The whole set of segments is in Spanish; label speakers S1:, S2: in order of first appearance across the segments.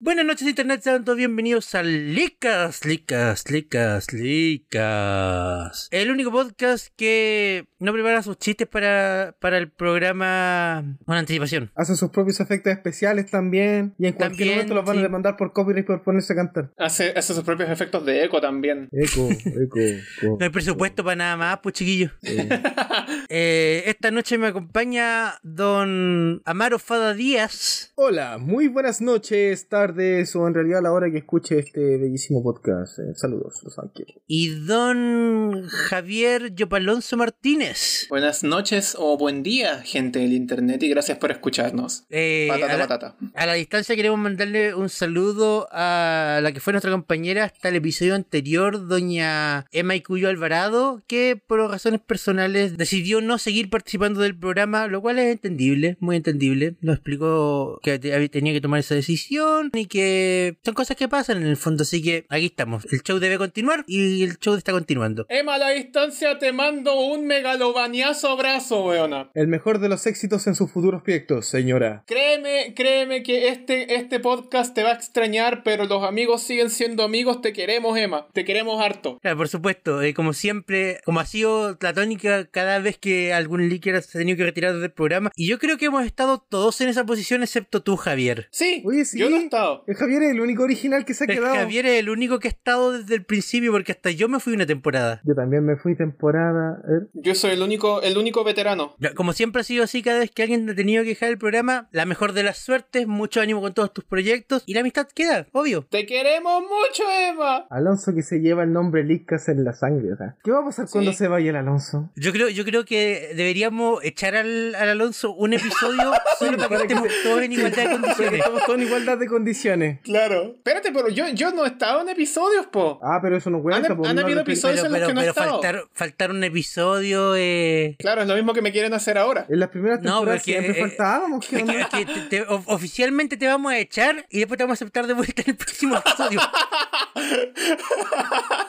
S1: Buenas noches Internet, sean todos bienvenidos a Licas, Licas, Licas, Licas. El único podcast que no prepara sus chistes para, para el programa con anticipación.
S2: Hacen sus propios efectos especiales también. Y en cualquier
S1: También,
S2: momento los van
S1: sí.
S2: a demandar por copyright por ponerse a cantar. Eh,
S3: Hace, hace sus propios efectos de eco también.
S4: Eco, eco, eco.
S1: No hay presupuesto para nada más, pues chiquillos. Eh, esta noche me acompaña don Amaro Fada Díaz.
S2: Hola, muy buenas noches, tardes o en realidad a la hora que escuche este bellísimo podcast. Eh, saludos, los ángeles.
S1: Y don Javier Yopalonso Martínez.
S3: Buenas noches o buen día, gente del internet, y gracias por escucharnos.
S1: Eh,
S3: Patata,
S1: a, la,
S3: patata.
S1: a la distancia queremos mandarle un saludo a la que fue nuestra compañera hasta el episodio anterior, doña Emma Icuyo Alvarado, que por razones personales decidió no seguir participando del programa, lo cual es entendible, muy entendible. Nos explicó que te- había- tenía que tomar esa decisión y que son cosas que pasan en el fondo, así que aquí estamos. El show debe continuar y el show está continuando.
S3: Emma, a la distancia te mando un megalobaniazo abrazo, weona.
S2: El mejor de los éxitos en sus futuros proyectos, señora.
S3: Créeme, créeme que este, este podcast te va a extrañar, pero los amigos siguen siendo amigos. Te queremos, Emma. Te queremos harto.
S1: Claro, por supuesto, eh, como siempre, como ha sido la tónica cada vez que algún leaker se ha tenido que retirar del programa, y yo creo que hemos estado todos en esa posición excepto tú, Javier.
S3: Sí,
S2: Oye, sí.
S3: yo no he estado.
S2: El Eh, Javier es el único original que se ha
S1: Pero
S2: quedado.
S1: Javier es el único que ha estado desde el principio porque hasta yo me fui una temporada.
S2: Yo también me fui temporada. eh.
S3: Yo soy el único, el único veterano.
S1: Ya, Como siempre ha sido así, cada vez que alguien ha tenido que dejar el programa, la mejor de las suertes, mucho ánimo con todos tus proyectos y la amistad queda, obvio.
S3: Te queremos mucho, Emma.
S2: Alonso que se lleva el nombre Licas en la sangre. ¿verdad? ¿Qué va a pasar
S3: Sí.
S2: cuando se vaya el Alonso?
S1: Yo creo, yo creo que deberíamos echar al, al Alonso un episodio solo para que estemos todos en igualdad de
S2: Porque
S1: condiciones.
S2: estamos todos en igualdad de condiciones.
S3: Claro. Espérate, pero yo, yo no he estado en episodios, po.
S2: Ah, pero eso no cuenta.
S3: Han-
S2: porque
S3: han
S2: no
S3: habido
S2: repite-
S3: episodios- Todos en los que no he estado.
S1: faltar, faltar un episodio. eh,
S3: Claro, es lo mismo que me quieren hacer ahora.
S2: En las primeras
S1: No,
S2: temporadas
S1: porque,
S2: siempre
S1: eh,
S2: faltábamos. ¿qué
S1: es que-
S2: onda?
S1: es que te- te- of- oficialmente te vamos a echar y después te vamos a aceptar de vuelta en el próximo episodio.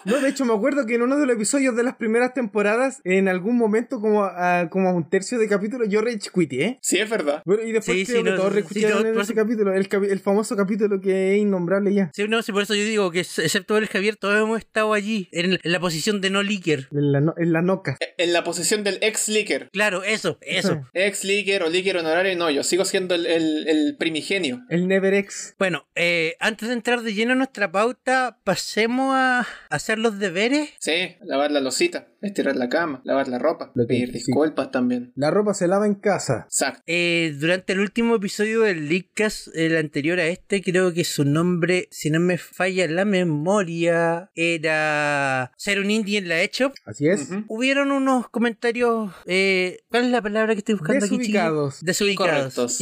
S2: No, de hecho me acuerdo que en uno de los episodios de las primeras temporadas, en algún momento como a, como a un tercio de capítulo, yo rechiquiteé.
S3: Sí, es verdad.
S2: Bueno, y después
S1: Sí,
S2: creo
S1: sí,
S2: que
S1: no,
S2: todos
S1: sí,
S2: rechiquitearon
S1: no,
S2: en
S1: por
S2: ese
S1: eso-
S2: capítulo, el, capi- el famoso capítulo que es innombrable ya.
S1: Sí, no, sí, por eso yo digo que es- excepto el Javier, todos hemos estado allí, en, el- en la posición de no leaker.
S2: En la, no- en la noca.
S3: Eh, En la posición del ex leaker.
S1: Claro, eso, eso.
S3: Ex leaker o leaker honorario, no, yo sigo siendo el, el- el primigenio.
S2: El Neverex.
S1: Bueno, eh, antes de entrar de lleno a nuestra pauta, pasemos a hacer los deberes.
S3: Sí, lavar la losita, estirar la cama, lavar la ropa,
S2: Lo que-
S3: pedir
S2: sí.
S3: disculpas también.
S2: La ropa se lava en casa.
S3: Exacto.
S1: Eh, durante el último episodio del Leakcast, el anterior a este, creo que su nombre, si no me falla la memoria, era Ser un Indie en la Echo.
S2: Así es.
S3: Ujú.
S1: Hubieron unos comentarios. Eh, ¿Cuál es la palabra que estoy buscando aquí, chiquillos?
S2: Desubicados.
S1: Desubicados.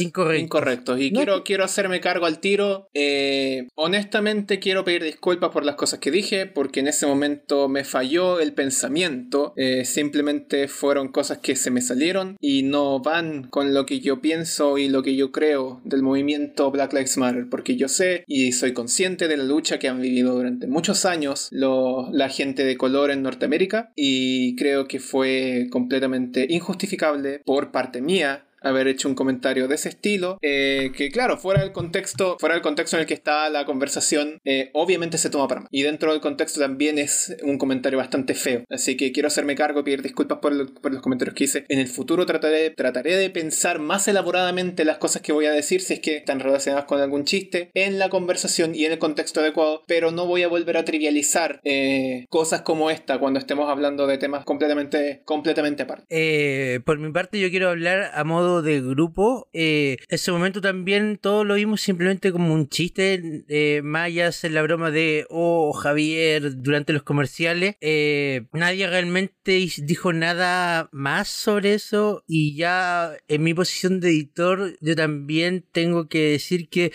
S3: Incorrectos.
S1: Incorrectos.
S3: Incorrectos. Y
S2: No,
S3: quiero, quiero hacerme cargo al tiro. Eh, honestamente, quiero pedir disculpas por las cosas que dije, porque en ese momento me falló el pensamiento. Eh, simplemente fueron cosas que se me salieron y no van con lo que yo pienso y lo que yo creo del movimiento Black Lives Matter, porque yo sé y soy consciente de la lucha que han vivido durante muchos años lo- la gente de color en Norteamérica y creo que fue completamente injustificable por parte mía haber hecho un comentario de ese estilo eh, que claro fuera del contexto fuera del contexto en el que está la conversación eh, obviamente se toma para mal y dentro del contexto también es un comentario bastante feo así que quiero hacerme cargo y pedir disculpas por, lo- por los comentarios que hice en el futuro trataré trataré de pensar más elaboradamente las cosas que voy a decir si es que están relacionadas con algún chiste en la conversación y en el contexto adecuado pero no voy a volver a trivializar eh, cosas como esta cuando estemos hablando de temas completamente completamente aparte
S1: Eh, por mi parte, yo quiero hablar a modo de grupo. Eh, en su momento también todo lo vimos simplemente como un chiste. Eh, Mayas en la broma de, oh, Javier, durante los comerciales. Eh, nadie realmente is- dijo nada más sobre eso. Y ya en mi posición de editor, yo también tengo que decir que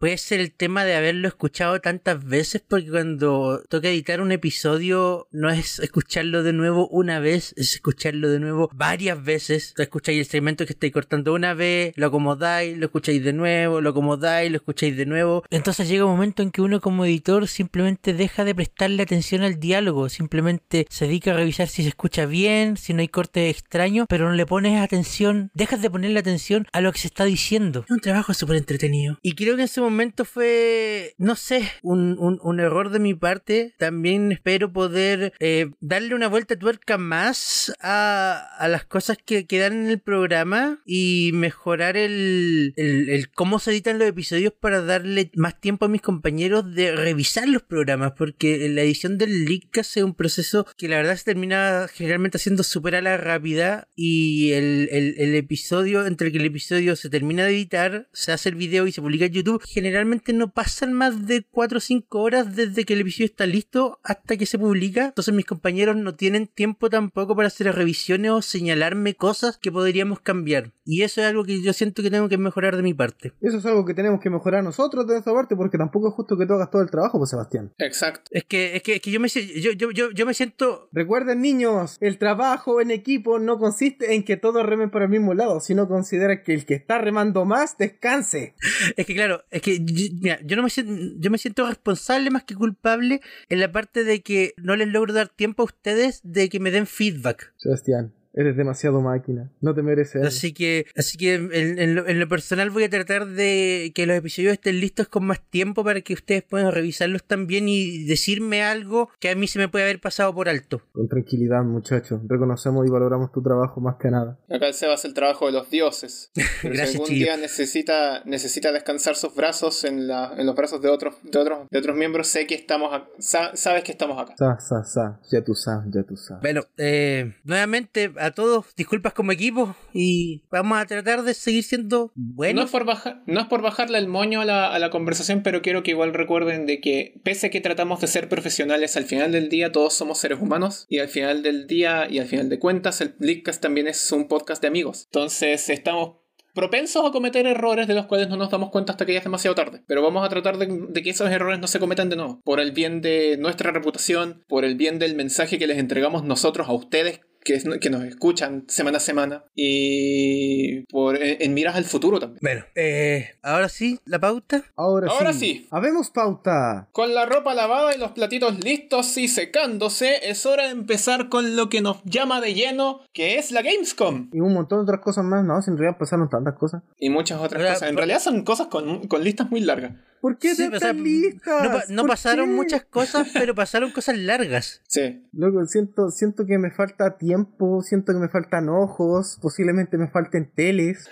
S1: Puede ser el tema de haberlo escuchado tantas veces porque cuando toca editar un episodio no es escucharlo de nuevo una vez, es escucharlo de nuevo varias veces. Tú escucháis el segmento que estáis cortando una vez, lo acomodáis, lo escucháis de nuevo, lo acomodáis, lo escucháis de nuevo. Entonces llega un momento en que uno como editor simplemente deja de prestarle atención al diálogo, simplemente se dedica a revisar si se escucha bien, si no hay cortes extraños, pero no le pones atención, dejas de ponerle atención a lo que se está diciendo. Es un trabajo súper entretenido. Y creo que en su momento fue, no sé, un, un- un error de mi parte. También espero poder eh, darle una vuelta de tuerca más a, a las cosas que quedan en el programa y mejorar el, el- el cómo se editan los episodios para darle más tiempo a mis compañeros de revisar los programas, porque la edición del Leadcast es un proceso que la verdad se termina generalmente haciendo súper a la rápida y el, el- el episodio, entre que el episodio se termina de editar, se hace el video y se publica en YouTube, generalmente no pasan más de 4 o 5 horas desde que el episodio está listo hasta que se publica, entonces mis compañeros no tienen tiempo tampoco para hacer las revisiones o señalarme cosas que podríamos cambiar y eso es algo que yo siento que tengo que mejorar de mi parte.
S2: Eso es algo que tenemos que mejorar nosotros de esta parte, porque tampoco es justo que tú hagas todo el trabajo, pues Sebastián.
S3: Exacto.
S1: Es que, es que, es que yo, me, si- yo, yo, yo, yo me siento
S2: Recuerden, niños, el trabajo en equipo no consiste en que todos remen para el mismo lado, sino considera que el que está remando más descanse.
S1: Es que claro, es que y- mira, yo no me siento, yo me siento responsable más que culpable en la parte de que no les logro dar tiempo a ustedes de que me den feedback.
S2: Sebastián, eres demasiado máquina. No te mereces. algo.
S1: Así que, así que en, en lo, en lo personal voy a tratar de que los episodios estén listos con más tiempo para que ustedes puedan revisarlos también y decirme algo que a mí se me puede haber pasado por alto.
S2: Con tranquilidad, muchachos. Reconocemos y valoramos tu trabajo más que nada.
S3: Acá el Seba hace el trabajo de los dioses. Pero
S1: Gracias,
S3: si algún
S1: chiquillo.
S3: día necesita, necesita descansar sus brazos en, la, en los brazos de otros, de otros, de otros miembros, sé que estamos ac- sa- sabes que estamos acá.
S2: Sa, sa, sa. Ya tú sabes, ya tú sabes.
S1: Bueno, eh, nuevamente a todos, disculpas como equipo y vamos a tratar de seguir siendo
S3: No
S1: buenos.
S3: es, por baja- no es por bajarle el moño a la, a la conversación, pero quiero que igual recuerden de que pese a que tratamos de ser profesionales, al final del día todos somos seres humanos y al final del día y al final de cuentas el Leadcast también es un podcast de amigos. Entonces estamos propensos a cometer errores de los cuales no nos damos cuenta hasta que ya es demasiado tarde. Pero vamos a tratar de, de que esos errores no se cometan de nuevo. Por el bien de nuestra reputación, por el bien del mensaje que les entregamos nosotros a ustedes. Que, es- que nos escuchan semana a semana y por, en- en miras al futuro también.
S1: Bueno, eh, ahora sí, la pauta.
S2: Ahora,
S3: Ahora
S2: sí.
S3: sí.
S2: Habemos pauta.
S3: Con la ropa lavada y los platitos listos y secándose, es hora de empezar con lo que nos llama de lleno, que es la Gamescom.
S2: Y un montón de otras cosas más. No, si en realidad pasaron tantas cosas.
S3: Y muchas otras
S1: Ahora,
S3: cosas. En
S1: por-
S3: realidad son cosas con, con listas muy largas.
S2: ¿Por qué
S1: Sí,
S2: de
S1: o
S2: estas
S1: sea,
S2: listas?
S1: No, pa- no
S2: ¿Por
S1: pasaron
S2: qué?
S1: muchas cosas, pero pasaron cosas largas.
S3: Sí.
S2: Loco, siento, siento que me falta tiempo, siento que me faltan ojos, posiblemente me falten teles.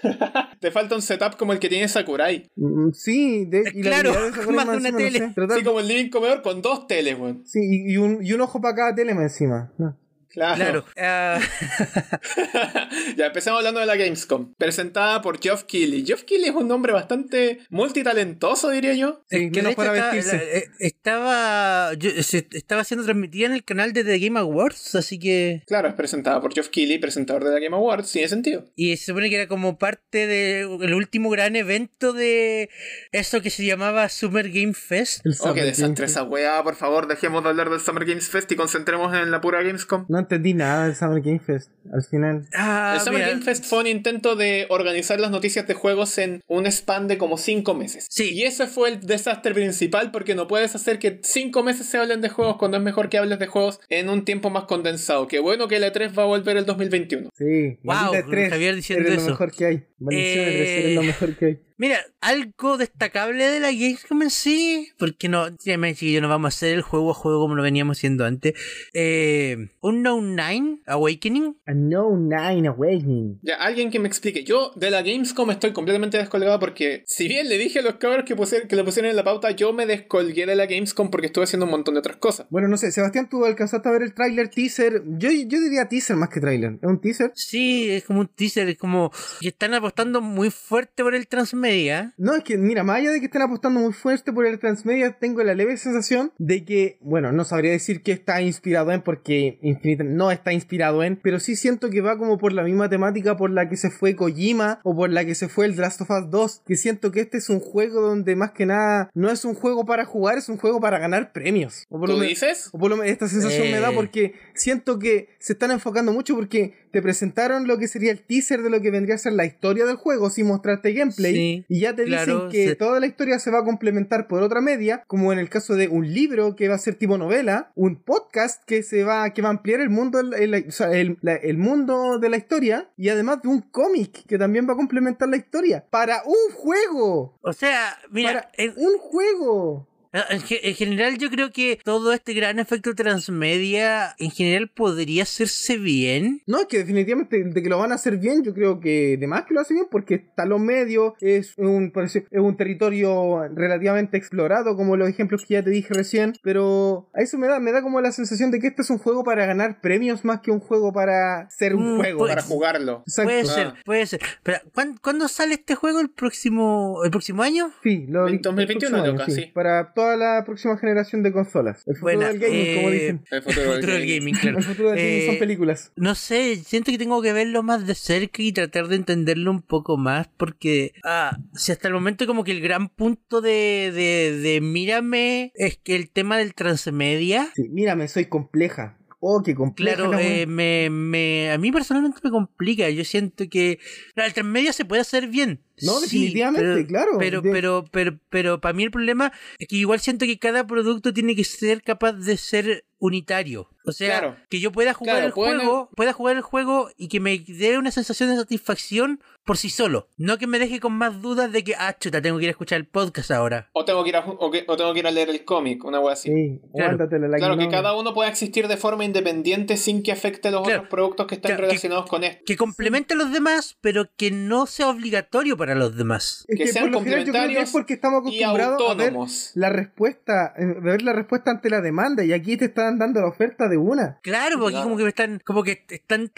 S3: Te falta un setup como el que tiene Sakurai.
S2: Mm, sí, de,
S1: Eh,
S2: y la
S1: claro,
S2: habilidad de sacar
S1: más de
S2: más
S1: una
S2: encima, no
S1: tele.
S2: sé, tratar-
S3: Así como el living comedor con dos teles, weón.
S2: sí, y, y un, y un ojo para cada tele más encima. No.
S3: Claro.
S1: Claro. Ah,
S3: ya empezamos hablando de la Gamescom. Presentada por Geoff Keighley. Geoff Keighley es un hombre bastante multitalentoso, diría yo.
S2: Sí,
S1: es que de
S2: menos
S1: hecho
S2: para
S1: estaba,
S2: vestirse.
S1: la- eh, estaba, yo- eh, se- estaba siendo transmitida en el canal de The Game Awards, así que...
S3: Claro, es presentada por Geoff Keighley, presentador de la Game Awards. Tiene sentido.
S1: Y se supone que era como parte del último gran evento de eso que se llamaba Summer Game Fest.
S2: El
S3: Oh, qué
S2: Summer
S3: desastre
S2: Games
S3: esa weá, por favor, dejemos de hablar del Summer Games Fest y concentremos en la pura Gamescom.
S2: No entendí nada del Summer Game Fest al final.
S1: Ah,
S3: el Summer
S1: mira,
S3: Game Fest fue un intento de organizar las noticias de juegos en un span de como 5 meses.
S1: Sí.
S3: Y ese fue el desastre principal porque no puedes hacer que 5 meses se hablen de juegos cuando es mejor que hables de juegos en un tiempo más condensado. Qué bueno que la E3 va a volver el 2021.
S2: Sí,
S1: Wow,
S2: maldita
S1: con
S2: E3,
S1: Javier diciendo
S2: eres
S1: eso.
S2: lo mejor que hay. Maldición,
S1: Eh,
S2: E3, eres lo mejor que hay.
S1: Mira, algo destacable de la Gamescom en sí, porque no, dígame, chiquillo, no vamos a hacer el juego a juego como lo veníamos haciendo antes. Eh, un No Nine Awakening,
S2: A No Nine Awakening.
S3: Ya, alguien que me explique. Yo de la Gamescom estoy completamente descolgado porque, si bien le dije a los cabros que, pusier- que lo pusieron en la pauta, yo me descolgué de la Gamescom porque estuve haciendo un montón de otras cosas.
S2: Bueno, no sé, Sebastián, tú alcanzaste a ver el tráiler, teaser. Yo, yo diría teaser más que tráiler. ¿Es un teaser?
S1: Sí, es como un teaser, es como que están apostando muy fuerte por el transmedia.
S2: No, es que, mira, más allá de que estén apostando muy fuerte por el transmedia, tengo la leve sensación de que, bueno, no sabría decir que está inspirado en, porque Infinite no está inspirado en, pero sí siento que va como por la misma temática por la que se fue Kojima o por la que se fue el The Last of Us 2, que siento que este es un juego donde más que nada no es un juego para jugar, es un juego para ganar premios. O por lo
S3: ¿Tú
S2: menos-
S3: dices?
S2: o por lo menos esta sensación me da
S1: Eh.
S2: porque siento que se están enfocando mucho porque te presentaron lo que sería el teaser de lo que vendría a ser la historia del juego sin mostrarte gameplay.
S1: Sí. Sí.
S2: Y ya te
S1: Claro,
S2: dicen que
S1: se-
S2: toda la historia se va a complementar por otra media, como en el caso de un libro que va a ser tipo novela, un podcast que se va que va a ampliar el mundo, el, el- o sea, el- la- el mundo de la historia, y además de un cómic que también va a complementar la historia para un juego.
S1: O sea, mira,
S2: para
S1: en-
S2: un juego.
S1: En, ge- en general yo creo que todo este gran efecto transmedia en general podría hacerse bien.
S2: No, es que definitivamente de que lo van a hacer bien, yo creo que de más que lo hacen bien, porque está los medios, es un, por decir- es un territorio relativamente explorado, como los ejemplos que ya te dije recién, pero a eso me da, me da como la sensación de que este es un juego para ganar premios más que un juego para ser un
S1: Mm,
S2: juego.
S1: pues-
S2: para-
S3: para jugarlo.
S2: Exacto.
S1: Puede
S3: Ah.
S1: ser, puede ser. Pero, ¿cuán- ¿cuándo, sale este juego? ¿El próximo el próximo año?
S2: Sí, lo
S3: En 2021
S2: el próximo
S3: toca,
S2: año,
S3: sí.
S2: Para toda la próxima generación de consolas. El futuro
S1: Buena,
S2: del gaming, como
S1: eh,
S2: dicen.
S3: El futuro del
S1: Futuro del
S3: gaming.
S1: gaming, claro.
S2: El futuro del gaming son
S1: eh,
S2: películas.
S1: No sé, siento que tengo que verlo más de cerca y tratar de entenderlo un poco más porque ah, si hasta el momento como que el gran punto de, de, de mírame es que el tema del transmedia,
S2: Sí, mírame, soy compleja. Oh, qué compleja.
S1: Claro,
S2: la wea.
S1: eh, me, me, a mí personalmente me complica. Yo siento que la altermedia se puede hacer bien.
S2: No,
S1: Sí,
S2: definitivamente,
S1: pero-
S2: claro.
S1: Pero,
S2: De-
S1: pero, pero, pero para mí el problema es que igual siento que cada producto tiene que ser capaz de ser unitario. O sea,
S3: Claro.
S1: que yo pueda jugar
S3: Claro,
S1: el
S3: pueden-
S1: juego, pueda jugar el juego y que me dé una sensación de satisfacción por sí solo. No que me deje con más dudas de que, ah, chuta, tengo que ir a escuchar el podcast ahora.
S3: O tengo que ir a, ju- o que- o tengo que ir a leer el cómic, una wea así.
S2: Sí,
S1: Claro.
S2: aguántatela, like,
S3: Claro, que
S2: no.
S3: cada uno puede existir de forma independiente sin que afecte a los
S1: Claro.
S3: otros productos que están
S1: Claro, que-
S3: relacionados con esto.
S1: Que complemente a los demás, pero que no sea obligatorio para los demás.
S2: Es
S3: que sean
S2: por lo general yo creo que es
S3: complementarios
S2: porque estamos
S3: Y
S2: acostumbrados a ver
S3: autónomos.
S2: la respuesta, eh, a ver la respuesta ante la demanda y aquí te están dando la oferta de una.
S1: Claro, porque aquí
S3: Claro.
S1: como que me están, como que están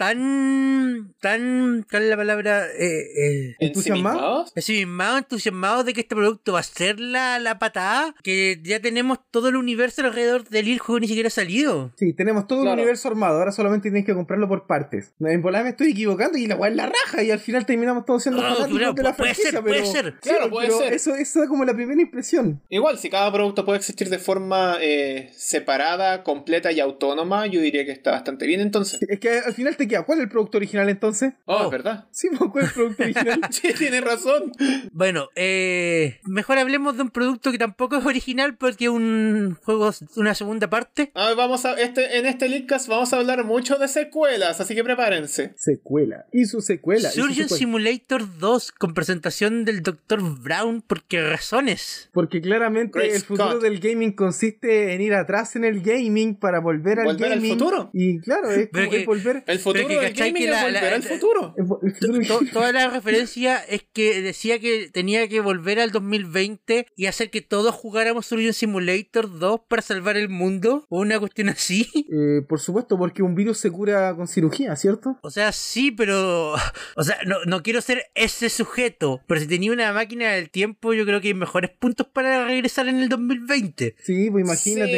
S1: tan, tan, ¿cuál es la palabra? Eh, eh,
S3: ¿Entusiasmados?
S1: ensimismados, entusiasmados de que este producto va a ser la, la patada, que ya tenemos todo el universo alrededor del el juego ni siquiera ha salido.
S2: Sí, tenemos todo un
S3: Claro.
S2: universo armado, ahora solamente tienes que comprarlo por partes. En volada me estoy equivocando y la weá es la raja y al final terminamos todos siendo
S1: Ah,
S2: fanáticos
S1: claro,
S2: de la
S1: puede
S2: franquicia,
S1: ser,
S2: pero...
S1: puede ser.
S2: Sí,
S3: Claro, puede
S2: pero
S3: ser.
S2: Eso, eso es como la primera impresión.
S3: Igual, si cada producto puede existir de forma eh, separada, completa y autónoma, yo diría que está bastante bien entonces.
S2: Es que al final te queda, ¿cuál es el producto original entonces?
S3: Oh,
S1: Oh.
S3: es verdad.
S2: Sí, pues, ¿cuál es el producto original?
S3: Sí, tiene razón.
S1: Bueno, eh, mejor hablemos de un producto que tampoco es original porque es un juego, una segunda parte.
S3: A ver, vamos a, este, en este Leadcast vamos a hablar mucho de secuelas, así que prepárense.
S2: secuela. Y su secuela. y su
S1: Surgeon
S2: secuela.
S1: Simulator 2 con presentación del Dr. Brown, porque razones.
S2: Porque claramente
S3: Great
S2: el futuro
S3: Scott.
S2: del gaming consiste en ir atrás en el gaming para volver al
S3: Volver al
S2: gaming.
S3: futuro.
S2: Y claro, es,
S1: Pero
S2: como-
S1: que-
S2: es volver.
S3: El futuro
S1: Pero que
S3: del
S1: cachai que
S3: gaming es
S1: la-
S3: volver
S1: la-
S3: al futuro.
S2: es vo- el futuro del
S1: To-
S2: gaming.
S1: toda la referencia es que decía que tenía que volver al 2020 y hacer que todos jugáramos Surgeon Simulator 2 para salvar el mundo. O una cuestión así.
S2: Eh, por supuesto, porque un virus se cura con cirugía, ¿cierto?
S1: O sea, sí, pero. O sea, no, no quiero ser ese sujeto. Pero si tenía una máquina del tiempo, yo creo que hay mejores puntos para regresar en el 2020.
S2: Sí, pues imagínate.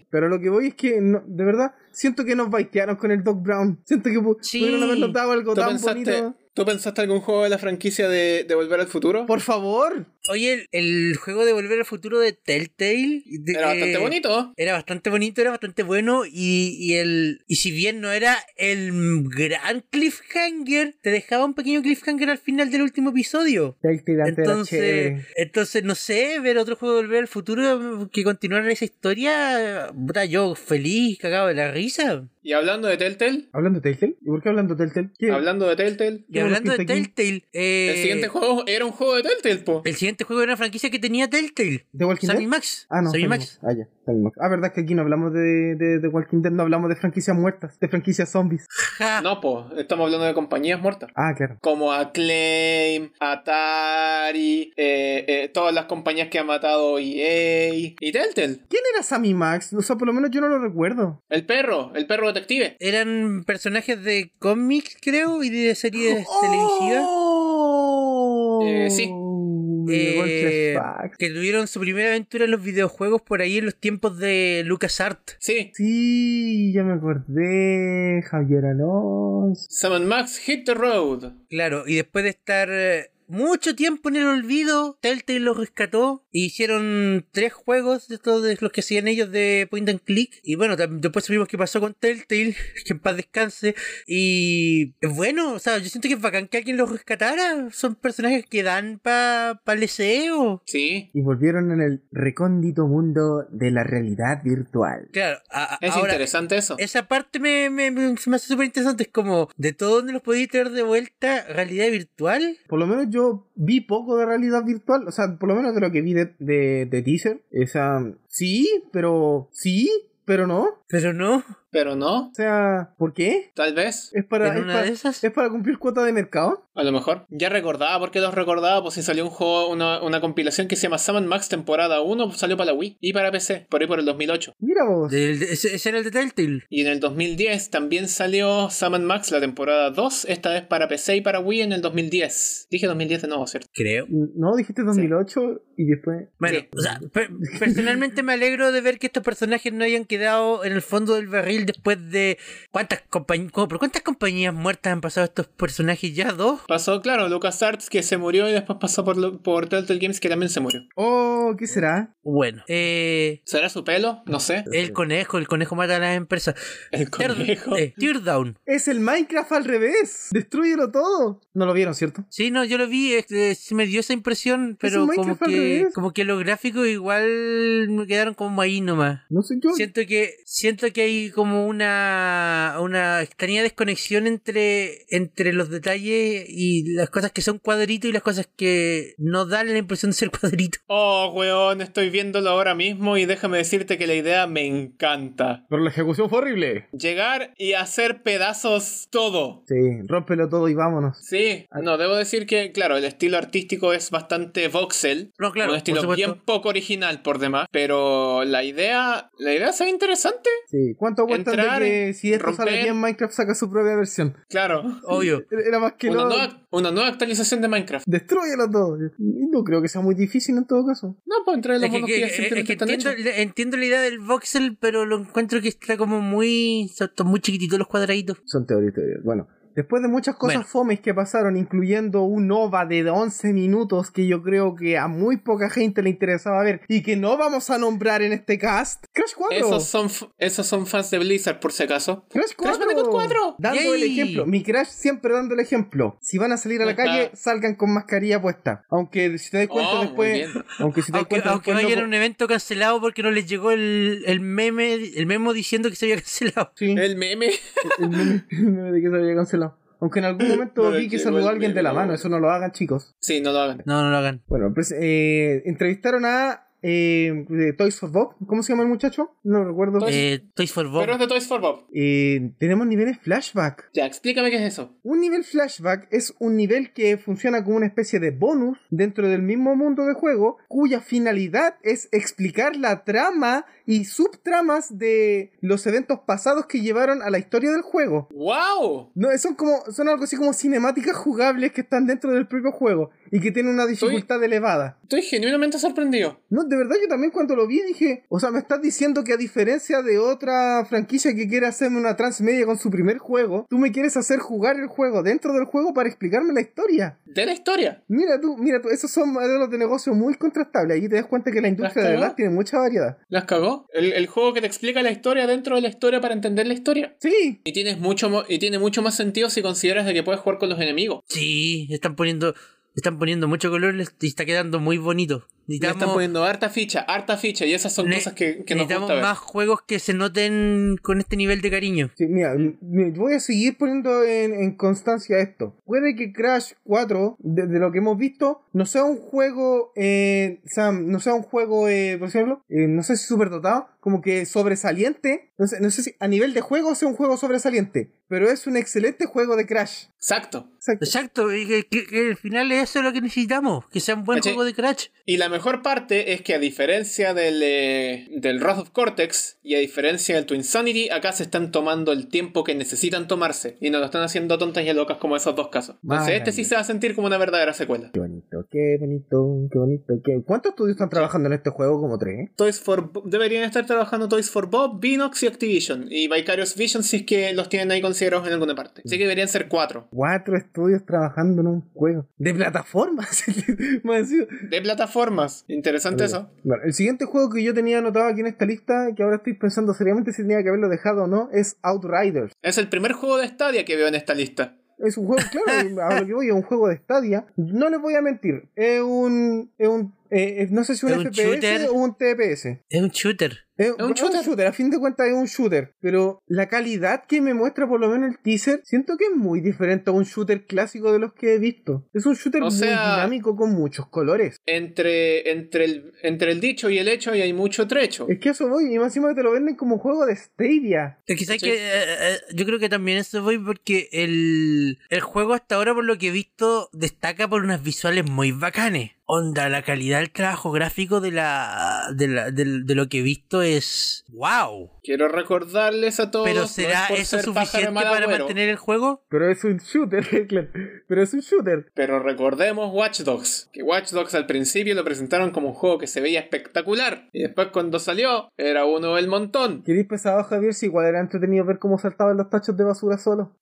S3: Sí.
S2: Pero lo que voy es que, no- de verdad, siento que nos baitearon con el Doc Brown. Siento que pu-
S1: Sí.
S2: pudieron habernos dado algo
S3: ¿Tú
S2: tan
S3: pensaste,
S2: bonito.
S3: ¿Tú pensaste algún juego de la franquicia de, de Volver al Futuro?
S2: Por favor.
S1: Oye, el, el juego de Volver al Futuro de Telltale. de-
S3: Era bastante
S1: eh,
S3: bonito.
S1: Era bastante bonito, era bastante bueno y, y el y si bien no era el gran cliffhanger, te dejaba un pequeño cliffhanger al final del último episodio.
S2: El tirante era
S1: Entonces,
S2: chévere.
S1: entonces, no sé, ver otro juego de volver al futuro que continuara esa historia, puta, yo feliz, cagado de la risa.
S3: Y hablando de Telltale,
S2: ¿Hablando de Telltale? ¿Y por qué hablando de Telltale? ¿Qué?
S3: hablando de Telltale,
S1: Y
S2: Qué bueno
S1: hablando
S2: que
S1: de
S2: está aquí.
S1: Telltale, eh,
S3: el siguiente juego era un juego de Telltale, po.
S2: eh,
S1: el siguiente juego era una franquicia que tenía Telltale.
S2: ¿De Walking Dead?
S1: Sammy Max.
S2: Ah, no.
S1: Sammy Max.
S2: Ah, ya. Sammy Max. Ah, verdad que aquí no hablamos de, de, de Walking Dead, no hablamos de franquicias muertas, de franquicias zombies.
S1: Ja.
S3: No, po, estamos hablando de compañías muertas.
S2: Ah, claro.
S3: Como Acclaim, Atari, eh, eh, todas las compañías que ha matado EA y Telltale.
S2: ¿Quién era Sammy Max? O sea, por lo menos yo no lo recuerdo.
S3: El perro, el perro detective.
S1: Eran personajes de cómics, creo, y de series televisivas.
S2: ¡Oh!
S3: Eh, sí.
S2: Me llegó el
S1: eh,
S2: flashback.
S1: que tuvieron su primera aventura en los videojuegos por ahí en los tiempos de LucasArts.
S3: Sí.
S2: Sí, ya me acordé. Javier Alonso.
S3: Summon Max Hit the Road.
S1: Claro, y después de estar eh, mucho tiempo en el olvido. Telltale lo rescató. e Hicieron tres juegos de estos de los que hacían ellos de Point and Click. Y bueno, tam- después supimos qué pasó con Telltale, que en paz descanse. Y es bueno, o sea, yo siento que es bacán que alguien los rescatara. Son personajes que dan para pa el SEO.
S3: Sí.
S2: Y volvieron en el recóndito mundo de la realidad virtual.
S1: Claro, a- a-
S3: Es
S1: ahora,
S3: interesante eso.
S2: eh,
S1: Esa parte me, me, me- se me hace súper interesante. Es como, de todo donde los podéis traer de vuelta, realidad virtual.
S2: Por lo menos yo vi poco de realidad virtual, o sea, por lo menos de lo que vi de, de, de teaser. Esa, sí, pero sí, pero no. O
S1: Pero no,
S3: Pero no,
S2: sea, ¿por qué?
S3: tal vez,
S2: Es para,
S1: en
S2: es
S1: una
S2: para,
S1: de esas.
S2: es para cumplir cuota de mercado.
S3: a lo mejor. Ya recordaba, porque los recordaba, pues si salió un juego, una, una compilación que se llama Summon Max temporada 1, pues, salió para la Wii y para PC, por ahí por el 2008.
S2: Mira vos.
S1: Del- de- ese, ese era el de Telltale.
S3: Y en el 2010 también salió Summon Max la temporada 2, esta vez para PC y para Wii en el 2010. Dije 2010 de nuevo, ¿cierto?
S1: Creo.
S2: No, dijiste 2008 y después...
S1: Bueno,
S3: Sí.
S1: o sea, per- personalmente me alegro de ver que estos personajes no hayan quedado en el fondo del barril después de. ¿Cuántas compañías? ¿Por cuántas compañías muertas han pasado estos personajes ya? ¿Dos?
S3: Pasó, claro, LucasArts que se murió y después pasó por, lo- por Telltale Games que también se murió.
S2: Oh,
S1: Eh.
S2: ¿qué será?
S1: Bueno, eh,
S3: ¿Será su pelo? No sé.
S1: El conejo, el conejo mata a las empresas.
S3: El conejo.
S1: Eh, Teardown.
S2: Es el Minecraft al revés. Destruyelo todo. No lo vieron, ¿cierto?
S1: Sí, no, yo lo vi, este, sí me dio esa impresión, pero
S2: un
S1: como
S2: Minecraft al
S1: que,
S2: revés.
S1: como que los gráficos igual me quedaron como ahí nomás.
S2: No sé yo.
S1: Siento que, siento que hay como una, una extraña desconexión entre, entre los detalles y las cosas que son cuadritos y las cosas que no dan la impresión de ser cuadrito.
S3: Oh, weón, estoy viéndolo ahora mismo y déjame decirte que la idea me encanta.
S2: Pero la ejecución fue horrible.
S3: Llegar y hacer pedazos todo.
S2: Sí, rómpelo todo y vámonos.
S3: Sí,
S2: Ah.
S3: no, debo decir que, claro, el estilo artístico es bastante voxel.
S1: No, claro,
S3: un
S1: por
S3: estilo
S1: supuesto.
S3: bien poco original por demás. Pero la idea, la idea se ve interesante.
S2: Sí. ¿Cuánto aguantan
S3: Entrar,
S2: de que si esto sale
S3: romper.
S2: bien, Minecraft saca su propia versión? E-,
S3: Claro.
S1: Obvio.
S2: Era más Ah, que
S3: Una
S2: no.
S3: nueva, una nueva actualización de Minecraft.
S2: Destruyelo todo. Y No creo que sea muy difícil en todo caso.
S3: No, pues entre los
S1: Es que,
S3: monos que,
S1: que- eh,
S3: ya
S1: es
S3: simplemente
S1: que
S3: están
S1: entiendo,
S3: hechos.
S1: entiendo la idea del voxel, pero lo encuentro que está como muy, son muy chiquititos los cuadraditos.
S2: Son teorías, teorías. Bueno. Después de muchas cosas
S1: Bueno.
S2: fomes que pasaron, incluyendo un OVA de 11 minutos que yo creo que a muy poca gente le interesaba ver y que no vamos a nombrar en este cast, Crash 4.
S3: Esos son, f- esos son fans de Blizzard, por si acaso.
S2: Crash 4.
S3: Crash Bandicoot 4.
S2: Dando el
S1: Yay.
S2: ejemplo. Mi Crash siempre dando el ejemplo. Si van a salir a la
S3: Ajá.
S2: calle, salgan con mascarilla puesta. Aunque si te das cuenta
S3: Oh, muy
S2: después.
S3: bien.
S2: Aunque si te das
S1: Aunque,
S2: cuenta
S1: aunque
S2: después.
S1: vayan
S2: no-
S1: a un evento cancelado porque no les llegó el, el meme, el memo diciendo que se había cancelado.
S2: Sí,
S3: El meme.
S2: el meme- el meme de que se había cancelado. Aunque en algún momento
S3: No le
S2: vi que
S3: llegó
S2: saludó a
S3: el
S2: alguien de la
S3: meme,
S2: mano.
S3: no.
S2: Eso no lo hagan, chicos.
S3: Sí, no lo hagan.
S1: No, no lo hagan.
S2: Bueno, pues, eh, entrevistaron a. eh, de Toys for Bob. ¿Cómo se llama el muchacho? No recuerdo.
S3: Toys-
S1: Eh, Toys for Bob.
S3: Pues, Pero es de Toys for Bob.
S2: Eh, tenemos niveles flashback.
S3: Ya, explícame qué es eso.
S2: Un nivel flashback es un nivel que funciona como una especie de bonus dentro del mismo mundo de juego, cuya finalidad es explicar la trama y subtramas de los eventos pasados que llevaron a la historia del juego.
S3: ¡Wow!
S2: No, son como son algo así como cinemáticas jugables que están dentro del propio juego y que tienen una dificultad elevada.
S3: Estoy genuinamente sorprendido.
S2: No, de verdad yo también cuando lo vi dije, o sea, me estás diciendo que a diferencia de otra franquicia que quiere hacerme una transmedia con su primer juego, tú me quieres hacer jugar el juego dentro del juego para explicarme la historia.
S3: De la historia.
S2: Mira tú, mira tú, esos son modelos de negocio muy contrastables. Ahí te das cuenta que la industria de
S3: cagó?
S2: verdad tiene mucha variedad.
S3: ¿Las cagó? El, el juego que te explica la historia dentro de la historia para entender la historia.
S2: Sí,
S3: Y, tienes mucho mo- y tiene mucho más sentido si consideras de que puedes jugar con los enemigos.
S1: Sí, están poniendo, están poniendo mucho color y está quedando muy bonito.
S3: Le
S1: Necesitamos,
S3: están poniendo harta ficha, harta ficha. Y esas son
S1: ne-
S3: cosas que, que nos
S1: necesitamos
S3: gusta ver.
S1: más juegos que se noten con este nivel de cariño.
S2: sí, mira, mira, voy a seguir poniendo en, en constancia esto. Puede que Crash 4, desde lo que hemos visto, no sea un juego, eh, Sam, no sea un juego, eh, por ejemplo, eh, no sé si superdotado, como que sobresaliente. No sé, no sé si a nivel de juego sea un juego sobresaliente, pero es un excelente juego de Crash.
S3: Exacto.
S2: Exacto.
S1: Exacto, y que, que- que al final eso es lo que necesitamos, que sea un buen
S3: Caché.
S1: juego de Crash.
S3: Y la mejor parte es que a diferencia del, eh, del Wrath of Cortex y a diferencia del Twin Sanity, acá se están tomando el tiempo que necesitan tomarse y no lo están haciendo tontas y locas como esos dos casos. Entonces, este sí se va a sentir como una verdadera secuela.
S2: Qué bonito, qué bonito, qué bonito. Qué... ¿Cuántos estudios están trabajando en este juego? Como tres.
S3: Toys for Bo- deberían estar trabajando Toys for Bob, Binox y Activision. Y Vicarious Vision si es que los tienen ahí considerados en alguna parte.
S1: Mm.
S3: Así que deberían ser cuatro.
S2: Cuatro estudios trabajando en un juego. De plataformas. Me han sido-
S3: De plataformas. Interesante eso.
S2: Bueno, el siguiente juego que yo tenía anotado aquí en esta lista, que ahora estoy pensando seriamente si tenía que haberlo dejado o no, es Outriders.
S3: Es el primer juego de Stadia que veo en esta lista.
S2: Es un juego, claro, a lo que voy, es un juego de Stadia. No les voy a mentir, es un. Es un eh, es- no sé si un,
S1: ¿Es un
S2: FPS
S1: shooter?
S2: o un TPS. Es,
S1: Es un shooter.
S2: es un shooter. a fin de cuentas es un shooter. Pero la calidad que me muestra, por lo menos el teaser, siento que es muy diferente a un shooter clásico de los que he visto. Es un shooter
S3: O
S2: muy
S3: sea-
S2: dinámico con muchos colores.
S3: Entre, entre, el, entre el dicho y el hecho y hay mucho trecho.
S2: Es que a eso voy, y más encima que te lo venden como juego de Stadia.
S1: Eh, Quizás
S3: Sí.
S1: que eh, eh, yo creo que también eso voy porque el, el juego hasta ahora por lo que he visto destaca por unas visuales muy bacanes. Onda, la calidad del trabajo gráfico de la de, la- del- de lo que he visto es wow.
S3: Quiero recordarles a todos.
S1: Pero
S3: no es
S1: será
S3: por
S1: eso
S3: ser pájaro
S1: suficiente
S3: mal
S1: para
S3: agüero,
S1: mantener el juego?
S2: Pero es un shooter, claro. Pero es un shooter.
S3: Pero recordemos Watch Dogs. Que Watch Dogs al principio lo presentaron como un juego que se veía espectacular. Y después cuando salió, era uno del montón.
S2: ¿Queréis pesado, Javier? Si igual era entretenido ver cómo saltaban los tachos de basura solo.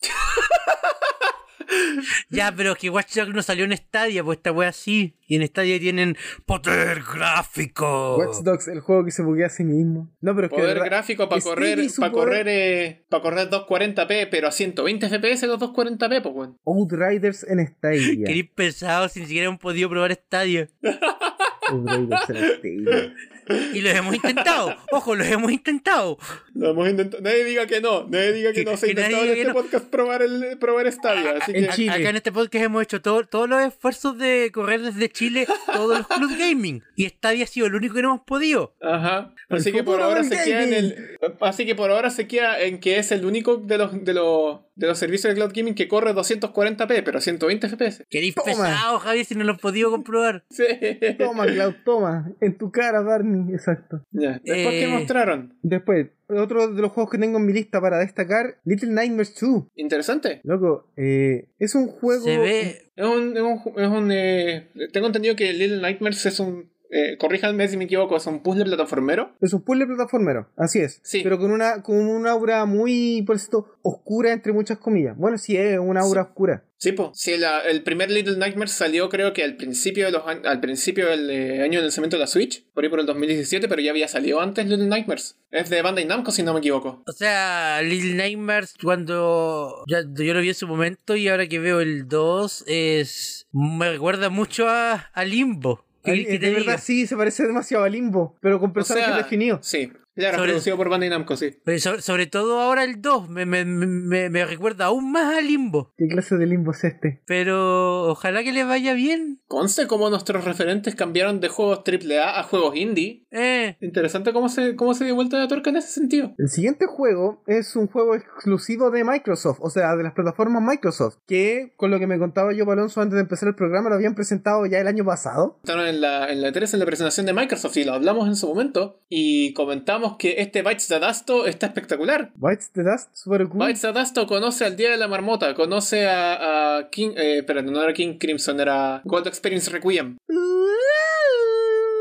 S3: Mm.
S1: Ya, pero es que Watch Dogs no salió en Stadia, pues esta wea sí. Y en Stadia tienen poder gráfico.
S2: Watch Dogs, el juego que se buguea a sí mismo. No, pero es que. de
S3: Poder
S2: verdad,
S3: gráfico para
S2: Stevie
S3: correr,
S2: su
S3: para
S2: poder-
S3: correr, eh, para correr 240p, pero a 120 FPS los 240p, pues weón.
S2: Outriders en Stadia.
S1: Qué pesado si ni siquiera han podido probar Stadia.
S2: Outriders en Stadia.
S1: Y los hemos intentado. Ojo, los hemos intentado.
S3: Lo hemos intentado. Nadie diga que no, nadie diga que
S1: Que-
S3: no. Se ha
S1: que nadie
S3: intentado en
S1: diga
S3: este
S1: que
S3: podcast probar el probar Stadia, así
S2: el
S3: que
S2: chi- Chile.
S1: Acá en este podcast hemos hecho todo- todos los esfuerzos de correr desde Chile todos los club gaming. Y Stadia ha sido el único que no hemos podido.
S3: Ajá.
S2: El
S3: Así que por
S2: futuro
S3: ahora
S2: del
S3: se queda en
S2: gaming.
S3: el así que por ahora se queda en que es el único de los de los de los servicios de cloud gaming que corre 240p, pero a 120 FPS.
S1: Queréis
S2: Toma.
S1: pesado, Javier, si no lo hemos podido comprobar.
S3: Sí.
S2: Toma, Cloud, toma. En tu cara, Barney. Exacto.
S3: Ya. Después
S1: Eh.
S3: que mostraron.
S2: Después, otro de los juegos que tengo en mi lista para destacar: Little Nightmares 2.
S3: Interesante.
S2: Loco, eh, es un juego.
S1: Se ve.
S3: Es un, es un, es un, eh, tengo entendido que Little Nightmares es un eh, corríjanme si me equivoco, es un puzzle plataformero.
S2: Es un puzzle plataformero, así es.
S3: Sí.
S2: Pero con una, con una aura muy, por cierto, oscura entre muchas comillas. Bueno, sí es una aura oscura.
S3: Sí, po. Sí, la- el primer Little Nightmares salió creo que al principio de los an- al principio del eh, año de lanzamiento de la Switch, por ahí por el 2017, pero ya había salido antes Little Nightmares. Es de Bandai Namco si no me equivoco.
S1: O sea, Little Nightmares, cuando ya- yo lo vi en su momento y ahora que veo el 2, es me recuerda mucho a, a Limbo. ¿Qué
S2: Ay,
S1: querés que
S2: eh,
S1: te
S2: de verdad
S1: diga?
S2: sí, se parece demasiado a Limbo, pero con
S3: O
S2: personajes
S3: sea,
S2: definidos.
S3: Sí, claro,
S1: Sobre-
S3: producido por Bandai Namco, sí.
S1: Pero Pues, so- sobre todo ahora el 2 me, me- me- me- me recuerda aún más a Limbo.
S2: ¿Qué clase de Limbo es este?
S1: Pero ojalá que les vaya bien.
S3: Conste cómo nuestros referentes cambiaron de juegos AAA a juegos indie.
S1: Eh.
S3: Interesante cómo se, cómo se dio vuelta la tuerca en ese sentido.
S2: El siguiente juego es un juego exclusivo de Microsoft, o sea, de las plataformas Microsoft, que con lo que me contaba yo Palonso antes de empezar el programa lo habían presentado ya el año pasado.
S3: Estaron en la, en la E3 en la presentación de Microsoft y lo hablamos en su momento. Y comentamos que este Bites the Dasto está espectacular.
S2: Bites the Dust, super cool.
S3: Bites the Dasto conoce al Día de la Marmota, conoce a, a King. Eh, espera, no era King Crimson, era Gold Experience Requiem.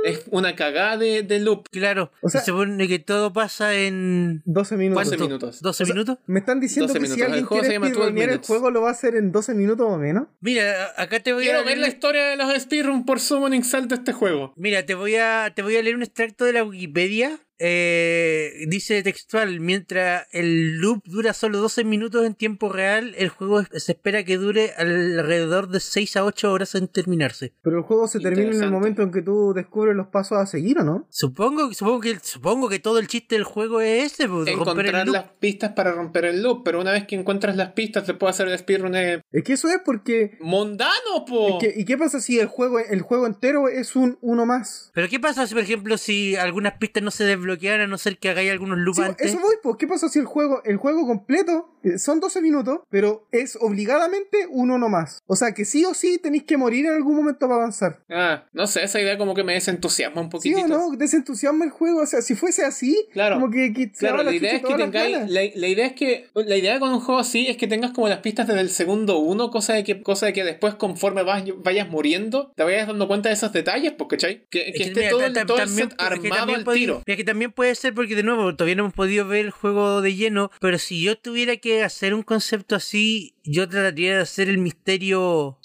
S3: Es una cagada de, de loop.
S1: Claro,
S2: O sea-
S1: se supone que todo pasa en
S2: 12 minutos.
S3: 12
S1: ¿cuánto?
S3: minutos.
S1: 12
S2: O sea,
S1: minutos.
S2: Me están diciendo
S3: 12
S2: que si
S3: minutos.
S2: alguien
S3: El juego se
S2: quiere
S3: llama 12
S2: speedrunear el
S3: minutes.
S2: juego lo va a hacer en 12 minutos o menos.
S1: Mira, a- acá te voy
S3: Quiero
S1: a
S3: ver
S1: leer,
S3: la historia de los speedrun por Summoning Salt de este juego.
S1: Mira, te voy a te voy a leer un extracto de la Wikipedia. Eh, dice textual, mientras el loop dura solo 12 minutos en tiempo real, el juego es- se espera que dure alrededor de 6 a 8 horas en terminarse.
S2: Pero el juego se termina en el
S3: Interesante.
S2: momento en que tú descubres los pasos a seguir, ¿o no?
S1: Supongo, supongo que supongo que todo el chiste del juego es ese, pues, romper el
S3: encontrar
S1: loop.
S3: las pistas para romper el loop, pero una vez que encuentras las pistas te puede hacer el speedrun eh,
S2: Es que eso es porque...
S3: mundano, po.
S2: es que- ¿Y qué pasa si el juego, el juego entero es un uno más?
S1: Pero qué pasa si, por ejemplo, si algunas pistas no se desbloquear a no ser que hagáis algunos loops
S2: Sí,
S1: antes.
S2: eso voy, pues. ¿Qué pasa si el juego, el juego completo eh, son 12 minutos, pero es obligadamente uno nomás? O sea que sí o sí tenéis que morir en algún momento para avanzar.
S3: Ah, no sé, esa idea como que me desentusiasma un
S2: ¿Sí
S3: poquitito.
S2: o no? Desentusiasma el juego. O sea, si fuese así,
S3: Claro.
S2: como que, que se
S3: Claro,
S2: va la
S3: la idea
S2: chucha
S3: es que
S2: todas las
S3: tengáis.
S2: ganas.
S3: La, la idea es que. La idea con un juego así es que tengas como las pistas desde el segundo uno, cosa de que, cosa de que después, conforme vas- vayas muriendo, te vayas dando cuenta de esos detalles, pues, ¿cachai? Que, que
S1: Es que
S3: esté
S1: mira,
S3: todo,
S1: ta-
S3: el-
S1: ta-
S3: todo el
S1: también-
S3: set
S1: es que
S3: armado
S1: también
S3: al
S1: podía-
S3: tiro.
S1: mira, que también puede ser porque, de nuevo, todavía no hemos podido ver el juego de lleno, pero si yo tuviera que hacer un concepto así, yo trataría de hacer el misterio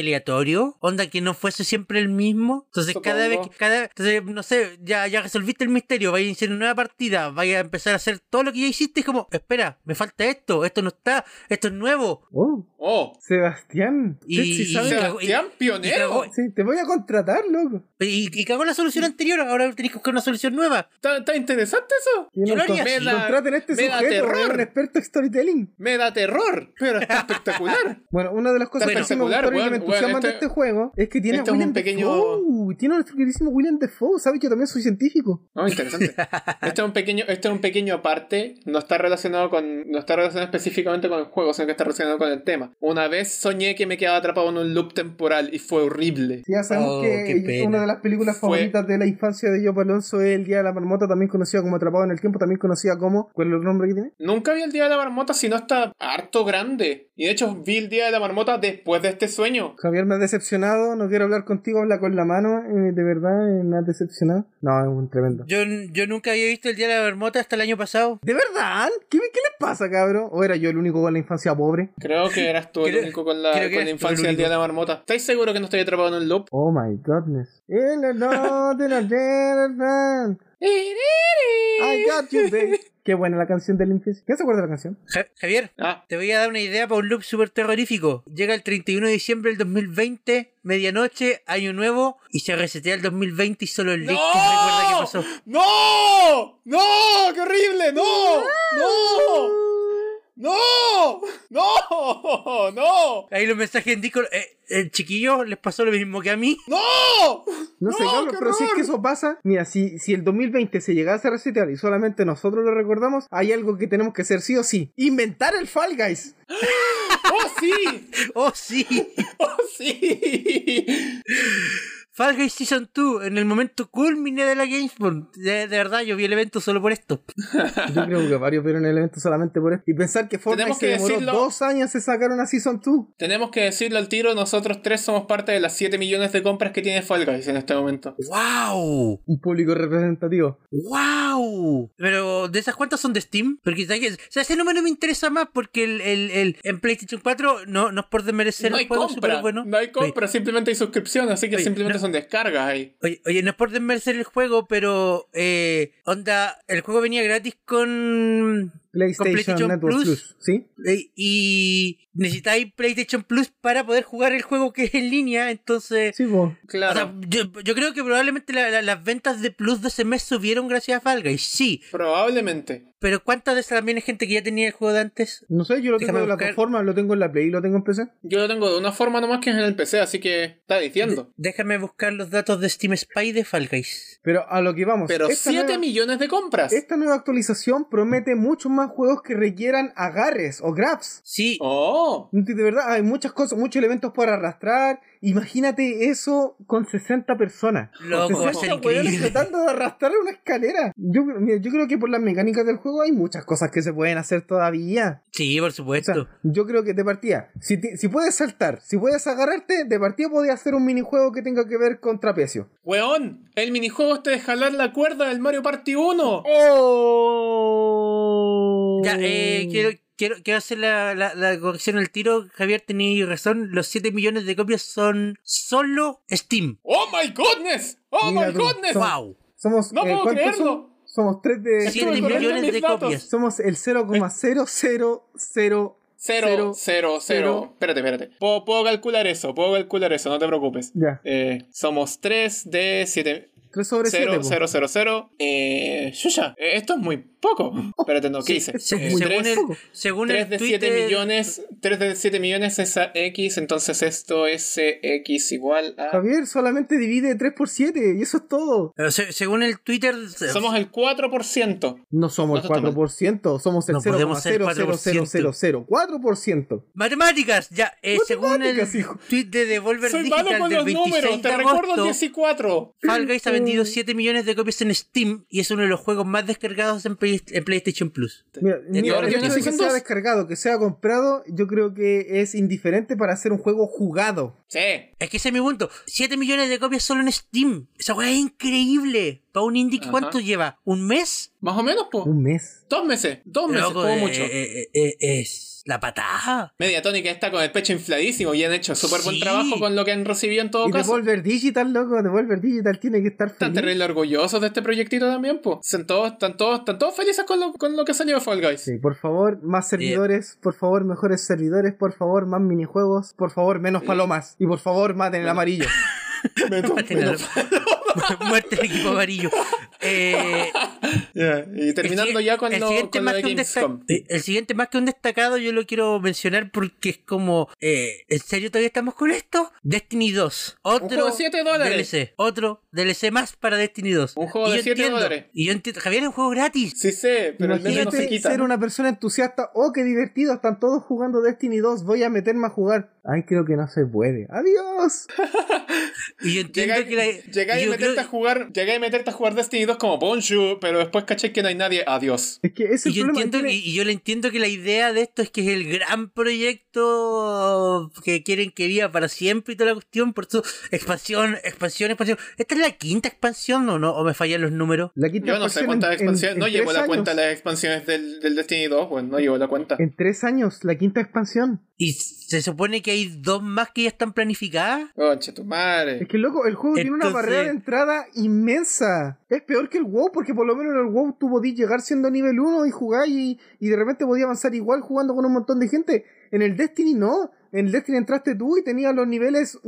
S1: semi-aleatorio, onda que no fuese siempre el mismo. Entonces, cada vez
S3: Supongo.
S1: que, cada, entonces, no sé, ya, ya resolviste el misterio, vaya a iniciar una nueva partida, vaya a empezar a hacer todo lo que ya hiciste, es como, espera, me falta esto, esto no está, esto es nuevo.
S4: Oh,
S3: Oh,
S2: Sebastián,
S1: Y-
S2: si sabes-
S1: y-
S3: Sebastián Pionero.
S1: y-
S2: sí, te voy a contratar, loco.
S1: Y, y cagó la solución anterior, ahora tenés que buscar una solución nueva.
S3: ¿Está, está interesante eso?
S2: Yo
S1: Yo
S2: no
S1: lo haría
S2: con-
S1: así.
S2: contraten a este
S3: Me da
S2: sujeto,
S3: terror.
S2: weón, un experto en storytelling.
S3: Me da terror, pero está espectacular.
S2: Bueno, una de las cosas
S1: Bueno,
S2: que sí me gustaron y que
S3: weón,
S2: me
S3: weón,
S2: entusiasman de
S3: este-
S2: este juego es que tiene a
S3: este es un
S2: William
S3: pequeño-
S2: Dafoe. Tiene a nuestro queridísimo William Defoe. Sabes que también soy científico.
S3: Oh, interesante. Este es un pequeño, este es un pequeño aparte, no está relacionado con, no está relacionado específicamente con el juego, sino que está relacionado con el tema. Una vez soñé que me quedaba atrapado en un loop temporal y fue horrible.
S2: Ya sabemos
S1: Oh, qué
S2: que
S1: pena.
S2: una de las películas
S3: Fue-
S2: favoritas de la infancia de Joe Alonso es El Día de la Marmota, también conocida como Atrapado en el Tiempo, también conocida como. ¿Cuál es el nombre que tiene?
S3: Nunca vi el día de la marmota si no está harto grande. Y de hecho vi el día de la marmota después de este sueño.
S2: Javier, me has decepcionado. No quiero hablar contigo, habla con la mano. eh, de verdad, eh, me has decepcionado. No, es un tremendo.
S1: Yo, yo nunca había visto el Día de la Bermota hasta el año pasado.
S2: ¿De verdad? ¿Qué, ¿Qué les pasa, cabrón? ¿O era yo el único con la infancia pobre?
S3: Creo que eras tú el
S1: Creo-
S3: único con la,
S1: creo que
S3: con la
S1: eras tú el
S3: infancia del
S1: único.
S3: día de la marmota. ¿Estáis seguro que no estoy atrapado en un loop?
S2: Oh my godness. In the north, in the dead land. I got you, babe. Qué buena la canción del Infis. ¿Quién se acuerda de la canción?
S1: Ja- Javier,
S3: Ah,
S1: Te voy a dar una idea para un loop súper terrorífico. Llega el 31 de diciembre del 2020, medianoche, año nuevo, y se resetea el 2020 y solo el
S3: ¡No!
S1: Lich recuerda qué pasó.
S3: ¡No! ¡No! ¡Qué horrible! ¡No! ¡No! ¡No! ¡No! ¡No!
S1: Ahí los mensajes en Discord, eh, el chiquillo les pasó lo mismo que a mí.
S3: ¡No!
S2: No, sé,
S3: ¡No,
S2: cabrón,
S3: qué
S2: pero si es
S3: horror!
S2: que eso pasa, mira, si, si el 2020 se llegase a resetear y solamente nosotros lo recordamos, hay algo que tenemos que hacer sí o sí. Inventar el Fall Guys.
S3: ¡Oh, sí!
S1: ¡Oh, sí!
S3: ¡Oh, sí!
S1: Fall Guys Season 2, en el momento culmine de la Gamescom. De, de verdad, yo vi el evento solo por esto.
S2: Yo creo que varios vieron el evento solamente por eso. Y pensar que Fortnite
S3: Tenemos
S2: se
S3: que
S2: demoró
S3: decirlo.
S2: dos años se sacaron a Season 2.
S3: Tenemos que decirlo al tiro, nosotros tres somos parte de las 7 millones de compras que tiene Fall Guys en este momento.
S1: ¡Wow!
S2: Un público representativo.
S1: ¡Wow! Pero, ¿de esas cuántas son de Steam? Porque, ¿sabes qué? o sea, ese número me interesa más porque el, el, el- en PlayStation 4 no, no es por desmerecer
S3: No
S1: el
S3: hay
S1: juego
S3: compra,
S1: superbueno.
S3: no hay compra, simplemente hay suscripción, así que
S1: Oye,
S3: simplemente
S1: no-
S3: son descargas ahí.
S1: Oye, oye, no es por desmerecer el juego, pero eh, onda, el juego venía gratis con
S2: PlayStation
S1: PlayStation
S2: Network Plus.
S1: Plus.
S2: ¿sí?
S1: eh, y necesitáis PlayStation Plus para poder jugar el juego que es en línea, entonces
S2: Sí, vos.
S1: o sea,
S3: Claro,
S1: yo, yo creo que probablemente la- la- las ventas de Plus de ese mes subieron gracias a Fall Guys, sí,
S3: probablemente.
S1: pero ¿cuántas de esas también es gente que ya tenía el juego de antes?
S2: No sé, yo lo tengo
S1: Déjame
S2: de las
S1: buscar.
S2: dos formas, lo tengo en la Play y lo tengo en PC.
S3: Yo lo tengo de una forma nomás que es en el PC, así que está diciendo.
S1: Déjame buscar los datos de Steam Spy de Fall Guys.
S2: Pero a lo que vamos.
S3: Pero
S2: esta
S3: 7
S2: nueva-
S3: millones de compras.
S2: Esta nueva actualización promete muchos más juegos que requieran agarres o grabs.
S1: Sí,
S3: Oh,
S2: De verdad, hay muchas cosas, muchos elementos por arrastrar. Imagínate eso con 60 personas.
S1: loco, va a ser
S2: 60 weones
S1: increíble.
S2: tratando de arrastrar una escalera. Yo, mira, yo creo que por las mecánicas del juego hay muchas cosas que se pueden hacer todavía.
S1: Sí, por
S2: O sea,
S1: supuesto.
S2: yo creo que de partida, si, ti- si puedes saltar, si puedes agarrarte, de partida podías hacer un minijuego que tenga que ver con trapecio.
S3: weón, el minijuego este de jalar la cuerda del Mario Party 1.
S2: ¡Oh!
S1: Ya,
S3: mm.
S1: eh, quiero, quiero, quiero hacer la, la, la corrección al tiro. Javier tenía razón. Los 7 millones de copias son solo Steam.
S3: ¡Oh my goodness! ¡Oh
S2: Mira
S3: my
S2: tú.
S3: goodness!
S1: ¡Wow!
S2: Somos,
S3: ¡No
S2: eh,
S3: puedo
S2: ¿cuántos
S3: creerlo!
S2: somos? Somos tres de...
S3: Sí,
S1: 7
S3: estuve corriendo
S1: millones
S3: mis
S1: de
S3: datos.
S1: copias.
S2: Somos el 0,0000.
S3: Cero,
S2: Cero,
S3: cero, cero,
S2: cero.
S3: Espérate, espérate. Puedo, puedo calcular eso, puedo calcular eso, no te preocupes.
S2: Ya.
S3: Eh, somos 3 de 7.
S2: 3 sobre 7.
S3: 0, 0, 0, 0. Eh, Yuya, eh, esto es muy poco. Espérate, no, ¿qué hice?
S1: Se-
S3: Eh,
S1: según
S3: tres-
S1: el, según
S3: 3
S1: el
S3: de 7
S1: Twitter-
S3: millones, 3 de 7 millones es a X, entonces esto es eh, X igual a...
S2: Javier, solamente divide 3 por 7 y eso es todo.
S1: Pero eh, se- según el Twitter,
S3: Somos el 4%.
S2: No somos el
S3: Nosotros
S2: 4%, somos el
S1: No podemos ser
S2: 0,00004%.
S1: Matemáticas, ya. eh, según el
S2: Matemáticas, hijo.
S1: tweet de Devolver
S3: Soy
S1: Digital
S3: malo con
S1: del
S3: los
S1: 26
S3: números,
S1: de
S3: te
S1: agosto,
S3: recuerdo el 14.
S1: Fall Guys ha vendido 7 millones de copias en Steam y es uno de los juegos más descargados en, Play- en PlayStation Plus.
S2: Mira,
S1: Y
S2: mira,
S1: ahora
S2: yo
S1: tiene
S2: creo que
S3: seis
S2: sea
S3: dos.
S2: descargado, que sea comprado, yo creo que es indiferente para hacer un juego jugado.
S3: Sí.
S1: Es que ese es mi punto. 7 millones de copias solo en Steam. Esa weá es increíble. Para un indie,
S3: Ajá.
S1: ¿cuánto lleva? ¿Un mes?
S3: Más o menos, po.
S2: Un mes.
S3: Dos meses. Dos meses,
S1: Loco,
S3: como
S1: eh,
S3: mucho.
S1: eh, eh, eh, es la patada.
S3: Mediatónica está con el pecho infladísimo y han hecho súper buen
S1: Sí.
S3: trabajo con lo que han recibido en todo
S2: Y
S3: caso.
S2: Devolver Digital, loco, Devolver Digital tiene que estar
S3: Están
S2: feliz.
S3: terrible orgullosos de este proyectito también, po. Están todos, están todos, están todos felices con lo, con lo que salió de Fall Guys.
S2: Sí, por favor, más servidores, por favor, mejores servidores, por favor, más minijuegos, por favor, menos palomas y por favor, maten el amarillo.
S3: Menos- menos-
S1: Muerte del equipo amarillo. Eh,
S3: Ya, Y terminando
S1: El si-
S3: ya con
S1: el
S3: lo,
S1: siguiente
S3: con lo
S1: más
S3: de
S1: que un desta-
S3: Gamescom.
S1: eh, El siguiente más que un destacado yo lo quiero mencionar porque es como, eh, ¿en serio todavía estamos con esto? Destiny 2. Otro
S3: juego de 7 dólares.
S1: DLC. Otro DLC más para Destiny 2.
S3: Un juego
S1: Y
S3: de
S1: yo
S3: 7
S1: entiendo,
S3: dólares.
S1: Y yo entiendo, Javier es un juego gratis.
S3: Sí sé, pero el meme no
S2: Imagínate
S3: se quita.
S2: ser una persona entusiasta. Oh, qué divertido, están todos jugando Destiny 2. Voy a meterme a jugar. Ay, creo que no se puede. Adiós.
S1: Y yo entiendo
S3: Llegáis
S1: que la...
S3: llegáis y
S1: yo
S3: meterte
S1: creo-
S3: a jugar, llegáis y meterte a jugar Destiny 2 como Bonchu, pero después caché que no hay nadie. Adiós.
S2: Es que ese es
S1: y
S2: el
S1: yo,
S2: problema.
S1: entiendo,
S2: tiene-
S1: y, y yo le entiendo que la idea de esto es que es el gran proyecto que quieren que viva para siempre y toda la cuestión. Por eso, expansión, expansión, expansión. ¿Esta es la quinta expansión o no? ¿O me fallan los números?
S2: La quinta
S3: Yo no sé
S2: expansión
S3: cuántas
S2: en- en-
S3: expansiones.
S2: en
S3: No llevo
S2: tres
S3: la cuenta de
S2: años.
S3: las expansiones del, del Destiny 2, pues no llevo la cuenta.
S2: En tres años, la quinta expansión.
S1: Y se supone que hay dos más que ya están planificadas.
S3: Conche tu madre.
S2: Es que, loco, el juego tiene una
S1: Entonces-
S2: barrera de entrada inmensa. Es peor que el WoW, porque por lo menos en el WoW tú podías llegar siendo nivel 1 y jugar y, y de repente podías avanzar igual jugando con un montón de gente. En el Destiny no. En el Destiny entraste tú y tenías los niveles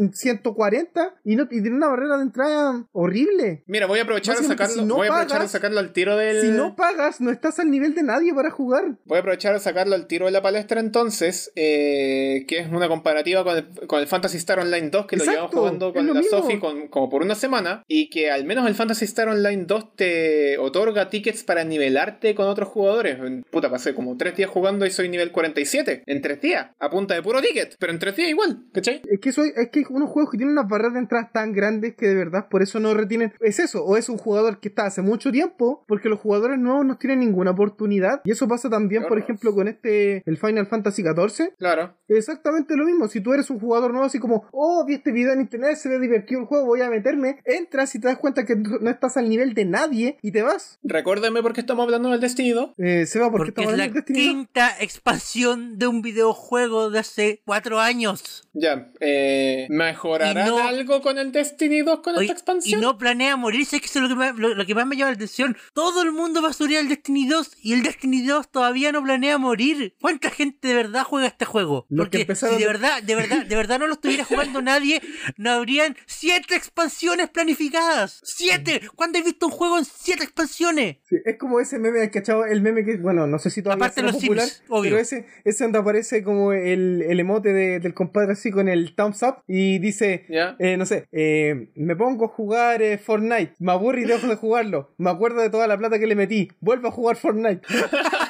S2: 140 y, no, y tiene una barrera de entrada horrible.
S3: Mira, voy a aprovechar a
S2: Básicamente,
S3: sacarlo.
S2: si no
S3: voy a aprovechar
S2: pagas-
S3: a sacarlo al tiro del.
S2: Si no pagas, no estás al nivel de nadie para jugar.
S3: Voy a aprovechar a sacarlo al tiro de la palestra entonces, eh, que es una comparativa con el, con el Fantasy Star Online 2, que
S2: Exacto,
S3: lo llevamos jugando
S2: es
S3: con
S2: lo
S3: la
S2: mismo.
S3: Sofi con- como por una semana, y que al menos el Fantasy Star Online 2 te otorga tickets para nivelarte con otros jugadores. En- Puta, pasé como tres días jugando y soy nivel 47, en tres días, a punta de puro ticket, pero en tres días igual, ¿cachai?
S2: Es que, eso, es que hay unos juegos que tienen unas barreras de entradas tan grandes que de verdad por eso no retienen. Es eso, o es un jugador que está hace mucho tiempo, porque los jugadores nuevos no tienen ninguna oportunidad. Y eso pasa también, por
S3: Claro.
S2: ejemplo, con este, el Final Fantasy XIV.
S3: Claro.
S2: Exactamente lo mismo, si tú eres un jugador nuevo así como, oh, vi este video en internet, se ve divertido el juego, voy a meterme, entras y te das cuenta que no estás al nivel de nadie y te vas.
S3: Recuérdame por qué estamos hablando del Destiny 2.
S2: Eh, Seba, ¿por qué
S1: Porque
S2: estamos
S1: es la
S2: hablando de este Destiny 2?
S1: quinta expansión de un videojuego de hace cuatro años.
S3: Ya, eh, ¿mejorarán
S1: Y no-
S3: algo con el Destiny 2 con
S1: Oye,
S3: esta
S1: y
S3: expansión?
S1: no planea morirse, es que eso es lo que, más, lo, lo que más me llama la atención. Todo el mundo va a subir al Destiny 2 y el Destiny 2 todavía no planea morir. ¿Cuánta gente de verdad juega este juego?
S2: Los que
S1: Porque
S2: empezaron-
S1: si de verdad, de verdad, de verdad no lo estuviera jugando nadie, no habrían siete expansiones planificadas.
S2: Mm.
S1: ¡Siete! ¿Cuándo he visto un juego en siete expansiones?
S2: Sí, es como ese meme, ¿has ¿cachado? El meme que, bueno, no sé si todavía
S1: Aparte
S2: será
S1: los
S2: popular,
S1: Sims, obvio.
S2: pero ese, ese donde aparece como el, el emote de- del compadre así con el thumbs up y dice,
S3: Ya.
S2: eh, no sé, eh, me pongo a jugar eh, Fortnite, me aburro y dejo de jugarlo, me acuerdo de toda la plata que le metí, vuelvo a jugar Fortnite.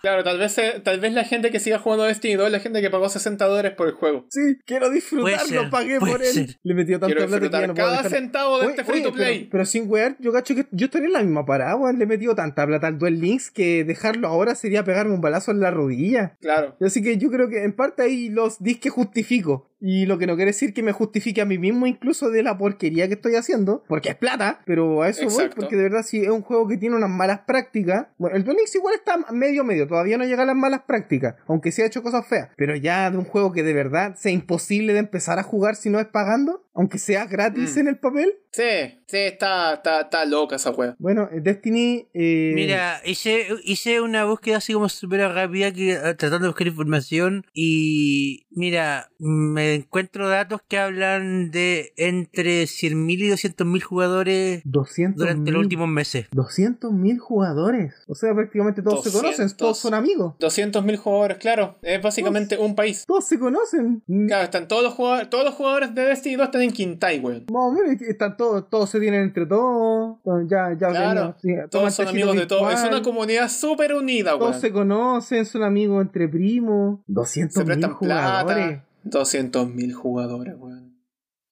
S3: Claro, tal vez, eh, tal vez la gente que siga jugando Destiny 2 es la gente que pagó 60 dólares por el juego.
S2: Sí, quiero disfrutarlo,
S1: Puede ser,
S2: pagué
S1: puede
S2: por él.
S1: ser.
S2: Le metió tanta
S3: Quiero
S2: plata que ya
S3: disfrutar
S2: no puedo
S3: cada
S2: dejar.
S3: centavo de
S2: Oye,
S3: este free
S2: oye,
S3: to play.
S2: Pero, pero sin wear, yo cacho que yo estaría en la misma parada, weón. Le he metido tanta plata al Duel Links que dejarlo ahora sería pegarme un balazo en la rodilla.
S3: Claro.
S2: Así que yo creo que en parte ahí los dis que justifico. Y lo que no quiere decir que me justifique a mí mismo incluso de la porquería que estoy haciendo, porque es plata, pero a eso voy,
S3: Exacto.
S2: porque de verdad si es un juego que tiene unas malas prácticas, bueno, el Duel Links igual está medio medio, todavía no llega a las malas prácticas, aunque sí ha hecho cosas feas, pero ya de un juego que de verdad sea imposible de empezar a jugar si no es pagando, aunque sea gratis
S3: Mm.
S2: en el papel.
S3: Sí, sí, está, está, está loca esa wea.
S2: Bueno, eh, Destiny. eh,
S1: Mira, hice, hice una búsqueda así como súper rápida que, eh, tratando de buscar información y mira, me encuentro datos que hablan de entre 100.000 y 200.000 jugadores
S2: 200
S1: durante los últimos meses.
S2: 200 mil jugadores. O sea, prácticamente todos se
S3: 200.
S2: conocen, todos son amigos.
S3: 200.000 jugadores, claro. Es básicamente un país.
S2: Todos se conocen.
S3: Claro, están todos los jugadores, todos los jugadores de Destiny 2 están en Quintai, weón.
S2: Más o menos, están todos, todos se tienen entre todos. Entonces, Ya, ya,
S3: Claro,
S2: sí, toman
S3: Todos son
S2: tecito
S3: amigos de todos. Es
S2: virtual,
S3: una comunidad súper unida,
S2: Todos
S3: weón.
S2: se conocen, son amigos entre primos. 200
S3: Se
S2: mil
S3: prestan
S2: jugadores.
S3: plata. 200.000 jugadores, weón.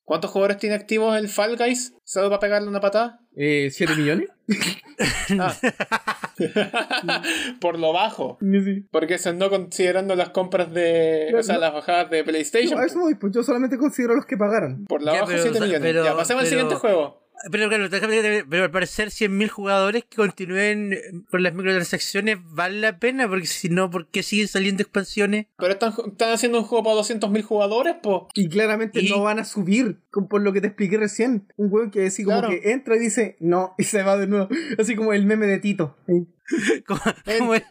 S3: ¿Cuántos jugadores tiene activos el Fall Guys? ¿Solo para pegarle una patada?
S2: Eh, ¿7 millones?
S3: Ah. Por lo bajo.
S2: Sí.
S3: Porque eso es no considerando las compras de.
S2: No,
S3: o sea,
S2: no.
S3: las bajadas de PlayStation.
S2: Yo, a eso voy, pues yo solamente considero los que pagaron.
S3: Por lo
S1: Ya,
S3: bajo,
S1: pero-
S3: 7 millones.
S1: pero-
S3: ya, pasemos al
S1: pero-
S3: siguiente juego.
S1: Pero claro, déjame- pero al parecer 100.000 jugadores que continúen eh, con las microtransacciones vale la pena porque si no, ¿por qué siguen saliendo expansiones?
S3: Pero están, están haciendo un juego para 200.000 jugadores, po.
S2: Y claramente
S1: Y-
S2: no van a subir, con- por lo que te expliqué recién. Un weón que así como
S3: Claro.
S2: que entra y dice no, y se va de nuevo. Así como el meme de Tito.
S1: Como, como el,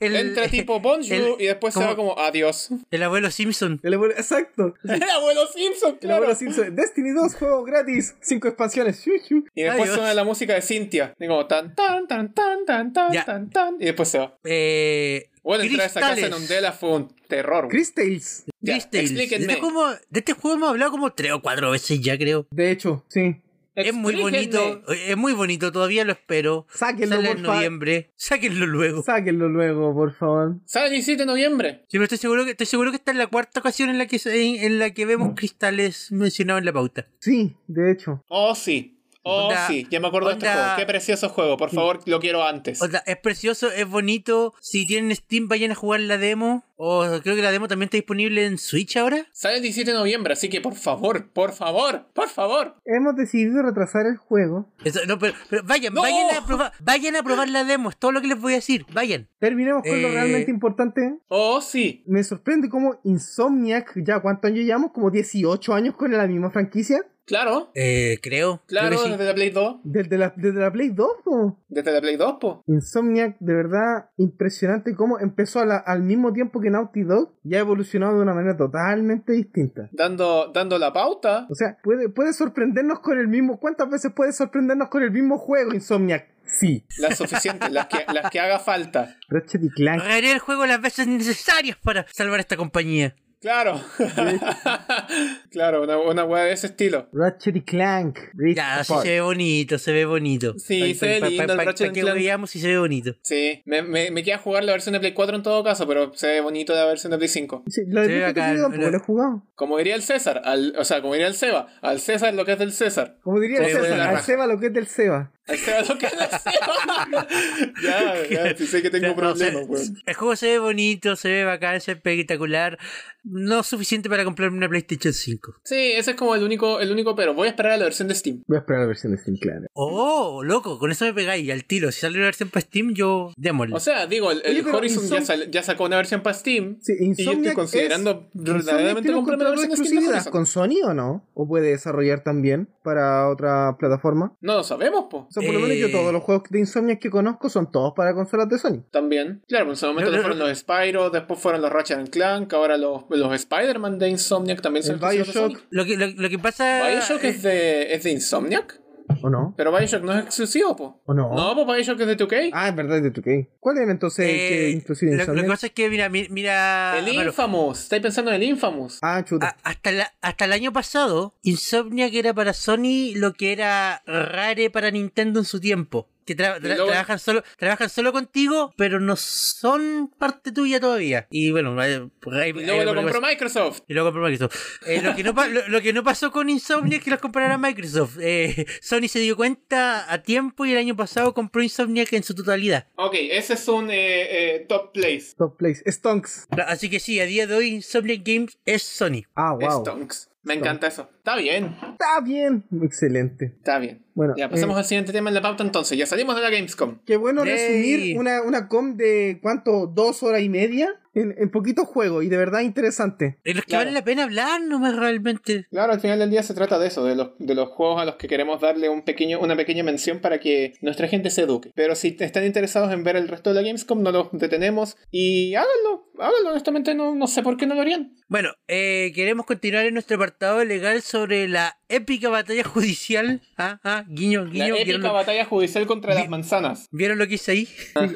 S1: el-
S3: Entra tipo Bonjour
S1: el-
S3: y después
S1: ¿cómo?
S3: se va como adiós.
S1: el abuelo Simpson.
S2: El abuelo- exacto.
S3: El abuelo Simpson,
S2: El
S3: claro.
S2: abuelo Simpson. Destiny 2, juego gratis, 5 expansiones. Shu, shu.
S3: Y después
S1: Adiós.
S3: suena la música de Cintia. Y como tan, tan, tan, tan, tan, tan,
S1: Ya.
S3: tan, tan. Y después se va.
S1: Eh,
S3: Bueno, entrar a esa casa en
S1: cristales.
S3: Ondela fue un terror. güey.
S2: Chris Tales.
S3: Ya,
S1: Chris Tales. De,
S3: explíquenme.
S1: este juego, de este juego hemos hablado como tres o cuatro veces ya, creo.
S2: De hecho, sí.
S1: Es muy
S3: Explíquenme.
S1: bonito, es muy bonito, todavía lo espero.
S2: Sáquenlo,
S1: Sale
S2: por
S1: en
S2: favor.
S1: noviembre, sáquenlo luego.
S2: Sáquenlo luego, por favor.
S3: Sale el 17 de noviembre.
S1: Sí, pero estoy seguro que estoy seguro que esta es la cuarta ocasión en la que en, en la que vemos cristales mencionados en la pauta.
S2: Sí, de hecho.
S3: Oh, sí. Oh,
S1: Onda-
S3: sí. Ya me acuerdo de este
S1: onda-
S3: juego. Qué precioso juego. Por favor, lo quiero antes.
S1: O sea, es precioso, es bonito. Si tienen Steam, vayan a jugar la demo. O creo que la demo también está disponible en Switch ahora.
S3: Sale el 17 de noviembre, así que por favor, por favor, por favor.
S2: Hemos decidido retrasar el juego.
S1: Eso- no, pero, pero vayan,
S3: ¡No!
S1: vayan a probar, vayan a probar la demo, es todo lo que les voy a decir. Vayan.
S2: Terminemos con lo
S1: Eh.
S2: realmente importante.
S3: Oh, sí.
S2: Me sorprende cómo Insomniac, ya cuántos años llevamos, como 18 años con la misma franquicia.
S3: Claro,
S1: Eh, creo. creo
S3: claro,
S1: que sí.
S3: desde la Play 2.
S2: Desde la, desde la Play 2, po.
S3: Desde la Play 2, po.
S2: Insomniac, de verdad, impresionante cómo empezó a la- al mismo tiempo que Naughty Dog y ha evolucionado de una manera totalmente distinta.
S3: Dando, dando la pauta.
S2: O sea, puede, puede sorprendernos con el mismo. ¿Cuántas veces puede sorprendernos con el mismo juego, Insomniac? Sí.
S3: Las suficientes, las que, las que haga falta.
S2: Ratchet y Clank.
S1: Regaré el juego las veces necesarias para salvar esta compañía.
S3: Claro. claro, una, una weá de ese estilo.
S2: Ratchet y Clank. Rift
S1: Ya, sí
S2: Apart.
S1: se ve bonito, se ve bonito.
S3: Sí, se ve lindo el Ratchet
S1: ¿Para qué
S3: Clank.
S1: veíamos si se ve bonito?
S3: Sí, me, me, me queda jugar la versión de Play 4 en todo caso, pero se ve bonito la versión de Play 5.
S2: Sí, la
S1: Se
S2: de
S1: ve
S2: Rift
S1: bacán,
S2: Apart tampoco
S1: pero-
S2: lo he jugado.
S3: Como diría el César, al, o sea, como diría el Seba, al César lo que es del César.
S2: Como diría el
S1: Se ve
S2: César,
S1: buena
S2: al
S3: raja.
S2: Seba lo que es del Seba.
S3: Al Seba lo que es del Seba. ya, ya, sí sé que tengo
S1: Ya, no,
S3: problemas,
S1: se-
S3: weón.
S1: El juego se ve bonito, se ve bacán, se ve espectacular. No suficiente para comprarme una PlayStation 5.
S3: Sí, ese es como el único, el único pero. Voy a esperar a la versión de Steam.
S2: Voy a esperar la versión de Steam, claro.
S1: Oh, loco, con eso me pegáis al tiro. Si sale una versión para Steam, yo démosle.
S3: O sea, digo, el, el
S2: Oye, pero
S3: Horizon ya,
S2: Insom-
S3: sal- ya sacó una versión para Steam.
S2: Sí,
S3: y yo estoy
S2: Insomniac
S3: considerando
S2: es- Insomniac
S3: verdaderamente
S2: tiene un
S3: comprarme la
S2: contrato de
S3: versión de Steam de
S2: exclusividad
S3: Horizon.
S2: con Sony o no? ¿O puede desarrollar también para otra plataforma?
S3: No lo sabemos, po.
S2: O sea, por lo menos
S1: Eh.
S2: yo todos los juegos de Insomniac que conozco son todos para consolas de Sony.
S3: También. Claro, en su momento
S1: Yo- yo-
S3: fueron los Spyro, después fueron los Ratchet and Clank, ahora los, los Spider-Man de Insomniac también son
S2: El
S3: exclusivos de
S2: Bioshock, Ah,
S1: lo, que, lo, lo que pasa. eh,
S3: Sony. Bioshock es de, es de Insomniac,
S2: ¿o no?
S3: pero Bioshock no es exclusivo, po.
S2: ¿O no?
S3: No, pues Bioshock es de 2K.
S2: Ah, es verdad, de 2K. ¿Cuál era entonces el que
S1: eh,
S2: inclusive
S1: lo, lo que
S2: Insomniac?
S1: pasa es que, mira, mi- mira.
S3: el
S1: Amaro,
S3: Infamous. Estáis pensando en el Infamous.
S2: Ah, chuta.
S1: a- hasta, la- hasta el año pasado, Insomniac era para Sony lo que era Rare para Nintendo en su tiempo. Que tra- tra-
S3: Y luego-
S1: trabajan, solo, trabajan solo contigo, pero no son parte tuya todavía. Y bueno, eh, ahí-
S3: y
S1: ahí
S3: luego lo
S1: por-
S3: compró Microsoft.
S1: Y luego compró Microsoft. Eh, lo, que no pa- lo, lo que no pasó con Insomniac es que los compraron a Microsoft. Eh, Sony se dio cuenta a tiempo y el año pasado compró Insomniac en su totalidad.
S3: Ok, ese es un eh, eh, top place.
S2: Top Place. Stonks.
S1: Así que sí, a día de hoy Insomniac Games es Sony.
S2: Ah, wow.
S3: Stonks. Me encanta eso. Está bien,
S2: Está bien. Excelente.
S3: está bien.
S2: Bueno, eh,
S3: Ya, pasamos al siguiente tema en la pauta entonces. Ya salimos de la Gamescom.
S2: Qué bueno
S1: Yay.
S2: resumir una, una com de cuánto, dos horas y media en, en poquito juego y de verdad interesante.
S1: De los que
S3: Claro.
S1: vale la pena hablar nomás realmente.
S3: Claro, al final del día se trata de eso, de los, de los juegos a los que queremos darle un pequeño, una pequeña mención para que nuestra gente se eduque. Pero si te- están interesados en ver el resto de la Gamescom, no los detenemos y háganlo, háganlo. Honestamente, no, no sé por qué no lo harían.
S1: Bueno, eh, queremos continuar en nuestro apartado legal sobre la épica batalla judicial. Ah, ah, guiño,
S3: La
S1: guiño.
S3: épica
S1: ¿Vieron lo,
S3: batalla judicial contra
S1: Di-
S3: las manzanas.
S1: vieron lo que hice ahí?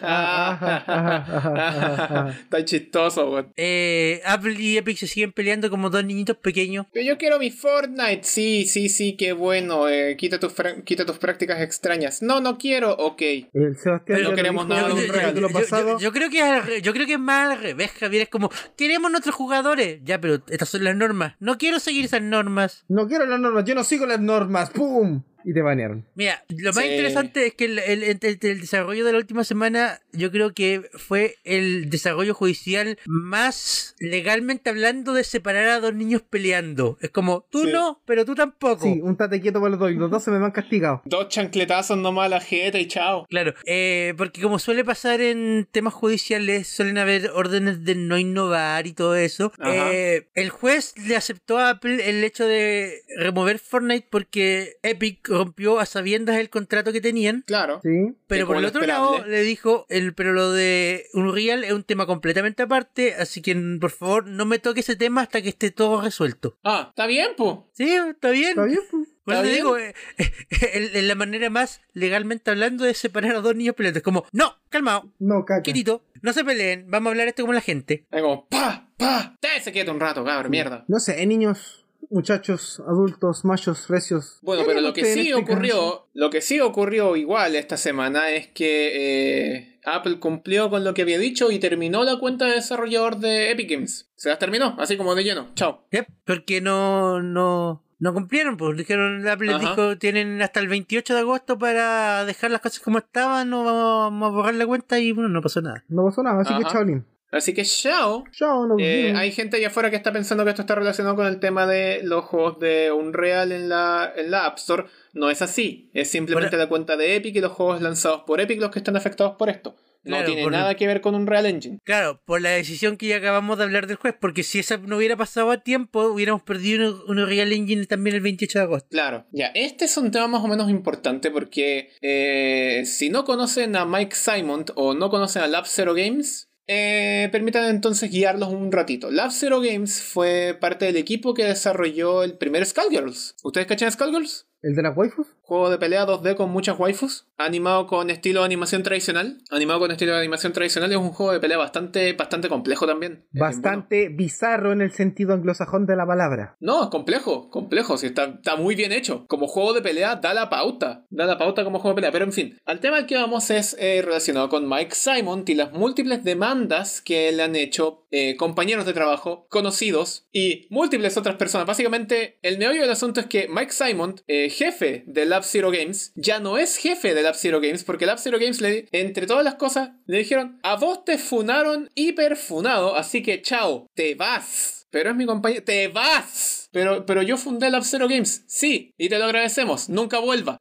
S2: ah,
S3: Está chistoso, weón.
S1: Eh, Apple y Epic se siguen peleando como dos niñitos pequeños.
S3: Pero yo quiero mi Fortnite. Sí, sí, sí, qué bueno. eh, quita, tus fra- quita tus prácticas extrañas. No, no quiero. Ok.
S2: El Sebastián
S1: Pero
S2: ya
S1: no
S2: lo
S3: queremos
S2: dijo
S3: nada
S2: en
S3: de
S2: un
S3: un
S1: yo-
S2: capítulo
S1: yo- yo-
S2: pasado.
S1: yo creo que es al re- yo creo que es más al revés, Javier. Es como, tenemos nuestros jugadores. Ya, pero estas son las normas. No quiero seguir esas normas.
S2: No quiero las normas, yo no sigo las normas. ¡Pum! Y te banearon.
S1: Mira, lo más
S3: Sí.
S1: interesante es que el, el- el- el- el desarrollo de la última semana yo creo que fue el desarrollo judicial más legalmente hablando de separar a dos niños peleando. Es como, tú
S3: Sí.
S1: no, pero tú tampoco.
S2: Sí, un tate quieto para los dos y los dos se me van castigados.
S3: Dos chancletazos nomás a la jeta y chao.
S1: Claro, eh, porque como suele pasar en temas judiciales, suelen haber órdenes de no innovar y todo eso.
S3: Ajá.
S1: Eh, el juez le aceptó a Apple el hecho de remover Fortnite porque Epic rompió a sabiendas el contrato que tenían.
S3: Claro.
S2: Sí.
S1: Pero por
S3: como
S1: el
S3: lo
S1: otro
S3: esperable.
S1: lado le dijo, el, pero lo de Unreal es un tema completamente aparte, así que mm, por favor no me toque ese tema hasta que esté todo resuelto.
S3: Ah, está bien, po.
S1: Sí, está bien.
S2: ¿Está bien? pues?
S1: Por eso
S3: ¿Está
S1: te
S3: bien?
S1: digo, eh, en- en la manera más legalmente hablando de separar a dos niños peleando. Es como, no, calmado,
S2: No, caca.
S1: quietito, no se peleen, vamos a hablar esto como la gente.
S3: Ahí como, pa, pa. Déjese quieto un rato, cabrón, mierda.
S2: No sé, eh, niños, muchachos, adultos, machos, recios.
S3: Bueno,
S2: ¿Qué
S3: pero
S2: harían
S3: lo que
S2: ustedes en
S3: sí
S2: este caso?
S3: ocurrió, lo que sí ocurrió igual esta semana es que eh, Apple cumplió con lo que había dicho y terminó la cuenta de desarrollador de Epic Games. Se las terminó, así como de lleno. Chao.
S1: Yep, Porque no, no, no cumplieron, pues dijeron, Apple les
S3: Ajá.
S1: dijo, tienen hasta el 28 de agosto para dejar las cosas como estaban, no vamos, vamos a borrar la cuenta y bueno, no pasó nada.
S2: No pasó nada, así que
S3: Ajá.
S2: chaolín.
S3: Así que chao.
S2: Chao, no
S3: Eh,
S2: vimos.
S3: hay gente allá afuera que está pensando que esto está relacionado con el tema de los juegos de Unreal en la, en la App Store. No es así. Es simplemente
S1: Ahora-
S3: la cuenta de Epic y los juegos lanzados por Epic los que están afectados por esto. No
S1: Claro,
S3: tiene
S1: por-
S3: nada que ver con Unreal Engine.
S1: Claro, por la decisión que ya acabamos de hablar del juez, porque si esa no hubiera pasado a tiempo, hubiéramos perdido un, un Real Engine también el 28 de agosto.
S3: Claro, ya, este es un tema más o menos importante porque eh, si no conocen a Mike Simon o no conocen a Lab Zero Games, eh, permitan entonces guiarlos un ratito. Lab Zero Games fue parte del equipo que desarrolló el primer Skullgirls. ¿Ustedes cachan Skullgirls?
S2: ¿El de las waifus?
S3: Juego de pelea 2D con muchas waifus, animado con estilo de animación tradicional. Animado con estilo de animación tradicional es un juego de pelea bastante, bastante complejo también. Es bueno.
S2: Bastante bizarro en el sentido anglosajón de la palabra.
S3: No, es complejo, complejo, sí, está, está muy bien hecho. Como juego de pelea, da la pauta, da la pauta como juego de pelea. Pero en fin, al tema al que vamos es eh, relacionado con Mike Simon y las múltiples demandas que le han hecho eh, compañeros de trabajo, conocidos y múltiples otras personas. Básicamente, el meollo del asunto es que Mike Simon, eh, jefe de Lab Zero Games, ya no es jefe de Lab Zero Games porque Lab Zero Games, le, entre todas las cosas, le dijeron, a vos te funaron hiperfunado, así que chao, te vas. Pero es mi compañero. ¡Te vas! Pero, pero yo fundé Lab Zero Games. Sí, y te lo agradecemos. Nunca vuelva.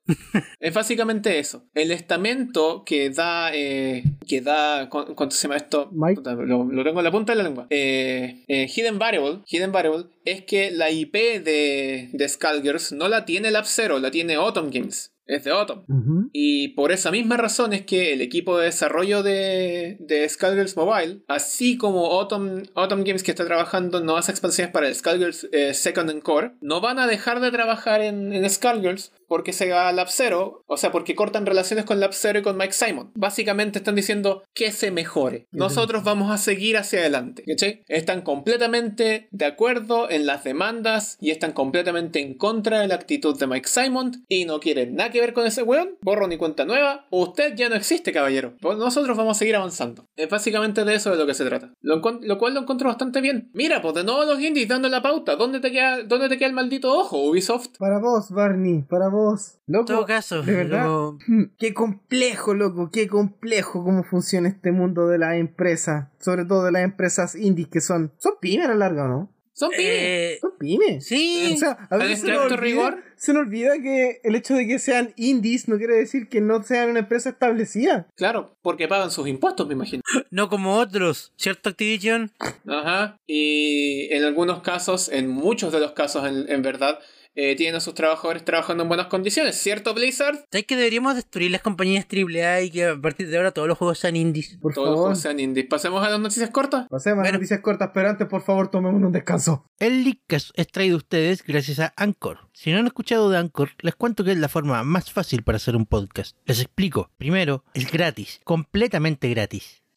S3: es básicamente eso. El estamento que da. eh, que da. cu- ¿Cuánto se llama esto?
S2: Mike.
S3: Puta, Lo, lo tengo en la punta de la lengua. Eh, eh, Hidden Variable. Hidden Variable es que la IP de, de Skullgirls no la tiene Lab Zero, la tiene Autumn Games. Es de Autumn.
S2: Ujú.
S3: Y por esa misma razón es que el equipo de desarrollo de, de Skullgirls Mobile, así como Autumn, Autumn Games que está trabajando en nuevas expansiones para el Skullgirls eh, Second and Core, no van a dejar de trabajar en, en Skullgirls porque se va a Lab Zero, o sea, porque cortan relaciones con Lab Zero y con Mike Simon. Básicamente están diciendo que se mejore. Nosotros vamos a seguir hacia adelante. ¿cachai? Están completamente de acuerdo en las demandas y están completamente en contra de la actitud de Mike Simon y no quieren nada que ver con ese weón. Borro ni cuenta nueva. Usted ya no existe, caballero. Pues Nosotros vamos a seguir avanzando. Es básicamente de eso de lo que se trata. Lo, encon- lo cual lo encuentro bastante bien. Mira, pues de nuevo los indies dando la pauta. ¿Dónde te queda, dónde te queda el maldito ojo, Ubisoft?
S2: Para vos, Barney, para vos.
S1: En
S2: Loco,
S1: todo caso,
S2: de verdad.
S1: como-
S2: Hmm, Qué complejo, loco, qué complejo cómo funciona este mundo de la empresa. Sobre todo de las empresas indies que son. Son pymes a la larga, ¿o ¿no?
S3: Son pymes.
S1: Eh,
S2: Son pymes.
S1: sí,
S2: O sea, a
S3: ¿Al
S2: veces se nos,
S3: estricto
S2: olvida,
S3: rigor?
S2: se nos olvida que el hecho de que sean indies no quiere decir que no sean una empresa establecida.
S3: Claro, porque pagan sus impuestos, me imagino.
S1: no como otros, ¿cierto Activision?
S3: Ajá. Y en algunos casos, en muchos de los casos, en, en verdad, eh, tienen a sus trabajadores trabajando en buenas condiciones, ¿cierto, Blizzard?
S1: ¿Sabes que deberíamos destruir las compañías AAA y que a partir de ahora todos los juegos sean indies?
S2: Por
S3: Todos
S2: favor.
S3: los sean indies. Pasemos a las noticias cortas.
S2: Pasemos a
S1: Bueno.
S2: noticias cortas, pero antes, por favor, tomemos un descanso.
S5: El Leadcast es traído a ustedes gracias a Anchor. Si no han escuchado de Anchor, les cuento que es la forma más fácil para hacer un podcast. Les explico. Primero, es gratis, completamente gratis.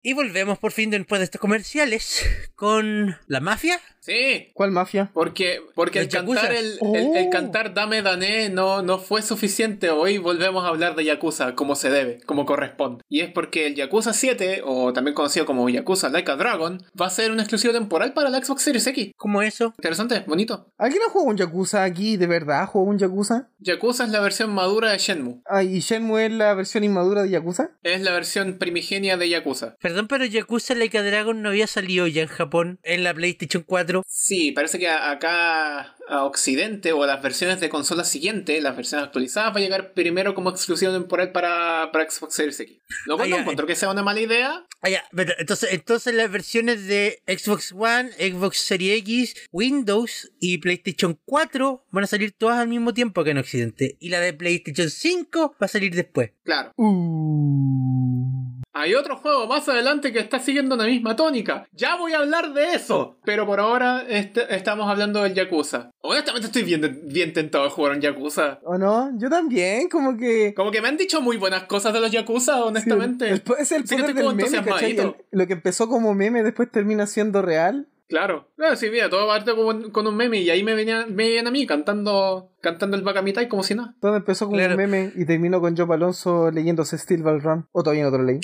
S1: Y volvemos por fin después de estos comerciales con la mafia.
S3: Sí.
S2: ¿Cuál mafia?
S3: Porque, porque el
S1: Los yacuzas.
S3: cantar, el, el- el
S2: Oh.
S3: cantar Dame Dané no, no fue suficiente. Hoy volvemos a hablar de Yakuza como se debe, como corresponde. Y es porque el Yakuza 7, o también conocido como Yakuza Like a Dragon, va a ser un exclusivo temporal para la Xbox Series X.
S1: ¿Cómo eso?
S3: Interesante, bonito.
S2: ¿Alguien ha jugado un Yakuza aquí? ¿De verdad jugó un Yakuza?
S3: Yakuza es la versión madura de Shenmue.
S2: Ah, ¿Y Shenmue es la versión inmadura de Yakuza?
S3: Es la versión primigenia de Yakuza.
S1: Perdón, pero Yakuza Like a Dragon no había salido ya en Japón en la PlayStation 4.
S3: Sí, parece que a- acá a Occidente o a las versiones de consola siguiente, las versiones actualizadas, va a llegar primero como exclusivo temporal para, para Xbox Series X. Lo cual
S1: Ah,
S3: no
S1: ya,
S3: encuentro que sea una mala idea.
S1: Ah, ya, pero entonces, entonces las versiones de Xbox One, Xbox Series X, Windows y PlayStation 4 van a salir todas al mismo tiempo que en Occidente. Y la de PlayStation 5 va a salir después.
S3: Claro.
S2: Uh.
S3: Hay otro juego más adelante que está siguiendo una misma tónica. Ya voy a hablar de eso. Pero por ahora este- estamos hablando del Yakuza. Honestamente estoy bien, bien tentado de jugar un Yakuza.
S2: ¿O no? Yo también, como que...
S3: Como que me han dicho muy buenas cosas de los Yakuza,
S2: Sí,
S3: honestamente.
S2: el- es el
S3: Sí que
S2: poder del
S3: estoy como
S2: meme, ¿cachai?
S3: entusiasmadito.
S2: El- lo que empezó como meme después termina siendo real.
S3: Claro. Claro, sí, mira, todo parte con, un- con un meme y ahí me venían, me venían a mí cantando cantando el Bakamitai como si nada.
S2: Todo empezó como
S1: Claro.
S2: un meme y terminó con Job Alonso leyéndose Steel Ball Run. O todavía no te lo leí.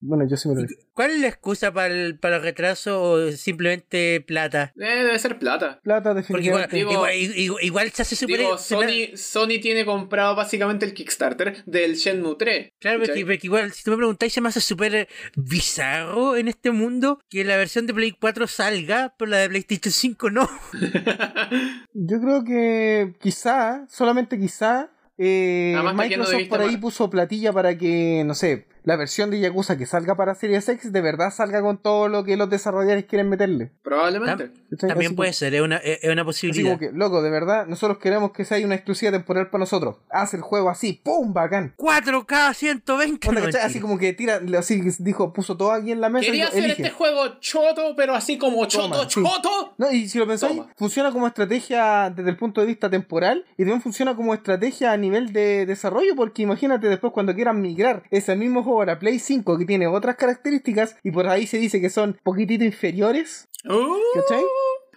S2: bueno, yo sí me lo leí.
S1: ¿Cuál es la excusa para el, para el retraso o simplemente plata?
S3: Eh, debe ser plata.
S2: Plata,
S1: Porque igual,
S2: definitivamente.
S3: Digo-
S1: igual- igual- igual se hace super...
S3: Digo,
S1: se me-
S3: Sony, Sony tiene comprado básicamente el Kickstarter del Shenmue 3.
S1: Claro, porque,
S3: ¿cachai?
S1: porque igual, si tú me preguntáis, se me hace súper bizarro en este mundo que la versión de Play 4 salga, pero la de PlayStation 5 no.
S2: Yo creo que quizá, solamente quizá, eh,
S3: Además, está lleno de
S2: Microsoft
S3: vista
S2: por ahí
S3: mal.
S2: puso platilla para que, no sé, la versión de Yakuza que salga para Series X de verdad salga con todo lo que los desarrolladores quieren meterle.
S3: Probablemente.
S2: ¿Cachai?
S1: También
S2: Así
S1: puede ser, es una, es es una
S2: como- así como
S1: posibilidad.
S2: que, loco, de verdad, nosotros queremos que sea una exclusiva temporal para nosotros. Haz el juego así, ¡pum! bacán.
S1: 4K 120.
S2: Onda,
S1: no,
S2: ¿cachai? Así
S1: mentira.
S2: como que tira, así dijo, puso todo aquí en la mesa y
S3: Quería
S2: dijo,
S3: hacer
S2: elige.
S3: este juego choto, pero así como choto,
S2: Toma, sí.
S3: choto.
S2: No, y si lo pensáis,
S3: Toma.
S2: funciona como estrategia desde el punto de vista temporal y también funciona como estrategia a nivel de desarrollo, porque imagínate después cuando quieran migrar ese mismo juego a la Play 5 que tiene otras características y por ahí se dice que son poquitito inferiores,
S3: Uh,
S2: ¿cachai?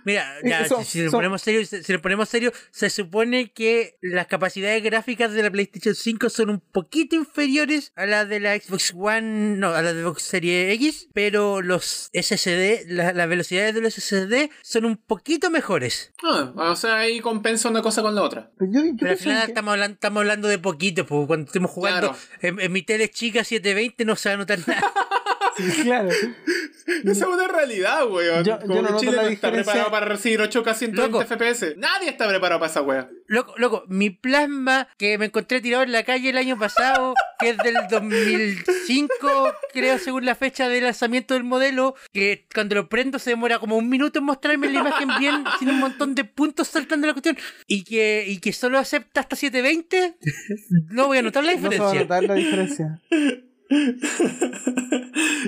S1: Mira,
S2: Eh,
S1: ya,
S2: son-
S1: si, si lo
S2: son-
S1: ponemos serio, si, si lo ponemos serio, se supone que las capacidades gráficas de la PlayStation 5 son un poquito inferiores a las de la Xbox One, no, a la de Xbox Series X, pero los SSD, la- las velocidades de los SSD son un poquito mejores.
S3: ah, o sea, ahí compensa una cosa con la otra.
S2: Pero yo, yo
S1: Pero al
S2: pienso
S1: final
S2: que-
S1: estamos hablando, estamos hablando de poquito, porque cuando estemos jugando
S3: Claro.
S1: en, en mi tele chica 720 no se va a notar nada.
S2: sí, claro.
S3: Esa es una realidad, weón.
S2: Yo-
S3: Como
S2: yo no
S3: que
S2: noto
S3: Chile
S2: la
S3: no está
S2: diferencia.
S3: preparado para recibir 8K 120
S1: Loco.
S3: FPS. Nadie está preparado para esa wea.
S1: Loco, loco, mi plasma que me encontré tirado en la calle el año pasado, que es del 2005, creo, según la fecha de lanzamiento del modelo, que cuando lo prendo se demora como un minuto en mostrarme la imagen bien, sin un montón de puntos saltando la cuestión, y que, y que solo acepta hasta 720, no voy a notar la
S2: No se va a
S1: diferencia.
S2: notar la diferencia.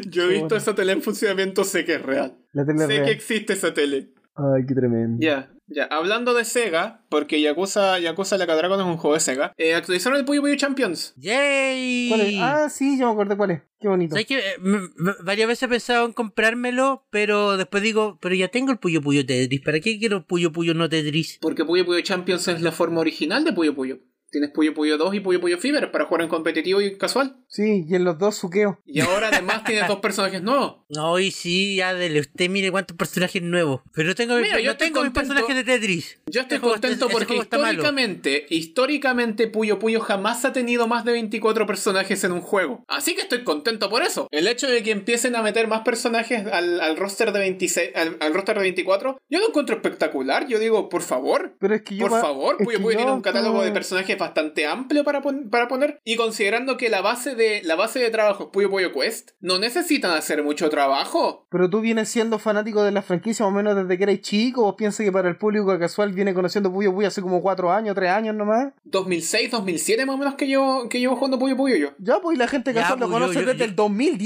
S3: Yo he visto esa tele en funcionamiento, sé que es real.
S2: La tele
S3: sé
S2: real.
S3: que existe esa tele.
S4: Ay, qué tremendo.
S3: Ya. Ya, hablando de Sega, porque Yakuza, Yakuza la Dragon es un juego de Sega, eh, actualizaron el Puyo Puyo Champions.
S1: ¡Yay!
S2: ¿Cuál es? Ah, sí, yo me acordé cuál es. Qué bonito.
S1: ¿Sabes qué? Eh, m- m- varias veces he pensado en comprármelo, pero después digo, pero ya tengo el Puyo Puyo Tetris. ¿Para qué quiero Puyo Puyo no Tetris?
S3: Porque Puyo Puyo Champions es la forma original de Puyo Puyo. Tienes Puyo Puyo 2 y Puyo Puyo Fever para jugar en competitivo y casual.
S2: Sí, y en los dos suqueo.
S3: Y ahora además tienes dos personajes nuevos.
S1: No, y sí, ya dele, usted mire cuántos personajes nuevos. Pero tengo, mi-
S3: Mira, yo
S1: no
S3: estoy
S1: tengo mis
S3: contento.
S1: personajes de Tetris.
S3: Yo estoy
S1: Este juego-
S3: contento
S1: ese- ese
S3: porque
S1: juego está malo.
S3: históricamente, históricamente Puyo Puyo jamás ha tenido más de 24 personajes en un juego. Así que estoy contento por eso. El hecho de que empiecen a meter más personajes al, al roster de 26, al, al roster de 24, yo lo encuentro espectacular. Yo digo, por favor.
S2: Pero es que yo.
S3: Por
S2: pa-
S3: favor, pues,
S2: es
S3: Puyo
S2: que
S3: Puyo
S2: yo
S3: tiene un catálogo
S2: como-
S3: de personajes bastante amplio para, pon- para poner. Y considerando que la base de la base de trabajo es Puyo Puyo Quest, no necesitan hacer mucho trabajo.
S2: Pero tú vienes siendo fanático de la franquicia más o menos desde que eres chico. ¿Vos piensas que para el público casual viene conociendo Puyo Puyo hace como cuatro años, tres años nomás?
S3: 2006, 2007 más o menos que yo que llevo jugando Puyo Puyo yo.
S2: Ya, pues y la gente
S1: Ya,
S2: casual lo
S1: pues, yo-
S2: conoce
S1: yo-
S2: desde
S1: yo-
S2: el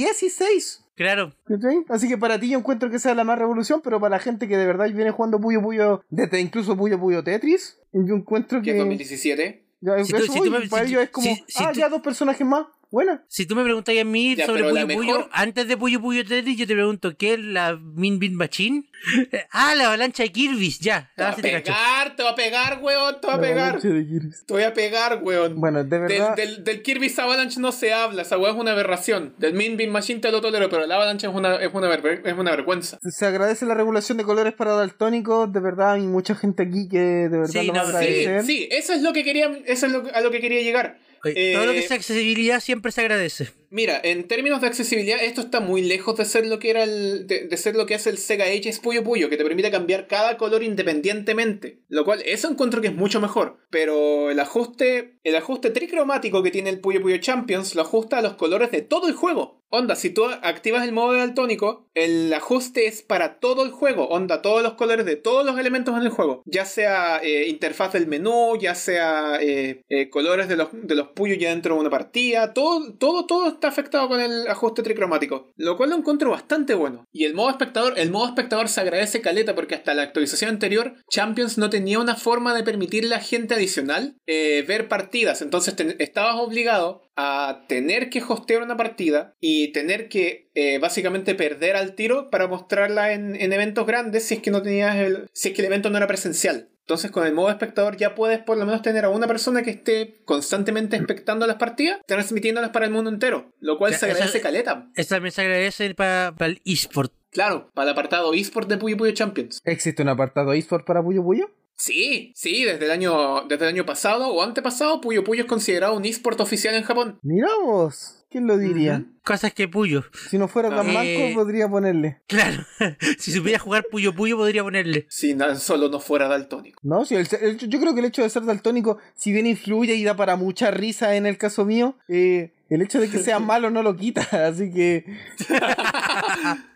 S2: 2016.
S1: Claro.
S2: ¿Cachai? Así que para ti yo encuentro que sea la más revolución, pero para la gente que de verdad viene jugando Puyo Puyo, desde incluso Puyo Puyo Tetris, yo encuentro
S3: que
S2: que...
S3: es 2017.
S2: Ya,
S1: Si tú-
S2: eso
S1: si tú
S2: voy,
S1: me-
S2: para
S1: si tú-
S2: ellos es como,
S1: si- si
S2: ah,
S1: tú-
S2: ya dos personajes más, buena.
S1: Si tú me preguntas a mí
S3: Ya,
S1: sobre
S3: pero la
S1: Puyo Puyo,
S3: mejor-
S1: antes de Puyo Puyo Tetris, yo te pregunto, ¿qué es la Min Bin Machine? ah, la avalancha de Kirby's, ya.
S3: Te va
S1: Ah,
S3: a
S1: sí te cacho.
S3: pegar, te va a pegar, weón, te va a
S2: La
S3: pegar.
S2: noche
S3: Te
S2: de Kirby.
S3: voy a pegar, weón.
S2: Bueno, de
S3: Del,
S2: verdad,
S3: del, del Kirby's Avalanche no se habla, esa weón es una aberración. Del Min Bin Machine te lo tolero, pero el Avalanche es una, es una, vergüen- es una vergüenza.
S2: se agradece la regulación de colores para daltónicos, de verdad hay mucha gente aquí que de verdad
S1: Sí,
S2: lo va a
S1: no, sí,
S3: Sí,
S2: agradecer.
S3: sí, eso es lo que quería, eso es lo que- a lo que quería llegar.
S1: Oye, Todo lo que
S3: Eh,
S1: es accesibilidad siempre se agradece.
S3: Mira, en términos de accesibilidad, esto está muy lejos de ser lo que era el, de, de ser lo que hace el Sega Ages Puyo Puyo, que te permite cambiar cada color independientemente. Lo cual, eso encuentro que es mucho mejor. Pero el ajuste, el ajuste tricromático que tiene el Puyo Puyo Champions lo ajusta a los colores de todo el juego. Onda, si tú activas el modo daltónico, el ajuste es para todo el juego. Onda, todos los colores de todos los elementos en el juego. Ya sea eh, interfaz del menú, ya sea eh, eh, colores de los, de los puyos ya dentro de una partida. Todo, todo, todo está afectado con el ajuste tricromático. Lo cual lo encuentro bastante bueno. Y el modo espectador, el modo espectador se agradece caleta porque hasta la actualización anterior, Champions no tenía una forma de permitirle a gente adicional eh, ver partidas. Entonces te- estabas obligado a tener que hostear una partida y tener que eh, básicamente perder al tiro para mostrarla en, en eventos grandes si es que no tenías el, si es que el evento no era presencial. Entonces con el modo espectador ya puedes por lo menos tener a una persona que esté constantemente expectando las partidas, transmitiéndolas para el mundo entero, lo cual
S1: Ya,
S3: se agradece
S1: eso-
S3: caleta.
S1: Eso también se agradece para el eSport.
S3: Claro, para el apartado eSport de Puyo Puyo Champions.
S2: ¿Existe un apartado eSport para Puyo Puyo?
S3: Sí, sí, desde el año, desde el año pasado o antepasado, Puyo Puyo es considerado un eSport oficial en Japón.
S2: Mira vos, ¿quién lo diría?
S1: Cosas que Puyo.
S2: Si no fuera tan
S1: Eh,
S2: manco podría ponerle.
S1: Claro. si supiera jugar Puyo Puyo, podría ponerle.
S3: Si tan solo no fuera daltónico.
S2: No, si el- el- yo creo que el hecho de ser daltónico, si bien influye y da para mucha risa en el caso mío, eh, el hecho de que sea malo no lo quita, así que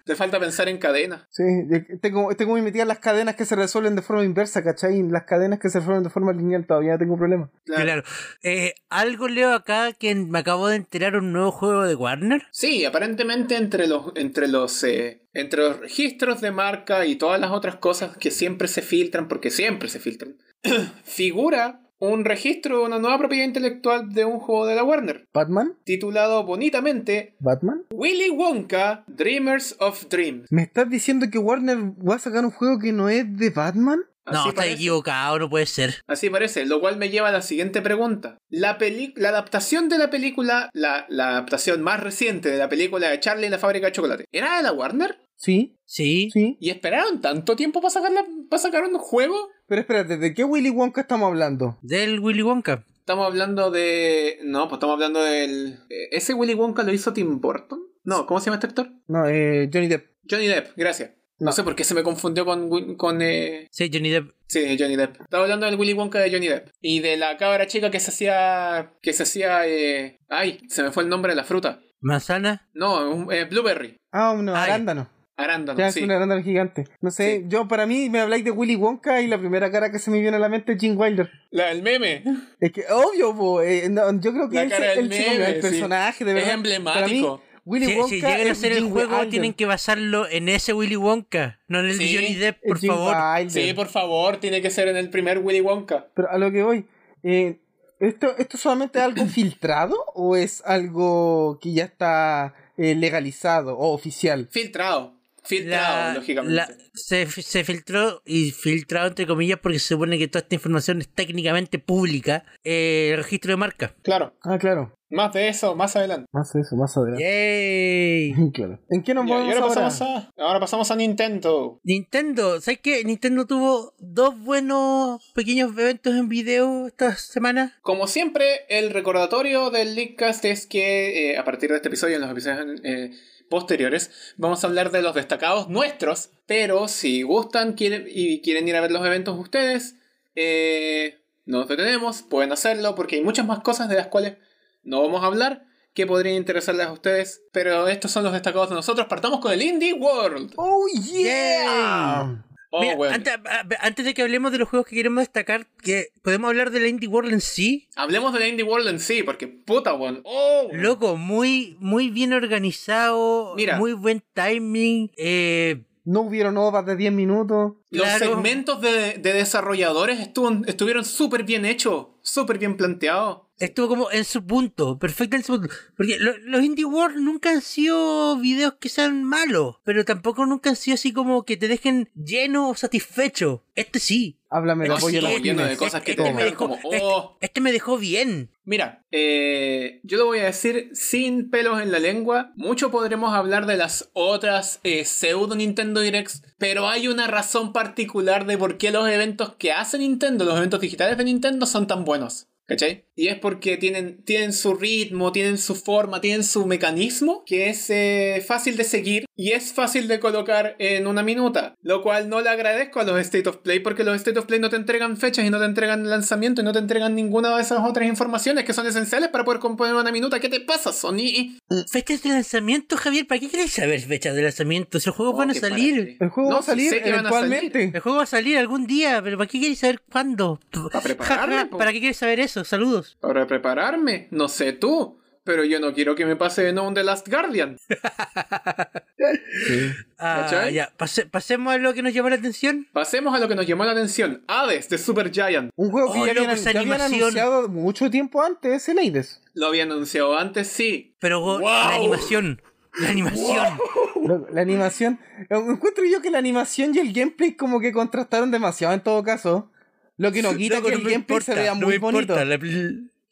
S3: Te falta pensar en cadena.
S2: sí, eh, tengo, tengo muy metidas las cadenas que se resuelven de forma inversa, ¿cachai? Las cadenas que se resuelven de forma lineal todavía tengo problema.
S3: Claro.
S1: Claro. Eh, algo leo acá que me acabo de enterar un nuevo juego de Warner.
S3: Sí, aparentemente entre los, entre los, eh, entre los registros de marca y todas las otras cosas que siempre se filtran, porque siempre se filtran, figura un registro de una nueva propiedad intelectual de un juego de la Warner,
S2: ¿Batman?
S3: titulado bonitamente
S2: ¿Batman?
S3: Willy Wonka Dreamers of Dreams.
S2: ¿Me estás diciendo que Warner va a sacar un juego que no es de Batman?
S1: no,
S3: Así
S1: está
S3: parece.
S1: equivocado, no puede ser.
S3: Así parece, lo cual me lleva a la siguiente pregunta. La, peli- la adaptación de la película, la, la adaptación más reciente de la película de Charlie y la fábrica de chocolate, ¿era de la Warner?
S2: Sí,
S1: Sí.
S2: sí.
S3: ¿Y esperaron tanto tiempo para, sacarla, para sacar un juego?
S2: Pero espérate, ¿de qué Willy Wonka estamos hablando?
S1: Del Willy Wonka.
S3: Estamos hablando de... No, pues estamos hablando del... eh, ¿Ese Willy Wonka lo hizo Tim Burton? No, ¿cómo se llama este actor?
S2: No, eh, Johnny Depp.
S3: Johnny Depp, gracias. No sé por qué se me confundió con... Wi- con eh,
S1: Sí, Johnny Depp.
S3: Sí, Johnny Depp. Estaba hablando del Willy Wonka de Johnny Depp. Y de la cabra chica que se hacía... Que se hacía... eh, Ay, se me fue el nombre de la fruta.
S1: Manzana.
S3: No, un- eh, Blueberry.
S2: Ah, uno,
S1: Ay.
S2: arándano.
S3: Arándano,
S2: Ya,
S3: sí.
S2: es un arándano gigante. No sé, yo para mí me habláis de Willy Wonka y la primera cara que se me viene a la mente es Jim Wilder.
S3: La del meme.
S2: Es que, obvio, po, eh, no, yo creo que
S3: La
S2: ese
S3: cara
S2: es
S3: del
S2: el, segundo-
S3: meme,
S2: el
S3: sí.
S2: personaje, de
S3: Es
S2: verdad. Para mí,
S3: emblemático.
S2: Willy
S1: Si,
S2: Wonka.
S1: si llegan a
S2: es
S1: hacer el
S2: Gene
S1: juego,
S2: Wilder.
S1: tienen que basarlo en ese Willy Wonka, no en el
S3: Sí,
S1: de Johnny Depp,
S2: Es
S1: por
S2: Gene
S1: favor.
S2: Wilder.
S3: Sí, por favor, tiene que ser en el primer Willy Wonka.
S2: Pero a lo que voy, eh, ¿esto, ¿esto solamente es algo filtrado o es algo que ya está eh, legalizado o oficial?
S3: Filtrado. Filtrado,
S1: La-
S3: lógicamente.
S1: la- se, se filtró y filtrado entre comillas porque se supone que toda esta información es técnicamente pública. eh, el registro de marca.
S3: Claro.
S2: Ah, claro.
S3: Más de eso, más adelante.
S2: Más eso, más adelante.
S1: ¡Yay!
S2: Claro. ¿En qué nos
S3: Ya, y
S2: movemos
S3: ahora,
S2: ahora?
S3: pasamos a, ahora pasamos a Nintendo.
S1: Nintendo, ¿sabes qué? Nintendo tuvo dos buenos pequeños eventos en video esta semana.
S3: Como siempre, el recordatorio del Leakcast es que eh, a partir de este episodio, en los episodios eh, posteriores, vamos a hablar de los destacados nuestros. Pero si gustan quieren, y quieren ir a ver los eventos ustedes, eh, nos detenemos, pueden hacerlo, porque hay muchas más cosas de las cuales no vamos a hablar que podrían interesarles a ustedes. Pero estos son los destacados de nosotros. Partamos con el Indie World.
S2: ¡Oh, yeah!
S3: Oh,
S1: Mira,
S3: bueno.
S1: ante- a- a- antes, de que hablemos de los juegos que queremos destacar, que podemos hablar de la Indie World en sí.
S3: Hablemos del Indie World en sí, porque puta, weón. Oh, weón.
S1: Loco, muy, muy bien organizado,
S3: Mira.
S1: muy buen timing. eh,
S2: No hubieron ovas de 10 minutos.
S3: Los
S1: Claro.
S3: segmentos de, de desarrolladores estuvo- estuvieron súper bien hechos, súper bien planteados.
S1: estuvo como en su punto, perfecto en su punto. Porque lo- los Indie World nunca han sido videos que sean malos, pero tampoco nunca han sido así como que te dejen lleno o satisfecho. Este sí.
S2: Háblame de
S3: Pero
S2: apoyo
S3: sí,
S2: a las
S3: lleno de
S2: pymes.
S3: cosas que
S1: Este
S3: te
S1: me
S3: dejaron
S1: dejó-
S3: como, oh.
S1: este- este me dejó bien.
S3: Mira, eh, yo lo voy a decir sin pelos en la lengua. Mucho podremos hablar de las otras eh, pseudo Nintendo Directs, pero hay una razón particular de por qué los eventos que hace Nintendo, los eventos digitales de Nintendo, son tan buenos. ¿Cachai? Y es porque tienen, tienen su ritmo, tienen su forma, tienen su mecanismo que es eh, fácil de seguir y es fácil de colocar en una minuta. Lo cual no le agradezco a los State of Play porque los State of Play no te entregan fechas y no te entregan lanzamiento y no te entregan ninguna de esas otras informaciones que son esenciales para poder componer una minuta. ¿Qué te pasa, Sony?
S1: Fechas de lanzamiento, Javier, ¿para qué querés saber fechas de lanzamiento? Si los juegos van a
S3: Oh, qué
S1: salir.
S3: parate.
S2: El juego
S3: No,
S2: va a
S3: sí
S2: salir
S3: sé que van a salir.
S2: eventualmente.
S1: El juego va a salir algún día, pero ¿para qué querés saber cuándo?
S3: Para prepararme,
S1: Ja, ja,
S3: po.
S1: ¿Para qué quieres saber eso? Saludos.
S3: Para prepararme, no sé tú, pero yo no quiero que me pase de nuevo un The Last Guardian.
S1: Ah,
S3: ¿Cachai?
S1: ya. Pase- pasemos a lo que nos llamó la atención.
S3: Pasemos a lo que nos llamó la atención: Hades de Super Giant.
S2: Un juego que
S1: Oh,
S2: ya,
S1: loco,
S2: habían,
S1: esa
S2: ya habían
S1: animación.
S2: anunciado mucho tiempo antes, el Aides.
S3: Lo había anunciado antes, sí.
S1: Pero go-
S3: ¡Wow!
S1: la animación. La animación.
S2: Loco, La animación. Encuentro yo que la animación y el gameplay como que contrastaron demasiado en todo caso. Lo que no quita
S1: Loco,
S2: que
S1: no
S2: el
S1: me
S2: gameplay se
S1: importa,
S2: vea
S1: no
S2: muy
S1: me
S2: bonito.
S1: importa, La,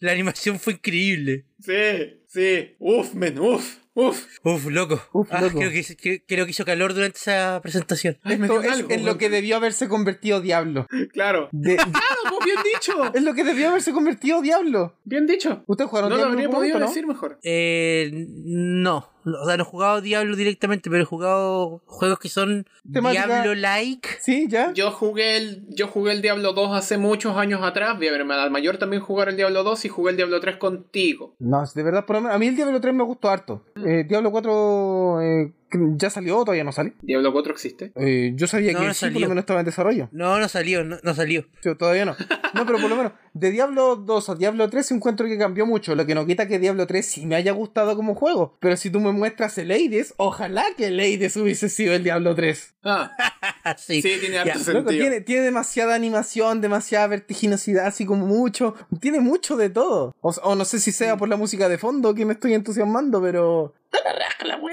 S1: la animación fue increíble.
S3: Sí, sí. Uf, men, uf, uf.
S1: Uf, loco.
S2: Uf,
S1: Ah,
S2: loco.
S1: Creo, que, que- creo que hizo calor durante esa presentación.
S3: Ay, me
S2: Esto
S3: dio
S2: es
S3: algo,
S2: en lo
S3: weón.
S2: que debió haberse convertido Diablo.
S3: Claro.
S2: De-
S3: ¡Ah, pues bien dicho!
S2: es lo que debió haberse convertido Diablo.
S3: Bien dicho.
S2: Ustedes
S3: No
S2: jugaron
S3: lo
S2: Diablo
S3: habría
S2: en algún
S3: podido
S2: momento, ¿no?
S3: decir mejor.
S1: Eh, no, o sea, no he jugado Diablo directamente, pero he jugado juegos que son
S2: Temática-
S1: Diablo-like.
S2: Sí, ya.
S3: Yo jugué el, yo jugué el Diablo 2 hace muchos años atrás. Vi a mi hermana mayor también jugar el Diablo 2 y jugué el Diablo 3 contigo.
S2: No, de verdad, por lo menos- a mí el Diablo 3 me gustó harto. Eh, Diablo 4 eh, ya salió, todavía no salió.
S3: ¿Diablo 4 existe?
S2: Eh, yo sabía
S1: No,
S2: que
S1: no
S2: sí, por
S1: salió.
S2: lo menos estaba en desarrollo.
S1: No, no salió, no, no salió.
S2: Yo todavía no. No, pero por lo menos, de Diablo 2 a Diablo 3 encuentro que cambió mucho. Lo que no quita que Diablo 3 sí me haya gustado como juego. Pero si tú me muestras el Hades, ojalá que el Hades hubiese sido el Diablo 3.
S3: Ah,
S1: Ah, sí.
S3: sí, tiene
S1: Ya,
S3: harto sentido.
S2: Loco, tiene, tiene demasiada animación, demasiada vertiginosidad, así como mucho. Tiene mucho de todo. O, o no sé si sea por la música de fondo que me estoy entusiasmando, pero.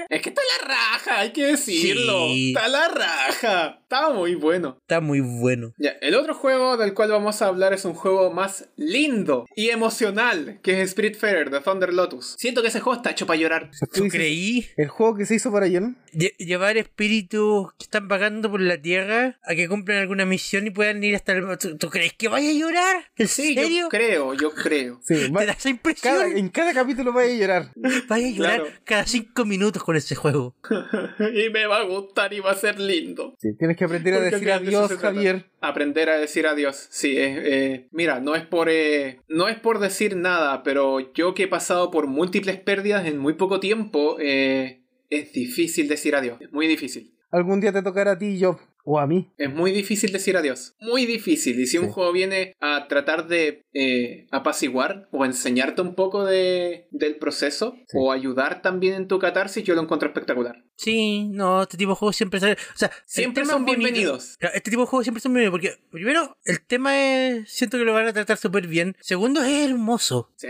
S3: Es que está la raja, hay que decirlo.
S1: Sí.
S3: Está la raja. Está muy bueno.
S1: Está muy bueno.
S3: Ya, el otro juego del cual vamos a hablar es un juego más lindo y emocional, que es Spiritfarer de Thunder Lotus. Siento que ese juego está hecho para llorar.
S2: Tú
S1: ¿Tú
S2: dices,
S1: creí
S2: El juego que se hizo para John.
S1: lle- llevar espíritus que están vagando por la tierra a que cumplan alguna misión y puedan ir hasta el... ¿Tú, tú crees que vaya a llorar? ¿En
S3: Sí, yo
S1: serio?
S3: creo, yo creo.
S2: Sí, va-
S1: ¿Te da esa impresión?
S2: cada- en cada capítulo vaya a llorar.
S1: Vaya a llorar
S3: Claro.
S1: cada cinco minutos con ese juego.
S3: y me va a gustar y va a ser lindo.
S2: Sí, tienes que aprender a
S3: Porque al
S2: decir
S3: final de eso
S2: adiós,
S3: se trata.
S2: Javier.
S3: Aprender a decir adiós. Sí, es, eh, mira, no es por eh, no es por decir nada, pero yo que he pasado por múltiples pérdidas en muy poco tiempo, eh, es difícil decir adiós. Es muy difícil.
S2: algún día te tocará a ti, Job, o a mí.
S3: Es muy difícil decir adiós. Muy difícil. Y si un
S2: Sí.
S3: juego viene a tratar de eh, apaciguar o enseñarte un poco de, del proceso
S2: Sí.
S3: o ayudar también en tu catarsis, yo lo encuentro espectacular.
S1: Sí, no, este tipo de juegos siempre sale. O sea, el
S3: Siempre
S1: tema
S3: son
S1: es bonito.
S3: bienvenidos.
S1: Claro, Este tipo de juegos siempre son bienvenidos porque, primero, el tema es. Siento que lo van a tratar súper bien. Segundo, es hermoso.
S3: Sí.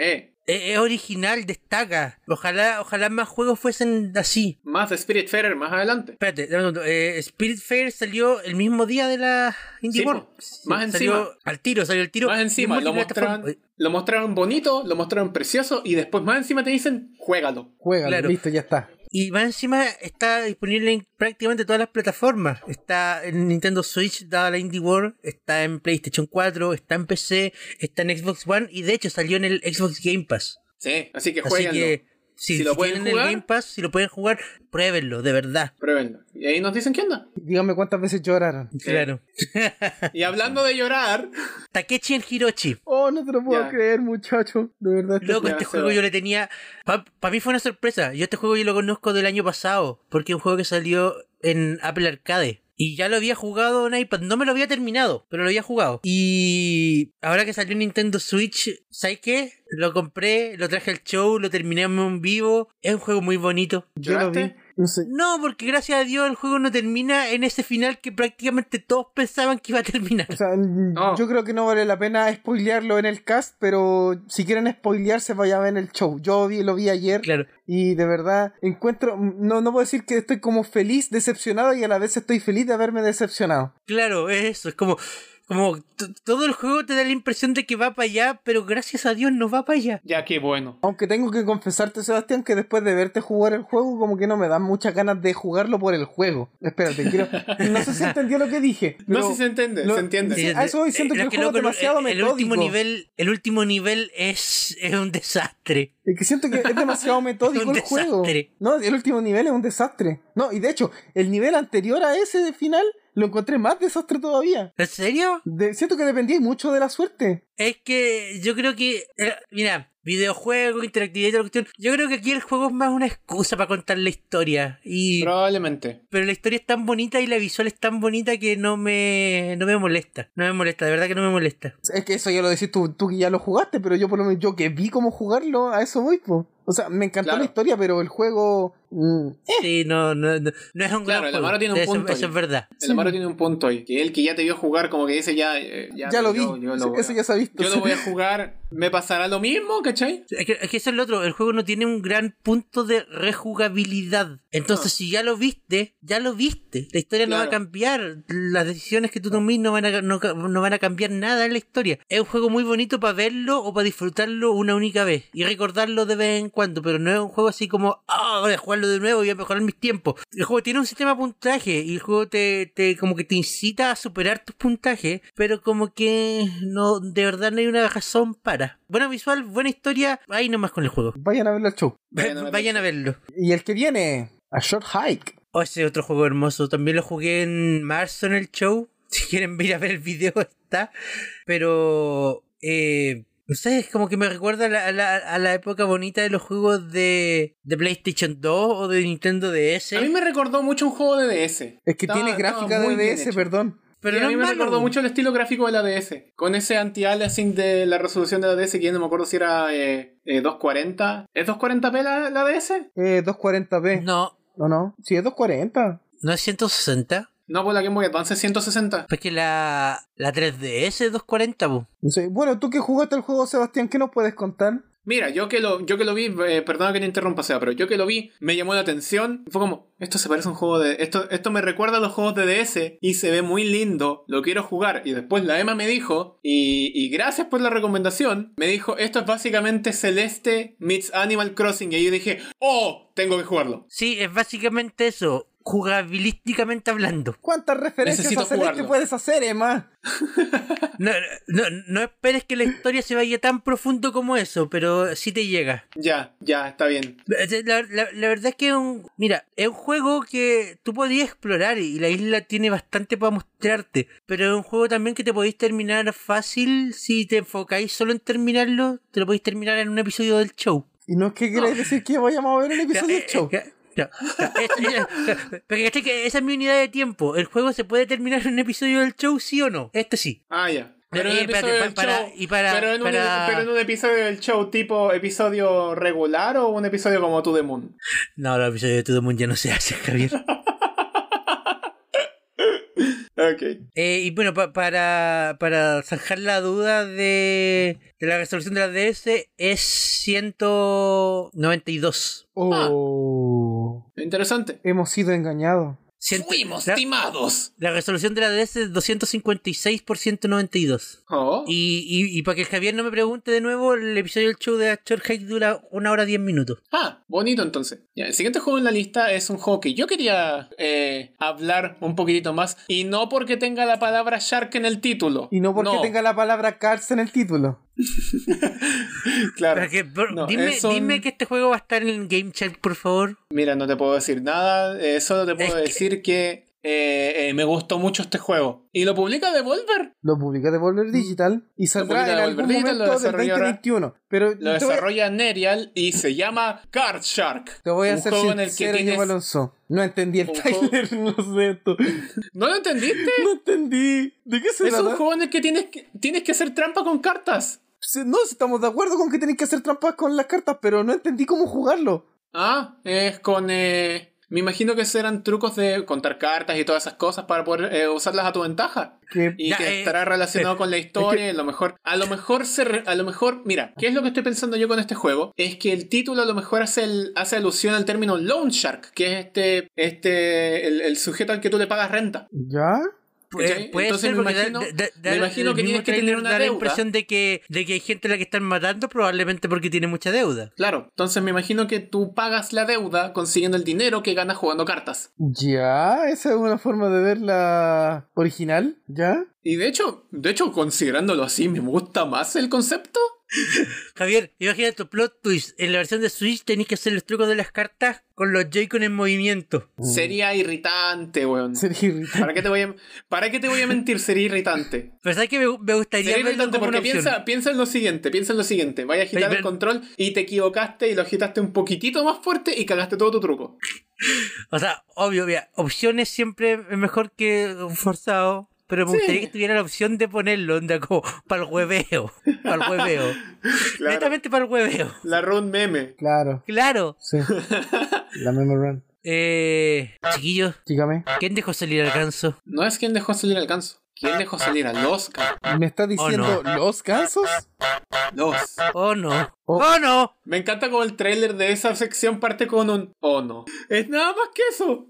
S1: Es, es original, destaca. Ojalá, ojalá más juegos fuesen así.
S3: Más de Spiritfarer más adelante.
S1: Espérate, dame un segundo. Eh, Spirit Fair salió el mismo día de la Indie
S3: Sí,
S1: World.
S3: po. Más
S1: Salió
S3: encima.
S1: Al tiro, salió el tiro.
S3: Más encima,
S1: en
S3: lo
S1: multiplataforma.
S3: mostraron, lo mostraron bonito, lo mostraron precioso y después más encima te dicen, juégalo.
S2: Juega,
S1: Claro.
S2: listo, ya está.
S1: Y más encima está disponible en prácticamente todas las plataformas. Está en Nintendo Switch, dada la Indie World, está en PlayStation 4, está en PC, está en Xbox One y de hecho salió en el Xbox Game Pass.
S3: Sí, así que
S1: Así
S3: jueguenlo.
S1: que si,
S3: Si lo
S1: si
S3: pueden
S1: tienen
S3: jugar-
S1: el Game Pass, si lo pueden jugar, pruébenlo, de verdad.
S3: Pruébenlo. Y ahí nos dicen qué onda.
S2: Dígame cuántas veces lloraron.
S1: Claro.
S3: Y hablando de llorar,
S1: Takechi en Hirochi.
S2: Oh, no te lo puedo
S3: Ya.
S2: creer, muchacho. De verdad. este-
S1: Loco,
S3: Ya,
S1: este
S3: se
S1: juego
S3: va.
S1: yo le tenía. Para mí fue una sorpresa. Yo este juego yo lo conozco del año pasado, porque es un juego que salió en Apple Arcade. Y ya lo había jugado en iPad. No me lo había terminado, pero lo había jugado. Y ahora que salió en Nintendo Switch, ¿sabes qué? Lo compré, lo traje al show, lo terminé en un vivo. Es un juego muy bonito.
S2: Yo lo vi.
S3: ¿Lloraste?
S2: No sé.
S1: No, porque gracias a Dios el juego no termina en ese final que prácticamente todos pensaban que iba a terminar.
S2: O sea, mm,
S3: No.
S2: yo creo que no vale la pena spoilearlo en el cast, pero si quieren spoilearse, vaya a ver el show. Yo vi, lo vi ayer
S1: Claro.
S2: y de verdad encuentro. No, no puedo decir que estoy como feliz, decepcionado y a la vez estoy feliz de haberme decepcionado.
S1: Claro, es eso, es como, como t- todo el juego te da la impresión de que va para allá, pero gracias a Dios no va para allá.
S3: Ya qué bueno.
S2: Aunque tengo que confesarte, Sebastián, que después de verte jugar el juego, como que no me dan muchas ganas de jugarlo por el juego. Espérate, quiero. No sé si entendió lo que dije.
S3: No
S2: pero-
S3: sé si se entiende,
S2: lo-
S3: se entiende.
S2: Sí, a eso voy, siento
S1: Eh,
S2: que
S1: lo
S2: el juego
S1: loco,
S2: es demasiado
S1: el, el último
S2: metódico.
S1: nivel, el último nivel es, es un desastre.
S2: Es que siento que es demasiado metódico
S1: Un
S2: el juego.
S1: desastre.
S2: No, el último nivel es un desastre. No, y de hecho, el nivel anterior a ese de final lo encontré más desastre todavía.
S1: ¿En serio?
S2: De- siento que dependía mucho de la suerte.
S1: Es que yo creo que, eh, mira, videojuego, interactividad y toda la cuestión, yo creo que aquí el juego es más una excusa para contar la historia. Y, pero,
S3: Probablemente.
S1: la historia es tan bonita y la visual es tan bonita que no me, no me molesta. No me molesta, de verdad que no me molesta.
S2: Es que eso ya lo decís tú, tú que ya lo jugaste, pero yo por lo menos yo que vi cómo jugarlo, a eso voy, po. O sea, me encantó
S3: Claro.
S2: la historia, pero el juego. mm,
S1: Sí, no, no, no, no es un
S3: Claro,
S1: gran
S3: el
S1: juego.
S3: Amaro tiene un
S1: Eso-
S3: punto
S1: eso
S3: ahí.
S1: es verdad.
S3: El Amaro tiene un punto ahí. Que él que ya te vio jugar, como que dice, ya. eh, ya,
S2: ya, lo vi.
S3: yo- yo lo voy
S2: eso
S3: a-
S2: ya se ha visto.
S3: Yo lo voy a jugar, me pasará lo mismo, ¿cachai?
S1: Es que, es que eso es lo otro, el juego no tiene un gran punto de rejugabilidad. Entonces, si ya lo viste, ya lo viste. La historia no va a
S3: Claro.
S1: cambiar. Las decisiones que tú tomes no van a, no, ca- no van a cambiar nada en la historia. Es un juego muy bonito para verlo o para disfrutarlo una única vez y recordarlo de vez en cuando, pero no es un juego así como, ah, voy a jugarlo de nuevo y voy a mejorar mis tiempos. El juego tiene un sistema de puntaje y el juego te, te como que te incita a superar tus puntajes, pero como que no, de verdad no hay una razón para. Buena visual, buena historia, ahí nomás con el juego.
S2: Vayan a verlo al show.
S3: Vayan a verlo.
S1: Vayan a verlo.
S2: Y el que viene, a Short Hike.
S1: O Oh, ese otro juego hermoso. También lo jugué en marzo en el show. Si quieren ir a ver el video, está. Pero. Eh, no sé, es como que me recuerda a la, a la- a la época bonita de los juegos de, de PlayStation 2 o de Nintendo DS.
S3: A mí me recordó mucho un juego de DS.
S2: Es que
S3: Estaba-
S2: tiene
S3: estaba
S2: gráfica
S3: muy
S2: de
S3: bien
S2: DS,
S3: hecho.
S2: perdón.
S1: Pero
S3: Sí,
S1: no
S3: a mí
S1: es
S3: me
S1: malo.
S3: recordó mucho el estilo gráfico de la DS. Con ese anti-aliasing de la resolución de la DS, que yo no me acuerdo si era eh, eh, 240. ¿Es 240p la, la DS?
S2: Eh, 240p.
S1: No,
S2: No, no. Sí, es 240.
S1: no es 160.
S3: No, por la Game Boy Advance es 160.
S1: Porque la, la 3DS es 240, bu.
S2: No sé. Bueno, tú que jugaste el juego, Sebastián, ¿qué nos puedes contar?
S3: Mira, yo que lo, yo que lo vi, eh, perdona que te interrumpa, sea, pero yo que lo vi, me llamó la atención. Fue como, esto se parece a un juego de. Esto, esto me recuerda a los juegos de DS y se ve muy lindo, lo quiero jugar. Y después la Emma me dijo, y, y gracias por la recomendación, me dijo, esto es básicamente Celeste meets Animal Crossing. Y yo dije, oh, tengo que jugarlo.
S1: Sí, es básicamente eso. Jugabilísticamente hablando.
S2: ¿Cuántas referencias
S3: Necesito
S2: a Celeste
S3: jugarlo.
S2: puedes hacer, Emma?
S1: No, no, no esperes que la historia se vaya tan profundo como eso, pero sí te llega.
S3: Ya, ya, está bien.
S1: La, la- la verdad es que es un, mira, es un juego que tú podías explorar y la isla tiene bastante para mostrarte, pero es un juego también que te podéis terminar fácil si te enfocáis solo en terminarlo, te lo podéis terminar en un episodio del show.
S2: ¿Y no es que querés decir que vayamos a ver el episodio
S1: Eh, eh,
S2: 8?
S1: eh, Ya, ya, es- es- ya, Porque caché que esa es mi unidad de tiempo. ¿El juego se puede terminar en un episodio del show, sí o no? Este sí.
S3: Ah, ya.
S1: Pero,
S3: Pero, en
S1: eh,
S3: un episodio
S1: espérate,
S3: del
S1: pa- para-
S3: show-
S1: y para-
S3: pero en un-
S1: para-
S3: pero en un episodio del show tipo episodio regular o un episodio como To The Moon.
S1: No, los episodios de todo el mundo ya no se hace, Javier.
S3: Ok.
S1: Eh, y bueno, pa- para, para zanjar la duda de, de la resolución de la DS es 192.
S3: ah.
S2: Oh,
S3: Interesante.
S2: hemos sido engañados.
S1: Cien-
S3: Fuimos
S1: la,
S3: timados.
S1: la resolución de la DS es 256 por 192.
S3: Oh.
S1: Y, y, y para que el Javier no me pregunte de nuevo, el episodio del show de Actor Hike dura una hora 10 minutos.
S3: Ah, bonito entonces. Ya, el siguiente juego en la lista es un juego que yo quería eh, hablar un poquitito más. Y no porque tenga la palabra Shark en el título.
S2: Y no porque tenga la palabra Cars en el título.
S3: Claro.
S1: Para que- pero
S3: No,
S1: dime,
S3: es un-
S1: dime que este juego va a estar en Game Check, por favor.
S3: Mira, no te puedo decir nada. eh, solo te puedo
S1: Es que-
S3: decir que eh, eh, me gustó mucho este juego. Y lo publica Devolver.
S2: Lo publica Devolver Digital y saldrá
S3: Mm. publica
S2: en algún
S3: Devolver Digital,
S2: momento del
S3: lo desarrolla ahora.
S2: 2021. Pero
S3: Lo
S2: te voy a-
S3: desarrolla Nerial y se llama Card Shark.
S2: Te voy a
S3: un
S2: hacer
S3: juego en el que
S2: sincero, Diego
S3: tienes...
S2: Alonso. No entendí el
S3: un
S2: trailer, no sé esto.
S3: ¿No lo entendiste?
S2: No entendí. ¿De qué se
S3: Es un
S2: trata?
S3: juego en el que tienes que, tienes que hacer trampa con cartas.
S2: Se- No, si estamos de acuerdo con que tenéis que hacer trampas con las cartas, pero no entendí cómo jugarlo.
S3: Ah, es con... eh, me imagino que serán trucos de contar cartas y todas esas cosas para poder eh, usarlas a tu ventaja.
S2: Que
S3: Y
S1: Ya,
S3: que
S1: eh,
S3: estará relacionado con la historia, y a lo mejor, a lo mejor se re- a lo mejor, mira, ¿qué es lo que estoy pensando yo con este juego? Es que el título a lo mejor hace el- hace alusión al término loan shark, que es este, este, el, el sujeto al que tú le pagas renta.
S2: ¿Ya?
S1: Pues,
S3: ¿Cachai?
S1: puede
S3: Entonces
S1: ser,
S3: me
S1: porque da-
S3: imagino-
S1: da- da-
S3: me imagino
S1: el
S3: que
S1: mismo
S3: tienes que tener
S1: trailer
S3: una
S1: da la
S3: deuda.
S1: impresión de que, de que hay gente a la que están matando probablemente porque tiene mucha deuda.
S3: Claro, entonces me imagino que tú pagas la deuda consiguiendo el dinero que ganas jugando cartas.
S2: ¿Ya? ¿Esa es una forma de verla original? ¿Ya?
S3: Y de hecho, de hecho, considerándolo así, me gusta más el concepto.
S1: Javier, imagina tu plot twist. En la versión de Switch tenéis que hacer los trucos de las cartas con los Joy-Con en movimiento.
S3: Sería irritante, weón.
S2: Sería irritante.
S3: ¿Para qué te voy a, para qué te voy a mentir? Sería irritante.
S1: Pero sabes que me, me gustaría
S3: Sería
S1: verlo
S3: irritante
S1: como una
S3: porque
S1: opción.
S3: piensa, piensa en lo siguiente, piensa en lo siguiente. Vaya a agitar
S1: Pero-
S3: el control y te equivocaste y lo agitaste un poquitito más fuerte y cagaste todo tu truco.
S1: O sea, obvio, mira, opciones siempre es mejor que forzado. Pero me
S3: Sí.
S1: gustaría que tuviera la opción de ponerlo, onda, como para el hueveo. Para el hueveo.
S3: Claro.
S1: Netamente para el hueveo.
S3: La run meme.
S2: Claro,
S1: Claro.
S2: sí. la Memory Run.
S1: Eh, chiquillos,
S2: Dígame.
S1: ¿quién dejó salir al ganso?
S3: No es quien dejó salir al ganso. ¿Quién dejó salir al Oscar?
S2: ¿Me estás diciendo los gansos?
S3: Los.
S1: Oh no.
S2: Oh.
S1: Oh no.
S3: Me encanta como el tráiler de esa sección parte con un oh no. Es nada más que eso.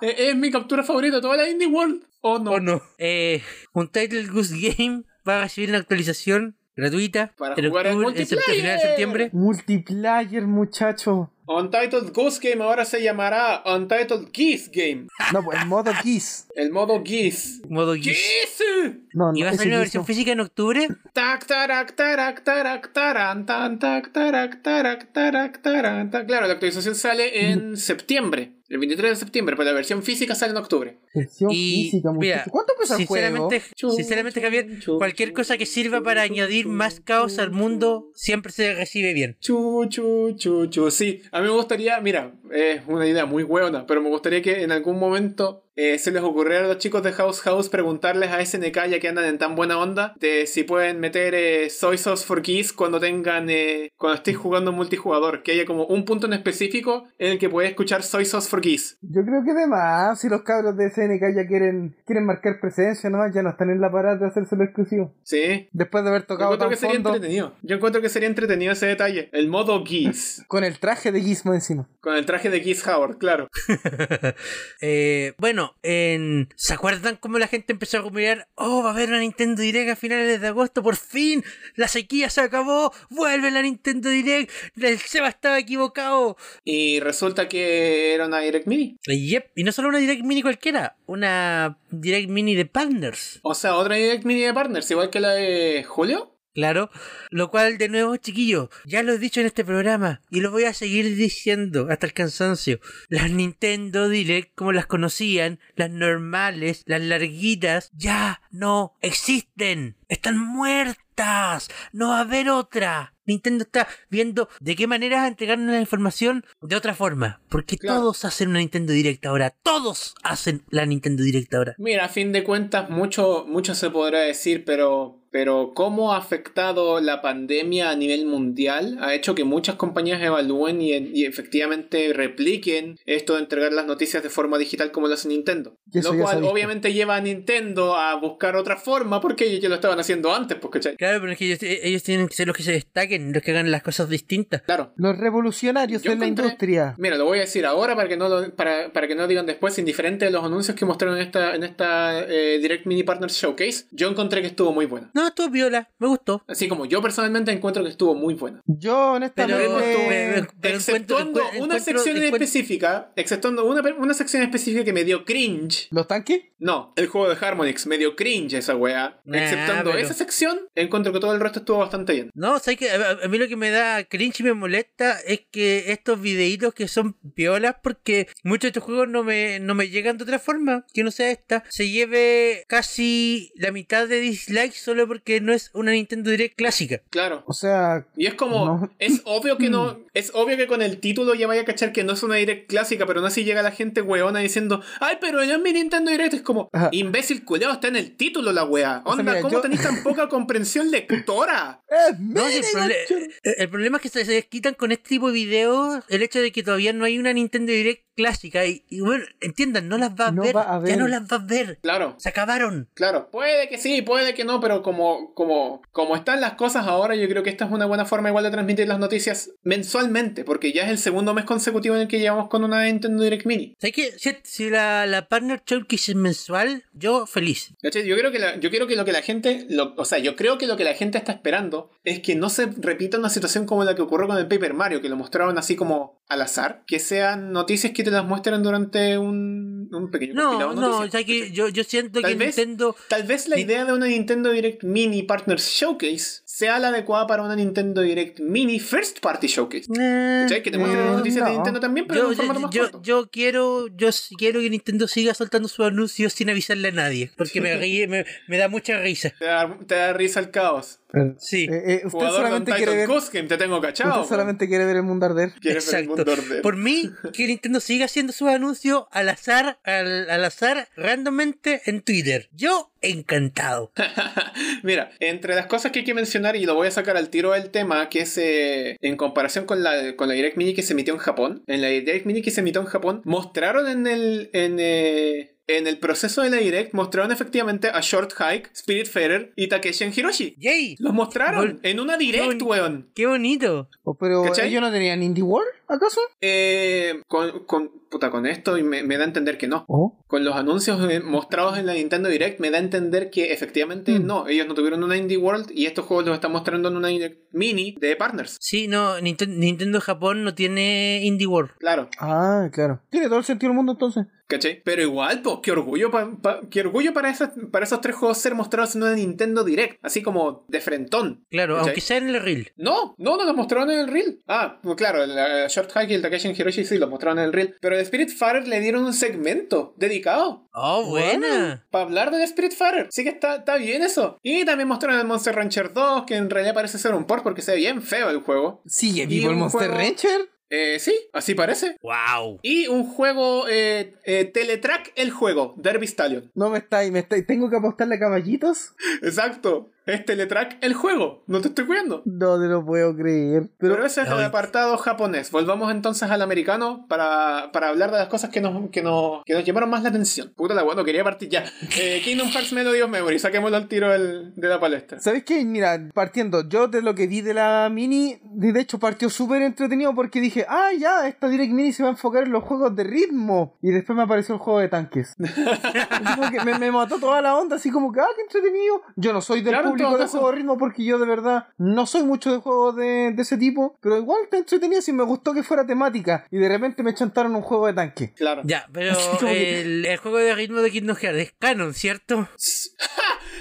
S3: Es, es mi captura favorita de toda la Indie World. Oh no.
S1: Oh no. Eh, un Title Goose Game va a recibir una actualización gratuita
S3: Para jugar en
S1: septiembre,
S3: multiplayer.
S1: final de septiembre.
S2: Multiplayer, muchacho.
S3: Untitled Goose Game ahora se llamará Untitled Geese Game.
S2: No, pues el modo Kiss.
S3: El modo Geese.
S1: Modo Geese.
S3: ¡Geese!
S2: No, no,
S1: Y va a
S2: ese
S1: salir una
S2: Geese
S1: versión
S2: no.
S1: física en octubre.
S3: Tac, tarac, tarac, tarac, taran, tan, tac, tarac, tarac, tarac, taran, tan. Claro, la actualización sale en septiembre, el 23 de septiembre, pero la versión física sale en octubre.
S2: Versión
S1: Y
S2: física,
S1: mira,
S2: muchacho. ¿Cuánto pesa el juego?
S1: Sinceramente, sinceramente Javier, cualquier cosa que sirva para añadir más caos al mundo siempre se recibe bien.
S3: Chu, chu, chu, chu. Sí, a mí me gustaría, mira, es una idea muy buena, pero me gustaría que en algún momento eh, se les ocurriera a los chicos de House House preguntarles a SNK, ya que andan en tan buena onda, de si pueden meter eh, Soy Sauce for Geese cuando tengan, eh, cuando estés jugando multijugador, que haya como un punto en específico en el que puedes escuchar Soy Sauce for Geese.
S2: Yo creo que de más, si los cabros de SNK ya quieren, quieren marcar presencia nomás, ya no están en la parada de hacerse lo exclusivo.
S3: Sí.
S2: Después de haber
S3: Yo
S2: tocado tan
S3: encuentro que sería
S2: fondo
S3: entretenido. Yo encuentro que sería entretenido ese detalle. El modo Geese.
S2: con el traje de Gizmo encima.
S3: Con el traje de Geese Howard, claro.
S1: Eh, bueno, en- ¿se acuerdan cómo la gente empezó a rumorear? Oh, va a haber una Nintendo Direct a finales de agosto, por fin, la sequía se acabó, vuelve la Nintendo Direct, el Seba estaba equivocado.
S3: Y resulta que era una Direct Mini.
S1: Y Yep, y no solo una Direct Mini cualquiera, una Direct Mini de partners.
S3: O sea, otra Direct Mini de Partners, igual que la de Julio.
S1: Claro, lo cual de nuevo, chiquillos, ya lo he dicho en este programa y lo voy a seguir diciendo hasta el cansancio. Las Nintendo Direct, como las conocían, las normales, las larguitas, ya no existen. Están muertas. No va a haber otra. Nintendo está viendo de qué manera entregarnos la información de otra forma. Porque
S3: Claro.
S1: todos hacen una Nintendo Direct ahora. Todos hacen la Nintendo Direct ahora.
S3: Mira, a fin de cuentas, mucho, mucho se podrá decir, pero, pero cómo ha afectado la pandemia a nivel mundial ha hecho que muchas compañías evalúen y, y efectivamente repliquen esto de entregar las noticias de forma digital como lo hace Nintendo.
S2: Y eso ya
S3: Lo
S2: se ha
S3: cual
S2: visto.
S3: obviamente lleva a Nintendo a buscar otra forma porque ellos ya lo estaban haciendo antes, pues, ¿cachai?
S1: Claro, pero es que ellos, ellos tienen que ser los que se destaquen, los que hagan las cosas distintas.
S3: Claro.
S2: Los revolucionarios
S3: Yo
S2: de la
S3: encontré-
S2: industria.
S3: Mira, lo voy a decir ahora para que no lo, para, para que no digan después, indiferente de los anuncios que mostraron en esta, en esta eh, Direct Mini Partners Showcase, yo encontré que estuvo muy buena.
S1: No, estuvo viola, me gustó.
S3: Así como yo personalmente encuentro que estuvo muy buena.
S2: Yo,
S1: Pero,
S2: honestamente.
S1: pero
S3: exceptuando
S1: encuentro- encuentro-
S3: una sección en
S1: encuentro-
S3: específica, exceptuando una, una sección específica que me dio cringe.
S2: ¿Los tanques?
S3: No, el juego de Harmonix me dio cringe esa weá.
S1: Nah,
S3: exceptando
S1: pero-
S3: esa sección, encuentro que todo el resto estuvo bastante bien.
S1: No, ¿sabes que a, a mí lo que me da cringe y me molesta es que estos videitos que son violas porque muchos de estos juegos no me, no me llegan de otra forma que no sea esta. Se lleve casi la mitad de dislikes solo porque no es una Nintendo Direct clásica.
S3: Claro.
S2: O sea,
S3: Y es como,
S2: No. Mm.
S3: es obvio que no, es obvio que con el título ya vaya a cachar que no es una direct clásica, pero no así llega la gente weona diciendo, ay, pero no es mi Nintendo Direct, es como,
S2: Ajá.
S3: imbécil culeado, está en el título la weá.
S2: O sea,
S3: Onda,
S2: mira,
S3: ¿cómo
S2: yo-
S3: tenés tan poca comprensión lectora?
S2: ¡Es
S1: No, si el, proble- eh, el problema es que se, se quitan con este tipo de videos el hecho de que todavía no hay una Nintendo Direct clásica. Y, y bueno, entiendan, no las vas a,
S2: No
S1: ver,
S2: va a
S1: Ya
S2: ver.
S1: no las vas a ver.
S3: Claro.
S1: Se acabaron.
S3: Claro, puede que sí, puede que no, pero como, como, como están las cosas ahora, yo creo que esta es una buena forma igual de transmitir las noticias mensualmente, porque ya es el segundo mes consecutivo en el que llevamos con una Nintendo Direct Mini.
S1: ¿Sabes qué? Si, si la, la Partner Showcase es mensual, yo feliz.
S3: ¿Cachai? Yo creo que la- yo creo que lo que la gente, lo- o sea, yo creo que lo que la gente está esperando es que no se repita una situación como la que ocurrió con el Paper Mario, que lo mostraron así como al azar, que sean noticias que te las muestran durante un, un pequeño
S1: No,
S3: compilado de
S1: no,
S3: noticias,
S1: ya que
S3: ¿cachai?
S1: yo, yo siento
S3: Tal
S1: que
S3: vez-
S1: Nintendo.
S3: Tal vez la
S1: Ni-
S3: idea de una Nintendo Direct Mini Partners Showcase sea la adecuada para una Nintendo Direct Mini First Party Showcase.
S1: Eh,
S3: ¿Cachai? Que te muestren las
S2: eh,
S3: noticias de
S2: no.
S3: Nintendo también, pero en
S1: yo,
S3: un formato
S1: yo,
S3: más
S1: yo,
S3: corto.
S1: yo quiero yo sí quiero que Nintendo siga soltando sus anuncios sin avisarle a nadie. Porque me, ríe- me, me da mucha risa.
S3: Te da, te da risa el caos.
S1: Sí.
S2: Eh, eh, usted
S3: Jugador de un
S2: solamente quiere
S3: Titan
S2: ver.
S3: Goose Game, te tengo cachado.
S2: usted solamente quiere ver el mundo arder.
S3: Quieres ver el
S1: Exacto.
S3: mundo arder.
S1: Por mí, que Nintendo siga haciendo sus anuncios al azar, al, al azar, randommente en Twitter. Yo encantado.
S3: Mira, entre las cosas que hay que mencionar, y lo voy a sacar al tiro del tema, que es eh, en comparación con la, con la Direct Mini que se emitió en Japón, en la Direct Mini que se emitió en Japón, mostraron en el... En, eh, en el proceso de la Direct mostraron efectivamente a Short Hike, Spirit y Takeshi en Hiroshi.
S1: ¡Yay!
S3: Los mostraron en una Direct,
S1: Lol.
S3: weón.
S1: ¡Qué bonito!
S2: Oh, Pero
S3: ¿Cachai?
S2: ellos no tenían Indie War, ¿acaso?
S3: Eh, con, con, puta, con esto y me, me da a entender que no.
S2: Oh.
S3: Con los anuncios eh, mostrados en la Nintendo Direct me da a entender que efectivamente no, ellos no tuvieron una Indie World y estos juegos los están mostrando en una Direct Mini de Partners.
S1: Sí, no, Ninten- Nintendo Japón no tiene Indie World.
S3: Claro,
S2: Ah, claro. Tiene todo el sentido del mundo entonces.
S3: ¿cachai? Pero igual, pues, qué orgullo, pa- pa- qué orgullo para, esas, para esos tres juegos ser mostrados en una Nintendo Direct, así como de frentón.
S1: Claro,
S3: ¿Cachai?
S1: aunque sea en el reel.
S3: No, no, no los mostraron en el reel. Ah, pues claro, la, la Short Hike y el Takeshi en Hiroshi sí los mostraron en el reel. Pero el Spirit Fighter le dieron un segmento dedicado.
S1: ¡Oh, buena!
S3: Para hablar del Spirit Fighter. Sí que está, está bien eso. Y también mostraron el Monster Rancher 2, que en realidad parece ser un port porque se ve bien feo el juego.
S2: Sigue
S3: Y
S2: vivo el
S3: un
S2: Monster
S3: juego-
S2: Rancher.
S3: Eh, sí, así parece.
S1: ¡Wow!
S3: Y un juego, eh, eh, Teletrack el juego, Derby Stallion.
S2: No me estáis, me estáis. ¿Tengo que apostarle a caballitos?
S3: Exacto, es Teletrack el juego, no te estoy cuidando.
S2: No te lo puedo creer.
S3: Pero,
S2: Pero,
S3: ese es el
S1: Ay.
S3: apartado japonés. Volvamos entonces al americano para, para hablar de las cosas que nos, que nos, que nos llamaron más la atención. Puta la bueno, quería partir ya. Eh, Kingdom Hearts Melody of Memory, saquémoslo al tiro del- de la palestra.
S2: ¿Sabes qué? Mira, partiendo, yo de lo que vi de la mini, de de hecho partió súper entretenido porque dije, ah, ya, esta Direct Mini se va a enfocar en los juegos de ritmo. Y después me apareció el juego de tanques. Así como que me, me mató toda la onda, así como que, ah, qué entretenido. Yo no soy del
S3: Claro, en
S2: público
S3: todo
S2: de
S3: caso.
S2: juegos de ritmo porque yo de verdad no soy mucho de juegos de, de ese tipo, pero igual está entretenido si me gustó que fuera temática. Y de repente me chantaron un juego de tanques.
S3: Claro.
S1: Ya, pero
S2: Así como que-
S1: el, el juego de ritmo de Kingdom Hearts es canon, ¿cierto?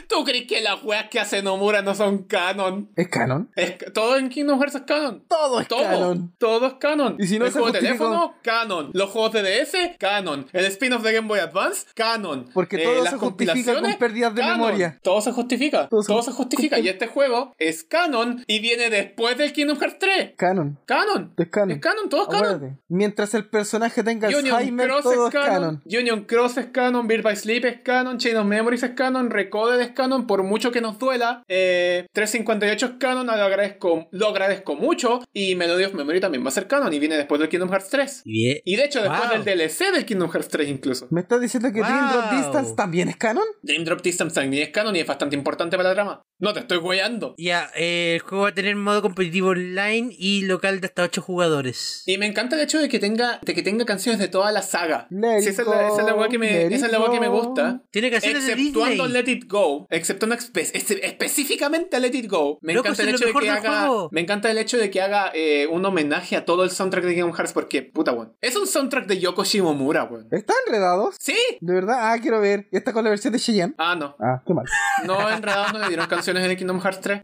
S3: ¿Tú crees que las weas que hace Nomura no son canon?
S2: ¿Es canon?
S3: Es ca- todo en Kingdom Hearts es canon.
S2: Todo es
S3: Todo,
S2: canon.
S3: todo es canon.
S2: Y si no
S3: el
S2: se
S3: juego de
S2: justifica-
S3: teléfono, canon. Los juegos de DS, canon. El spin-off de Game Boy Advance, canon. Eh,
S2: Porque todo
S3: las
S2: se justifica
S3: compilaciones,
S2: con pérdidas de
S3: canon.
S2: memoria.
S3: Todo se justifica.
S2: Todo
S3: Todo,
S2: se-
S3: se justifica. Y este juego es canon y viene después del Kingdom Hearts 3.
S2: Canon.
S3: Canon.
S2: Es canon. Ah,
S3: Es canon, todo es canon.
S2: Acuérdate. Mientras el personaje tenga
S3: Union
S2: Alzheimer,
S3: Cross
S2: todo
S3: es
S2: es canon.
S3: canon, Union Cross es canon, Birth by Sleep es canon, Chain of Memories es canon, Recoded es canon, por mucho que nos duela, eh, 358 es canon, lo agradezco, lo agradezco mucho, y Melody of Memory también va a ser canon, y viene después del Kingdom Hearts 3.
S1: Bien.
S3: Y de hecho, después
S1: Wow.
S3: del DLC del Kingdom Hearts 3 incluso.
S2: ¿Me estás diciendo que
S1: Wow.
S2: Dream Drop Distance también es canon?
S3: Game Drop Distance también es canon y es bastante importante para la trama. No te estoy guayando.
S1: Ya, eh, el juego va a tener modo competitivo online y local de hasta 8 jugadores.
S3: Y me encanta el hecho de que tenga, de que tenga canciones de toda la saga.
S2: Let
S3: Sí,
S2: it
S3: esa es la, esa es la
S2: go,
S3: weá que me,
S2: let
S3: esa es la
S2: it
S3: weá que me
S2: go.
S3: gusta.
S1: Tiene canciones de
S3: Exceptuando
S1: Disney.
S3: Let It Go, exceptuando espe- espe- específicamente Let It Go, me
S1: Loco, es
S3: encanta el
S1: lo
S3: hecho de
S1: mejor
S3: que
S1: del
S3: haga,
S1: juego.
S3: me encanta el hecho de que haga eh, un homenaje a todo el soundtrack de Kingdom Hearts porque puta weón. Es un soundtrack de Yoko Shimomura, weón.
S2: ¿Están enredados?
S3: Sí.
S2: De verdad, ah, quiero ver. ¿Y está con la versión de Cheyenne?
S3: Ah, no.
S2: Ah, qué mal.
S3: No enredados no le dieron canciones en el Kingdom Hearts 3.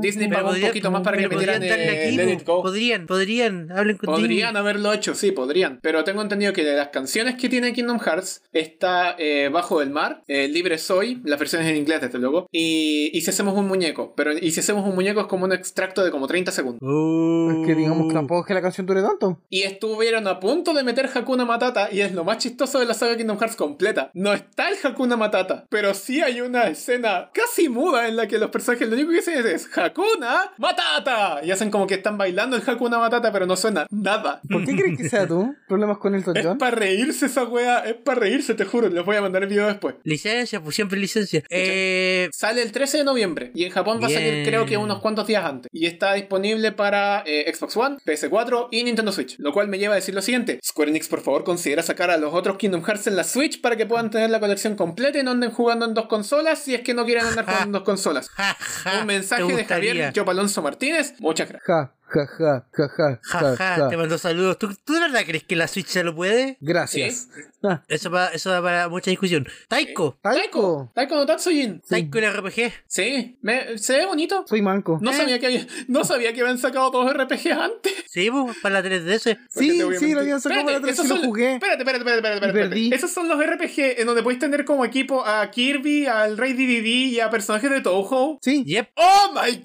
S3: Disney
S1: Pero
S3: pagó un
S1: podría-
S3: poquito más para que
S1: pero podrían
S3: metieran
S1: darle
S3: eh,
S1: aquí,
S3: Let
S1: po.
S3: It Go.
S1: Podrían, podrían, hablen con
S3: Podrían
S1: Disney.
S3: haberlo hecho, sí, podrían. Pero tengo entendido que de las canciones que tiene Kingdom Hearts está eh, Bajo del Mar, eh, Libre Soy, las versiones en inglés, desde luego, y, y si hacemos un muñeco. Pero y si hacemos un muñeco es como un extracto de como 30 segundos.
S1: Uh.
S2: Es que digamos que tampoco es que la canción dure tanto.
S3: Y estuvieron a punto de meter Hakuna Matata, y es lo más chistoso de la saga Kingdom Hearts completa. No está el Hakuna Matata, pero sí hay una escena casi muda en la que los personajes lo único que dicen es Hakuna Matata. Y hacen como que están bailando el Hakuna Matata, pero no suena nada.
S2: ¿Por qué crees que sea tú? ¿Problemas con Elton
S3: Es
S2: John?
S3: para reírse esa wea, es para reírse, te juro, les voy a mandar el video después.
S1: Licencia, pues siempre licencia. Eh,
S3: Sale el 13 de noviembre y en Japón va a salir
S1: Bien.
S3: creo que unos cuantos días antes. Y está disponible para eh, Xbox One, PS4 y Nintendo Switch. Lo cual me lleva a decir lo siguiente. Square Enix por favor considera sacar a los otros Kingdom Hearts en la Switch para que puedan tener la colección completa y no anden jugando en dos consolas si es que no quieren andar jugando en dos consolas.
S1: ja, ja,
S3: Un
S1: te
S3: mensaje de
S1: gustaría.
S3: Javier Chopalonso Martínez. Muchas gracias.
S2: Ja, ja, ja, ja, ja,
S1: Ja,
S2: ja,
S1: ja,
S2: ja.
S1: te mando saludos. ¿Tú, tú de verdad crees que la Switch se lo puede?
S2: Gracias. Ah,
S1: Eso, va, eso da para mucha discusión. Taiko,
S2: Taiko.
S3: Taiko no Tatsujin.
S1: Taiko el RPG.
S3: Sí, me- se ve bonito.
S2: Soy manco.
S1: Eh.
S3: No sabía que había- no sabía que habían sacado dos RPGs antes.
S1: Sí, pues, para la 3DS.
S3: ¿Por qué
S2: Sí,
S3: te voy a
S2: sí,
S3: mentir?
S2: lo habían sacado para
S3: Espérate,
S2: atrás
S3: esos
S2: y lo
S3: son-
S2: jugué.
S3: Espérate, espérate, espérate, espérate,
S2: Y
S3: espérate, espérate.
S2: perdí.
S3: Esos son los RPG en donde puedes tener como equipo a Kirby, al Rey DVD y a personajes de Touhou.
S2: Sí.
S1: Yep.
S3: ¡Oh my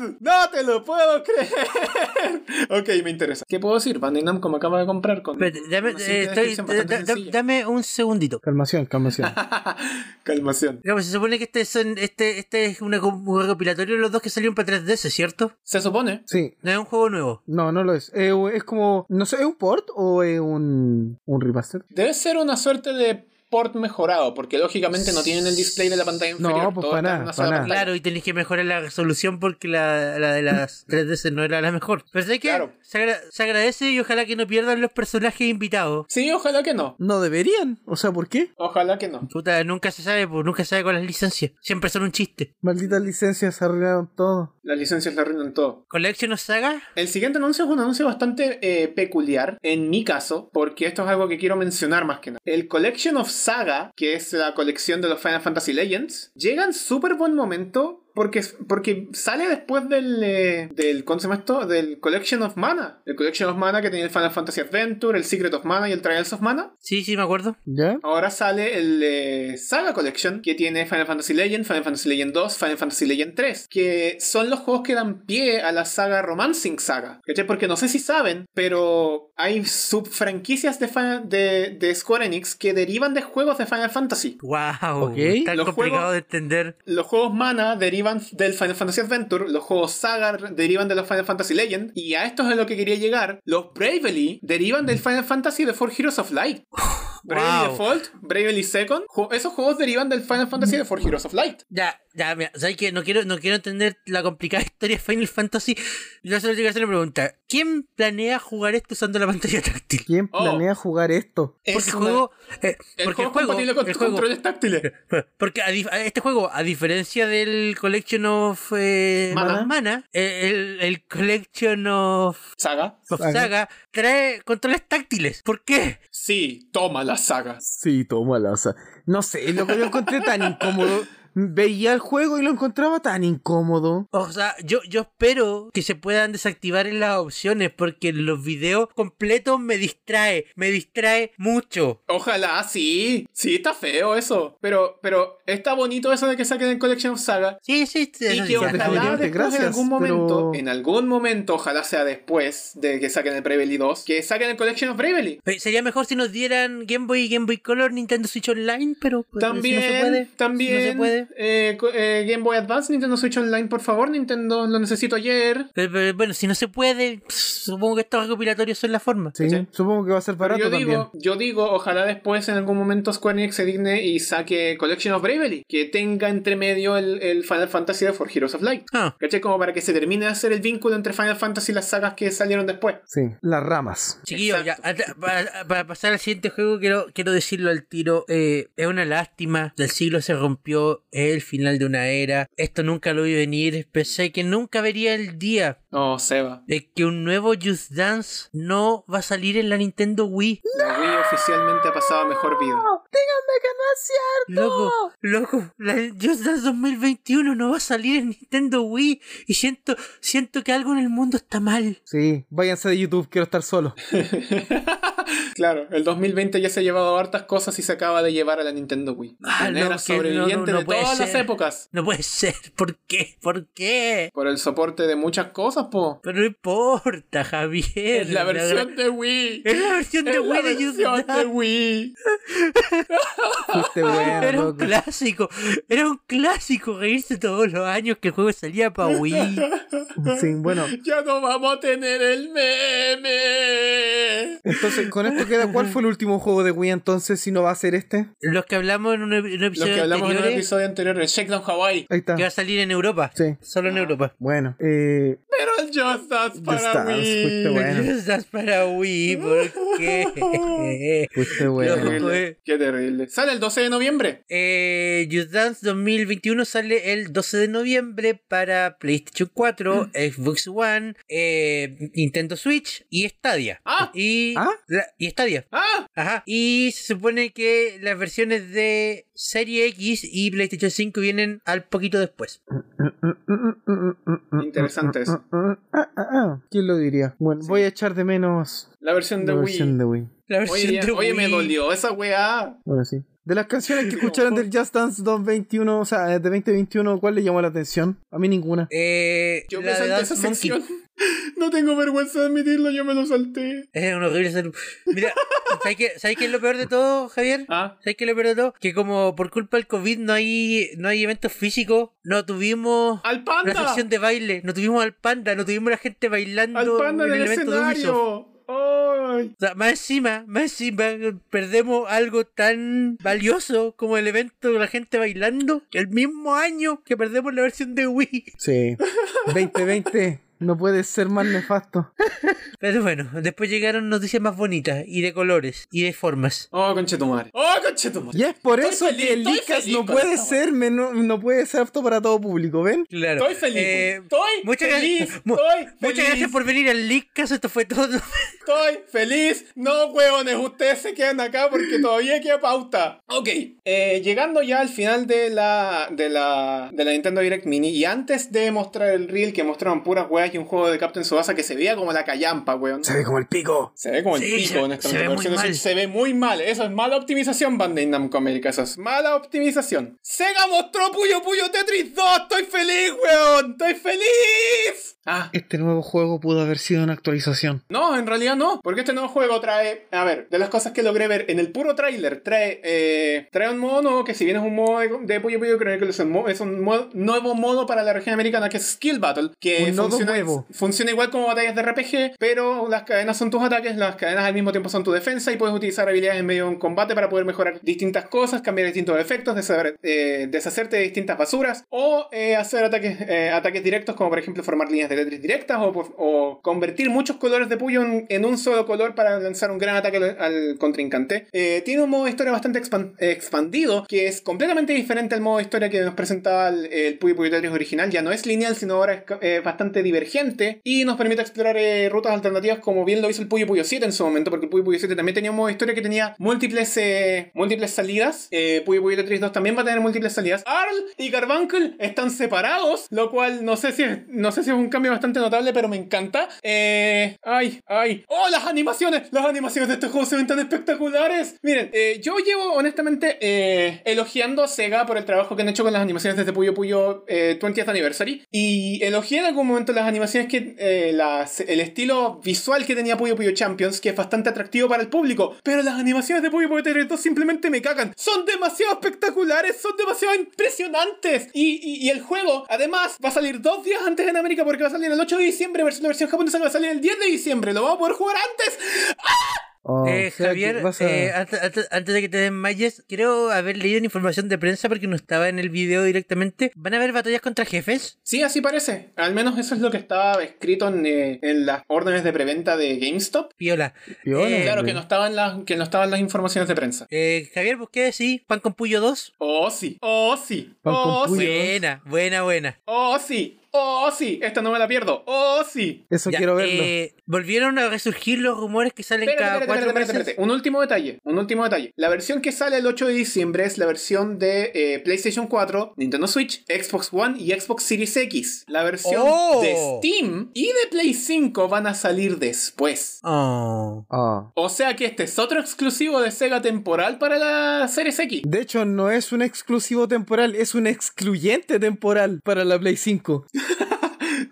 S3: god! ¡No te lo puedo creer! ok, me interesa. ¿Qué puedo decir? Bandai Namco me acaba de comprar con.
S1: Espérate, dame,
S3: una simple
S1: eh, estoy-
S3: descripción bastante
S1: da- da-
S3: sencilla.
S1: dame un segundito.
S2: Calmación, calmación.
S3: Calmación.
S1: Digamos, se supone que este, son, este, este es una- un recopilatorio de los dos que salieron para 3DS, ¿cierto?
S3: Se supone.
S2: Sí.
S1: No es un juego nuevo.
S2: No, no lo es. Eh, es como, no sé, ¿es un port o es un, un remaster?
S3: Debe ser una suerte de port mejorado, porque lógicamente no tienen el display de la pantalla
S2: No,
S3: inferior.
S2: pues
S3: todo
S2: para
S3: está en
S2: nada,
S3: una
S2: para
S3: sola
S2: nada.
S3: pantalla.
S1: Claro, y tenés que mejorar la resolución porque la, la de las 3DS no era la mejor. Pero sé que
S3: Claro.
S1: se, agra- se agradece y ojalá que no pierdan los personajes invitados.
S3: Sí, ojalá que no.
S2: No deberían. O sea, ¿por qué?
S3: Ojalá que no.
S1: Puta, nunca se sabe, pues nunca se sabe con las licencias. Siempre son un chiste.
S2: Malditas licencias arruinaron todo.
S3: Las licencias la arruinan todo.
S1: ¿Collection of Saga?
S3: El siguiente anuncio es un anuncio bastante eh, peculiar, en mi caso, porque esto es algo que quiero mencionar más que nada. El Collection of Saga, que es la colección de los Final Fantasy Legends, llega en súper buen momento porque, porque sale después del, eh, del, ¿cómo se llama esto? Del Collection of Mana. El Collection of Mana que tenía el Final Fantasy Adventure, el Secret of Mana y el Trials of Mana.
S1: Sí, sí, me acuerdo.
S2: ¿Ya?
S3: Ahora sale el eh, Saga Collection que tiene Final Fantasy Legend, Final Fantasy Legend 2, Final Fantasy Legend 3, que son los juegos que dan pie a la saga Romancing Saga. ¿Cachai? Porque no sé si saben, pero hay subfranquicias de, Final- de, de Square Enix que derivan de juegos de Final Fantasy.
S1: Wow.
S2: Ok.
S1: Tan
S3: Los
S1: complicado
S3: juegos-
S1: de entender.
S3: Los juegos Mana derivan del Final Fantasy Adventure, los juegos Saga derivan de los Final Fantasy Legend, y a esto es a lo que quería llegar. Los Bravely derivan del Final Fantasy de Four Heroes of Light. Bravely
S1: Wow.
S3: Default, Bravely Second, ju- esos juegos derivan del Final Fantasy de Four Heroes of Light.
S1: Ya, ya, mira, ¿sabes qué? No quiero, no quiero entender la complicada historia de Final Fantasy. Yo solo tengo que hacer una pregunta. ¿Quién planea jugar esto usando la pantalla táctil?
S2: ¿Quién
S3: Oh.
S2: planea jugar esto?
S1: Porque el
S3: una-
S1: juego, eh, porque
S3: el juego
S1: el
S3: es
S1: juego,
S3: compatible con
S1: el
S3: tus
S1: juego-
S3: controles táctiles.
S1: porque a dif- a este juego, a diferencia del Collection of eh,
S3: Mana.
S1: Mana, eh, el, el Collection of,
S3: ¿Saga?
S1: of
S2: Saga.
S1: Saga. trae controles táctiles. ¿Por qué?
S3: Sí, toma la saga.
S2: Sí, tómala, o sea, no sé, loco, yo encontré tan incómodo. veía el juego y lo encontraba tan incómodo.
S1: O sea, yo, yo espero que se puedan desactivar en las opciones porque en los videos completos me distrae, me distrae mucho.
S3: Ojalá, sí. Sí, está feo eso. Pero, pero está bonito eso de que saquen el Collection of Saga.
S1: Sí, sí, sí,
S3: Y
S1: sí,
S3: que
S1: sí,
S3: ojalá
S2: definitivamente,
S3: después en
S2: gracias,
S3: algún momento,
S2: pero-
S3: en algún momento, ojalá sea después de que saquen el Bravely 2, que saquen el Collection of Bravely.
S1: Pero sería mejor si nos dieran Game Boy, Game Boy Color, Nintendo Switch Online, pero pues, si
S3: También,
S1: no se puede, si
S3: también,
S1: no se puede.
S3: eh, co- eh, Game Boy Advance, Nintendo Switch Online, por favor, Nintendo, lo necesito ayer.
S1: Pero, pero, bueno, si no se puede, pss, supongo que estos recopilatorios son la forma.
S2: Sí,
S3: Sí.
S2: supongo que va a ser barato
S3: yo
S2: también.
S3: digo, yo digo, ojalá después en algún momento Square Enix se digne y saque Collection of Bravely, que tenga entre medio el, el Final Fantasy de For Heroes of Light.
S1: Ah,
S3: ¿Cachai? Como para que se termine de hacer el vínculo entre Final Fantasy y las sagas que salieron después.
S2: Sí, las ramas.
S1: chiquillos, ya, ata- para, para pasar al siguiente juego, quiero, quiero decirlo al tiro. eh, es una lástima. El siglo se rompió, es el final de una era. Esto nunca lo vi venir. Pensé que nunca vería el día
S3: No, Seba.
S1: de que un nuevo Just Dance no va a salir en la Nintendo Wii.
S3: La Wii oficialmente ha pasado a mejor vida.
S1: Loco, loco, la Just Dance 2021 no va a salir en Nintendo Wii y siento, siento que algo en el mundo está mal.
S2: Sí, váyanse de YouTube, quiero estar solo.
S3: Claro, el 2020 ya se ha llevado hartas cosas y se acaba de llevar a la Nintendo Wii.
S1: Ah,
S3: Tener
S1: no, que no,
S3: a
S1: no,
S3: sobreviviente
S1: no
S3: de
S1: puede
S3: todas las
S1: ser.
S3: épocas.
S1: No puede ser, ¿por qué? ¿Por qué?
S3: Por el soporte de muchas cosas, po.
S1: Pero no importa, Javier.
S3: Es la versión de Wii.
S1: es Eh, la versión de
S3: Es la
S1: Wii de Just
S3: versión de
S1: Dance.
S3: Wii.
S2: Fuiste Este bueno,
S1: Era un
S2: loco.
S1: clásico, era un clásico reírse todos los años que el juego salía para Wii.
S2: Sí, bueno,
S3: Ya no vamos a tener el meme.
S2: entonces con esto queda cuál fue el último juego de Wii entonces si no va a ser este.
S1: Los que hablamos en un, ep- en un
S3: Lo
S1: episodio
S3: que hablamos en el
S1: anterior,
S3: episodio anterior, el Shakedown Hawaii.
S2: Ahí está.
S1: que va a salir en Europa.
S2: Sí.
S1: Solo
S3: Ah,
S1: en Europa.
S2: Bueno, eh,
S3: Pero el Just Dance para
S2: Dance, fuiste
S3: Wii.
S2: bueno.
S1: Estás para Wii, ¿por qué?
S2: fuiste
S3: Qué
S1: Bueno.
S2: este bueno.
S3: terrible. Qué terrible. Sale el 12 de noviembre.
S1: Eh, Just Dance 2021 sale el 12 de noviembre para PlayStation 4,
S3: Mm.
S1: Xbox One, eh, Nintendo Switch y Stadia.
S3: Ah.
S1: Y,
S2: Ah.
S1: la- y Stadia.
S3: Ah,
S1: Ajá. Y se supone que las versiones de Serie X y PlayStation 5 vienen al poquito después.
S2: Mm,
S3: Interesante eso.
S2: Ah, ah, ah, ¿Quién lo diría? Bueno, voy a echar de menos
S3: la versión de
S2: la
S3: Wii.
S2: versión de Wii.
S1: La
S3: Oye,
S1: versión
S3: bien,
S1: de
S3: oye, me
S1: Wii.
S3: dolió esa weá.
S2: Bueno, sí. De las canciones que escucharon del Just Dance 2021, o sea, de 2021, ¿cuál le llamó la atención? A mí ninguna.
S1: Eh,
S3: Yo
S1: la
S3: me
S1: de
S3: salté
S1: Dance
S3: esa
S1: Monkey.
S3: sección. No tengo vergüenza de admitirlo, yo me lo salté.
S1: Es un horrible salud. Mira, ¿sabes qué, ¿sabes qué es lo peor de todo, Javier?
S3: Ah,
S1: ¿Sabes qué es lo peor de todo? Que como por culpa del COVID no hay, no hay eventos físicos, no tuvimos
S3: al
S1: una
S3: panda.
S1: sección de baile, no tuvimos al panda, no tuvimos la gente bailando
S3: Al panda
S1: en
S3: del
S1: el evento de Ubisoft.
S3: escenario. Ay.
S1: O sea, más encima, más encima, perdemos algo tan valioso como el evento de la gente bailando el mismo año que perdemos la versión de Wii.
S2: Sí. 2020, no puede ser más nefasto.
S1: Pero bueno, después llegaron noticias más bonitas y de colores y de formas.
S3: Oh, conchetumare. Oh, conchetumare.
S2: Y es por
S3: Estoy
S2: eso
S3: feliz,
S2: que el
S3: estoy
S2: Licas
S3: feliz
S2: no
S3: con
S2: puede
S3: esta
S2: ser menú- no puede ser apto para todo público, ¿ven?
S1: Claro.
S3: Estoy feliz.
S1: Eh,
S3: estoy
S1: muchas gra-
S3: feliz.
S1: mu-
S3: estoy feliz.
S1: Muchas gracias por venir al Leakcast, esto fue todo.
S3: Estoy feliz. No, hueones, ustedes se quedan acá porque todavía queda pauta. Ok, eh, llegando ya al final de la, de la de la Nintendo Direct Mini y antes de mostrar el reel que mostraron puras weas y un juego de Captain Subasa que se veía como la callampa, weón.
S2: ve como el pico.
S3: Se ve como el
S1: Sí,
S3: pico,
S1: se-
S3: honestamente.
S1: se ve
S3: La versión
S1: muy
S3: de
S1: mal.
S3: Switch se ve muy mal. Eso es mala optimización, Bandai Namco América. Eso es mala optimización. Sega mostró Puyo Puyo Tetris 2. ¡Estoy feliz, weón! ¡Estoy feliz! Ah,
S2: Este nuevo juego pudo haber sido una actualización.
S3: no, en realidad no, porque este nuevo juego trae, a ver, de las cosas que logré ver en el puro tráiler, trae, eh, trae un modo nuevo que si bien es un modo de, de Puyo Puyo Chronicles, es un, mo- es un mo- nuevo modo para la región americana que es Skill Battle, que
S2: Un nodo
S3: funciona,
S2: nuevo.
S3: funciona igual como batallas de RPG, pero las cadenas son tus ataques, las cadenas al mismo tiempo son tu defensa y puedes utilizar habilidades en medio de un combate para poder mejorar distintas cosas, cambiar distintos efectos, deshaber- eh, deshacerte de distintas basuras o eh, hacer ataques, eh, ataques directos como por ejemplo formar líneas de Tetris directas o, por- o convertir muchos colores de Puyo en, en un solo color para lanzar un gran ataque al, al contrincante. Eh, tiene un modo de historia bastante expan- eh, expandido que es completamente diferente al modo de historia que nos presentaba el, el Puyo Puyo Tetris original. Ya no es lineal, sino ahora es ca- eh, bastante divergente divergente y nos permite explorar eh, rutas alternativas como bien lo hizo el Puyo Puyo 7 en su momento, porque el Puyo Puyo 7 también tenía un modo historia que tenía múltiples, eh, múltiples salidas. Eh, Puyo Puyo Tetris 2 también va a tener múltiples salidas. Arl y Garfunkel están separados, lo cual no sé si es, no sé si es un cambio bastante notable, pero me encanta. Eh, ay, ay. ¡Oh, las animaciones! Las animaciones de este juego se ven tan espectaculares. Miren, eh, yo llevo honestamente eh, elogiando a Sega por el trabajo que han hecho con las animaciones desde Puyo Puyo eh, 20th Anniversary. Y elogié en algún momento las animaciones que. eh, las- el estilo visual que tenía Puyo Puyo Champions, que es bastante atractivo para el público. Pero las animaciones de Puyo Puyo Tetris 2 simplemente me cagan. Son demasiado espectaculares, son demasiado impresionantes. Y, y- y el juego, además, va a salir dos días antes en América porque va a salir el 8 de diciembre, versus la versión japonesa que va a salir el 10 de diciembre. Lo vamos a poder jugar antes.
S2: Oh,
S1: Eh,
S2: o sea,
S1: Javier,
S2: que vas a-
S1: eh, ante- ante- antes, de que te desmayes, quiero haber leído una información de prensa porque no estaba en el video directamente. ¿Van a haber batallas contra jefes?
S3: Sí, así parece. Al menos eso es lo que estaba escrito en, eh, en las órdenes de preventa de GameStop.
S1: Piola.
S2: Piola,
S1: eh,
S3: Claro
S2: hombre.
S3: que no estaban las, que no estaban las informaciones de prensa.
S1: Eh, Javier, ¿por qué sí? ¿Pan con Puyo 2?
S3: Oh, sí. Oh, sí.
S2: Pan con
S3: Oh,
S2: puyo.
S3: sí.
S1: Buena, buena, buena.
S3: Oh, sí. Oh, sí. Esta no me la pierdo. Oh, sí.
S2: Eso
S1: Ya,
S2: quiero verlo.
S1: eh, volvieron a resurgir los rumores que salen
S3: Espérate,
S1: cada
S3: espérate,
S1: cuatro
S3: espérate, espérate,
S1: meses.
S3: espérate. Un último detalle. Un último detalle. La versión que sale el 8 de diciembre es la versión de eh, PlayStation 4, Nintendo Switch, Xbox One y Xbox Series X. La versión
S1: Oh.
S3: de Steam y de Play 5 van a salir después.
S1: Oh.
S2: Ah.
S3: O sea que este es otro exclusivo de Sega temporal para la Series X.
S2: De hecho, no es un exclusivo temporal, es un excluyente temporal para la Play 5.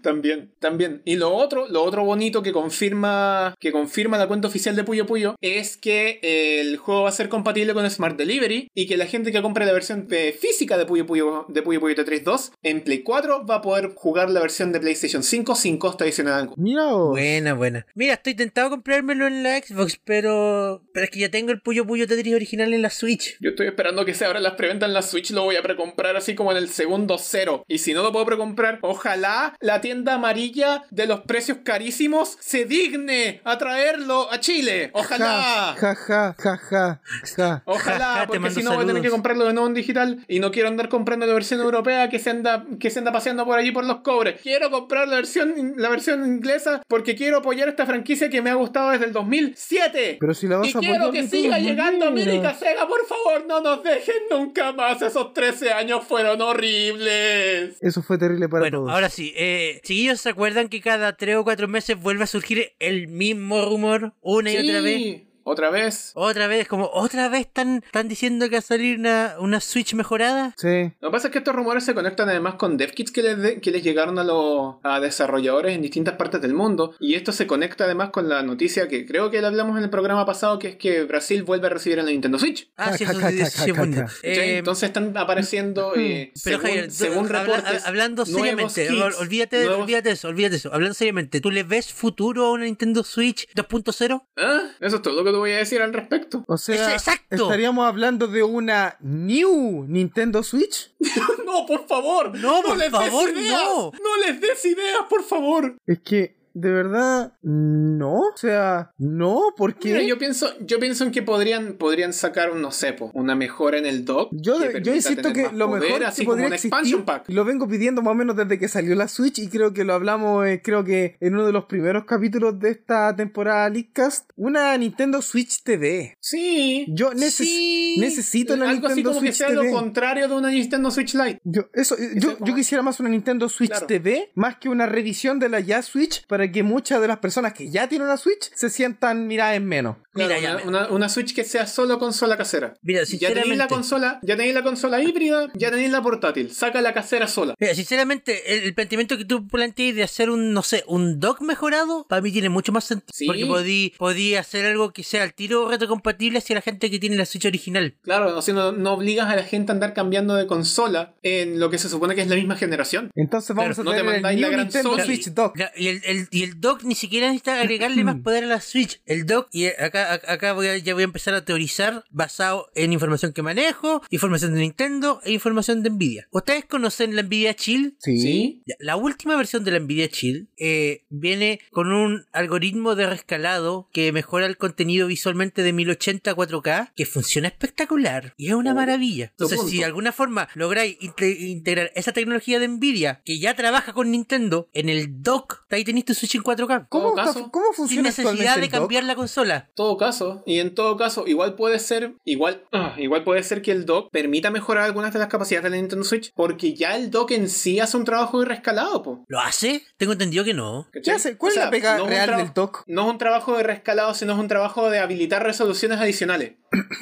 S3: También, también. Y lo otro, lo otro bonito que confirma, que confirma la cuenta oficial de Puyo Puyo es que eh, el juego va a ser compatible con Smart Delivery y que la gente que compre la versión eh, física de Puyo Puyo, de Puyo Puyo Tetris 2 en Play 4 va a poder jugar la versión de PlayStation 5 sin costo adicional. alguno.
S2: Mira, vos.
S1: Buena, buena. Mira, estoy tentado comprármelo en la Xbox, pero. Pero es que ya tengo el Puyo Puyo Tetris original en la Switch.
S3: Yo estoy esperando que se abran las preventas en la Switch, lo voy a precomprar así como en el segundo cero. Y si no lo puedo precomprar, ojalá la tienda amarilla de los precios carísimos se digne a traerlo a Chile. Ojalá.
S2: Ja, ja, ja, ja, ja, ja.
S1: Ja, ja,
S3: Ojalá,
S1: te
S3: porque
S1: mando
S3: si no voy a tener
S1: saludos.
S3: que comprarlo de nuevo en digital y no quiero andar comprando la versión europea que se anda, que se anda paseando por allí por los cobres. Quiero comprar la versión, la versión inglesa porque quiero apoyar esta franquicia que me ha gustado desde el 2007.
S2: Pero si la vas
S3: y
S2: a
S3: quiero
S2: apoyar
S3: que
S2: de
S3: siga
S2: todas
S3: llegando a
S2: maneras.
S3: América Sega, por favor, no nos dejen nunca más. Esos 13 años fueron horribles.
S2: Eso fue terrible para
S1: bueno,
S2: todos.
S1: ahora sí. Eh, chiquillos, ¿se acuerdan que cada tres o cuatro meses vuelve a surgir el mismo rumor una y
S3: Sí,
S1: otra vez?
S3: Otra vez.
S1: Otra vez, como otra vez están, están diciendo que va a salir una, una Switch mejorada.
S2: Sí.
S3: Lo que pasa es que estos rumores se conectan además con devkits que les, de- que les llegaron a los a desarrolladores en distintas partes del mundo. Y esto se conecta además con la noticia que creo que la hablamos en el programa pasado, que es que Brasil vuelve a recibir en la Nintendo Switch.
S1: Ah, sí,
S2: Ja,
S1: eso
S2: ja,
S1: sí,
S2: ja,
S1: eso
S2: ja,
S1: sí es
S2: ja,
S1: bonito.
S2: ja.
S1: Eh,
S3: ¿Cachai? Entonces están apareciendo, eh,
S1: Pero
S3: según,
S1: Javier,
S3: según
S1: habla-
S3: reportes,
S1: hab- hablando
S3: nuevos
S1: seriamente,
S3: kits,
S1: ol- olvídate, de-
S3: nuevos-
S1: olvídate de eso, olvídate de eso, hablando seriamente, ¿tú le ves futuro a una Nintendo Switch 2.0?
S3: Ah, Eso es todo lo que te voy a decir al respecto.
S2: O sea,
S1: Es exacto.
S2: estaríamos hablando de una new Nintendo Switch.
S3: no, por favor.
S1: No, por
S3: les des
S1: favor,
S3: ideas,
S1: no.
S3: No les des ideas, por favor.
S2: Es que, de verdad, no. O sea, no, porque
S3: Mira, yo pienso, yo pienso en que podrían, podrían sacar un, no sé, po, una mejora en el dock.
S2: Yo,
S3: que
S2: de- yo
S3: permita
S2: insisto
S3: tener
S2: que
S3: más
S2: lo
S3: poder,
S2: mejor
S3: así
S2: que
S3: como
S2: podría
S3: un
S2: existir,
S3: expansion pack.
S2: lo vengo pidiendo más o menos desde que salió la Switch y creo que lo hablamos, eh, creo que en uno de los primeros capítulos de esta temporada Leakcast, una Nintendo Switch TV.
S3: Sí.
S2: Yo neces-
S3: Sí.
S2: necesito una
S3: Algo así
S2: Nintendo
S3: como que
S2: Switch
S3: sea
S2: TV.
S3: lo contrario de una Nintendo Switch Lite.
S2: Yo, eso, eh,
S3: Ese
S2: yo,
S3: como-
S2: yo quisiera más una Nintendo Switch
S3: Claro.
S2: TV, más que una revisión de la ya Switch, para que muchas de las personas que ya tienen una Switch se sientan miradas en menos.
S1: Mira,
S3: Claro,
S1: ya,
S3: una, una- una Switch que sea solo consola casera.
S1: Mira,
S3: Ya tenéis la
S1: sinceramente.
S3: consola, ya tenéis la consola híbrida, ya tenéis la portátil. Saca la casera sola.
S1: Mira, sinceramente, el, el planteamiento que tú planteas de hacer un, no sé, un dock mejorado, para mí tiene mucho más sentido.
S3: Sí.
S1: Porque podí, podí hacer algo que sea al tiro retrocompatible hacia la gente que tiene la Switch original.
S3: Claro, o sea, no, no obligas a la gente a andar cambiando de consola en lo que se supone que es la misma generación.
S2: Entonces vamos
S3: Claro, no
S2: a
S3: te
S2: tener el
S3: mandáis la
S2: new
S3: gran
S2: Nintendo
S3: Sony.
S2: Switch Dock.
S1: Ya, Y el, el- y el dock ni siquiera necesita agregarle más poder a la Switch. El dock, y acá a- acá voy a- ya voy a empezar a teorizar basado en información que manejo, información de Nintendo e información de Nvidia. ¿Ustedes conocen la Nvidia Chill?
S2: Sí.
S3: ¿Sí?
S1: Ya, La última versión de la Nvidia Shield eh, viene con un algoritmo de rescalado que mejora el contenido visualmente de 1080 a 4K, que funciona espectacular y es
S2: Oh,
S1: una maravilla. Entonces, si de alguna forma lográis inte- integrar esa tecnología de Nvidia que ya trabaja con Nintendo en el dock, ahí tenéis tu Switch en 4K.
S2: ¿Cómo,
S3: Todo
S2: está-
S3: caso.
S2: ¿Cómo
S1: Sin
S2: funciona
S1: necesidad
S2: actualmente
S1: de
S2: el dock?
S1: cambiar la consola.
S3: todo caso, y en todo caso, igual puede ser, igual, ah, igual puede ser que el dock permita mejorar algunas de las capacidades de la Nintendo Switch, porque ya el dock en sí hace un trabajo irrescalado, po.
S1: ¿Lo hace? Tengo entendido que no.
S3: ¿cachai?
S2: Ya sé, ¿cuál
S3: O sea,
S2: es la pega
S3: no un
S2: real
S3: traba-
S2: del dock?
S3: No es un trabajo de rescalado, sino es un trabajo de habilitar resoluciones adicionales.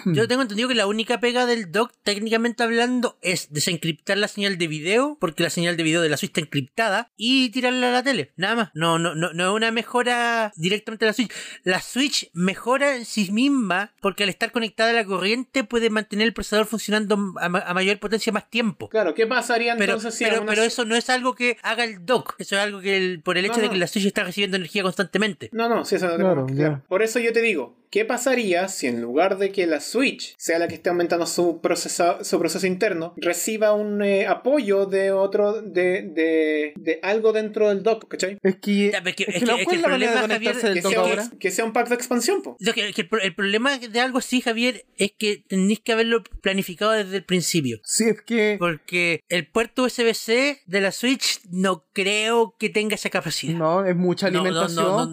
S1: Yo tengo entendido que la única pega del dock, técnicamente hablando, es desencriptar la señal de video, porque la señal de video de la Switch está encriptada, y tirarla a la tele. Nada más. No, no, no, no es una mejora directamente a la Switch. La Switch mejora en sí misma, porque al estar conectada a la corriente puede mantener el procesador funcionando a, ma- a mayor potencia más tiempo.
S3: Claro, ¿qué pasaría
S1: Pero,
S3: entonces si
S1: pero,
S3: alguna-
S1: pero eso no es algo que haga el dock. Eso es algo que el- por el
S3: No,
S1: hecho de
S3: no.
S1: que la Switch está recibiendo energía constantemente.
S3: No, no, sí, eso no te
S2: Claro,
S3: preocupes.
S2: ya.
S3: Por eso yo te digo, ¿qué pasaría si en lugar de que la Switch sea la que esté aumentando su, procesa- su proceso interno, reciba un eh, apoyo de otro, de, de, de algo dentro del dock, ¿cachai?
S2: Es que,
S1: Ya, pero es que-
S2: es
S1: es
S2: que
S1: que-
S2: no,
S1: es
S2: ¿cuál
S1: que el
S2: es la manera de
S1: problema, Javier,
S2: conectarse
S3: Que
S2: del dock
S3: sea,
S2: ahora?
S3: un, que sea un pack de expansión, po.
S1: Lo que- que el, pro- el problema de algo así, Javier, es que tenéis que haberlo planificado desde el principio.
S2: Sí, es que...
S1: Porque el puerto USB-C de la Switch no creo que tenga esa capacidad. No.
S2: No, es mucha
S1: No, no, no,
S2: alimentación,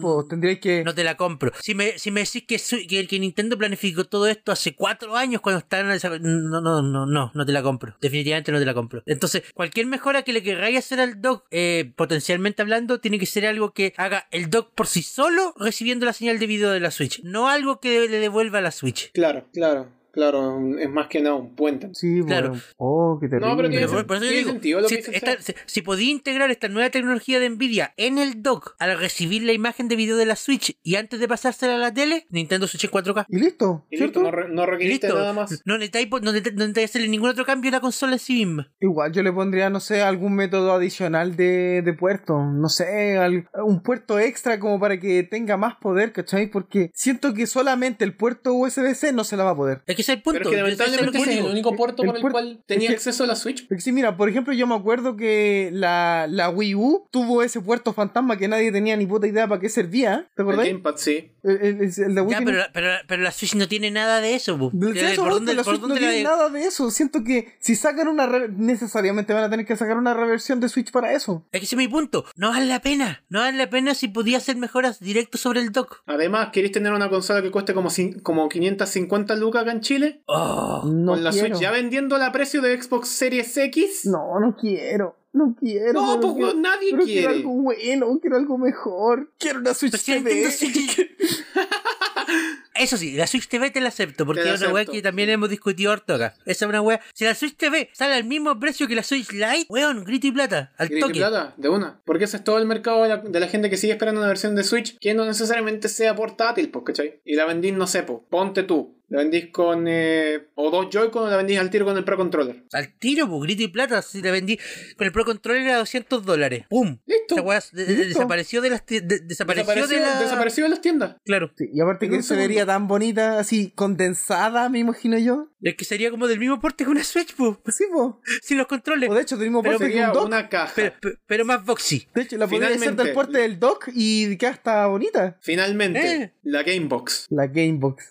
S1: no.
S2: pues tendría que...
S1: te la compro. Si me, si me decís que, su- que, que Nintendo planificó todo esto hace cuatro años cuando estaban... desa- No, no, no, no, no te la compro. Definitivamente no te la compro. Entonces, cualquier mejora que le queráis hacer al dock, eh, potencialmente hablando, tiene que ser algo que haga el dock por sí solo recibiendo la señal de video de la Switch. No algo que le devuelva a la Switch.
S3: Claro, claro, claro, es más que nada un puente.
S2: Sí,
S1: Claro.
S2: bueno. Oh, qué terrible.
S3: No, pero tiene
S1: Pero por, por eso yo
S3: Tiene
S1: digo,
S3: sentido lo
S1: si,
S3: que dice
S1: esta-
S3: Seba.
S1: si- si podía integrar esta nueva tecnología de Nvidia en el dock al recibir la imagen de video de la Switch y antes de pasársela a la tele, Nintendo Switch en 4K.
S2: Y listo,
S3: Y
S2: ¿cierto?
S3: listo, no, re- no requeriste
S1: Listo.
S3: nada más.
S1: No necesitáis po- no necesitáis- no necesitáis hacerle ningún otro cambio a la consola en sí misma.
S2: Igual yo le pondría, no sé, algún método adicional de, de puerto. No sé, al- un puerto extra como para que tenga más poder, ¿cachai? Porque siento que solamente el puerto USB-C no se la va a poder.
S1: Es que ese es el punto.
S3: Pero es que
S1: yo- yo sé lo
S3: lamentablemente
S1: que
S3: ese es
S1: digo.
S3: el único puerto
S2: El
S3: por el
S2: puerto-
S3: cual tenía
S2: es que-
S3: acceso a la Switch.
S2: Porque sí, mira, por ejemplo, yo me acuerdo que la, la Wii U tuvo ese puerto fantasma que nadie tenía ni puta idea para qué servía. ¿Te
S3: El
S2: acordás? El,
S3: Gamepad, sí.
S2: el- el- el de Wii
S1: Ya,
S2: tenía-
S1: pero, la- pero la- pero la Switch no tiene nada de eso. po.
S2: Del
S1: Eh,
S2: censo,
S1: ¿por
S2: ¿no?
S1: dónde-
S2: la
S1: por
S2: Switch no
S1: dónde la-
S2: tiene nada de eso. Siento que si sacan una... re- necesariamente van a tener que sacar una reversión de Switch para eso.
S1: Es que ese es mi punto. No vale la pena. No vale la pena si podía hacer mejoras directo sobre el dock.
S3: Además, ¿queréis tener una consola que cueste como, cin- como 550 lucas acá en Chile?
S1: Oh,
S2: No
S3: con la
S2: quiero.
S3: Switch ya vendiéndola a precio de Xbox Series X.
S2: No, no quiero. No quiero.
S3: No,
S2: pero
S3: pues
S2: quiero-
S3: weón, nadie
S2: pero quiero
S3: quiere.
S2: algo bueno, quiero algo mejor. Quiero una Switch
S1: Pero si la
S2: TV.
S1: Nintendo Switch- Eso sí, la Switch TV te la acepto, porque
S3: Te la
S1: es una weá
S3: acepto.
S1: que también hemos discutido harto acá. Esa es una weá. Si la Switch TV sale al mismo precio que la Switch Lite, weón, grito y plata, al
S3: Grito y
S1: toque.
S3: plata, de una. Porque ese es todo el mercado de la, de la gente que sigue esperando una versión de Switch que no necesariamente sea portátil, pues, ¿cachai? Y la vendís, no sé, pues, ponte tú. La vendís con. eh, o dos Joy-Con o la vendís al tiro con el Pro Controller.
S1: Al tiro, pues, grito y plata, si la vendí con el Pro Controller a 200 dólares. ¡Pum!
S3: Listo.
S1: Esa weá de- de-
S2: Listo.
S1: desapareció de las... ti- de- desapareció,
S3: Desapareció,
S1: de la...
S3: desapareció de las tiendas.
S1: Claro.
S2: Sí, y aparte
S3: En
S2: que
S3: un
S2: se
S3: segundo.
S2: vería tan bonita, así condensada, me imagino yo.
S1: Es que sería como del mismo porte que una Switch, pues,
S2: Sí, po.
S1: sin los controles.
S2: O de hecho, tenemos
S3: Pero
S2: puerto que
S3: sería
S2: un dock.
S3: una caja.
S1: Pero, pero- pero más boxy.
S2: De hecho, la podría hacer
S3: Finalmente.
S2: del puerto del dock y queda hasta bonita.
S3: Finalmente,
S1: Eh.
S3: la Gamebox.
S2: La Gamebox.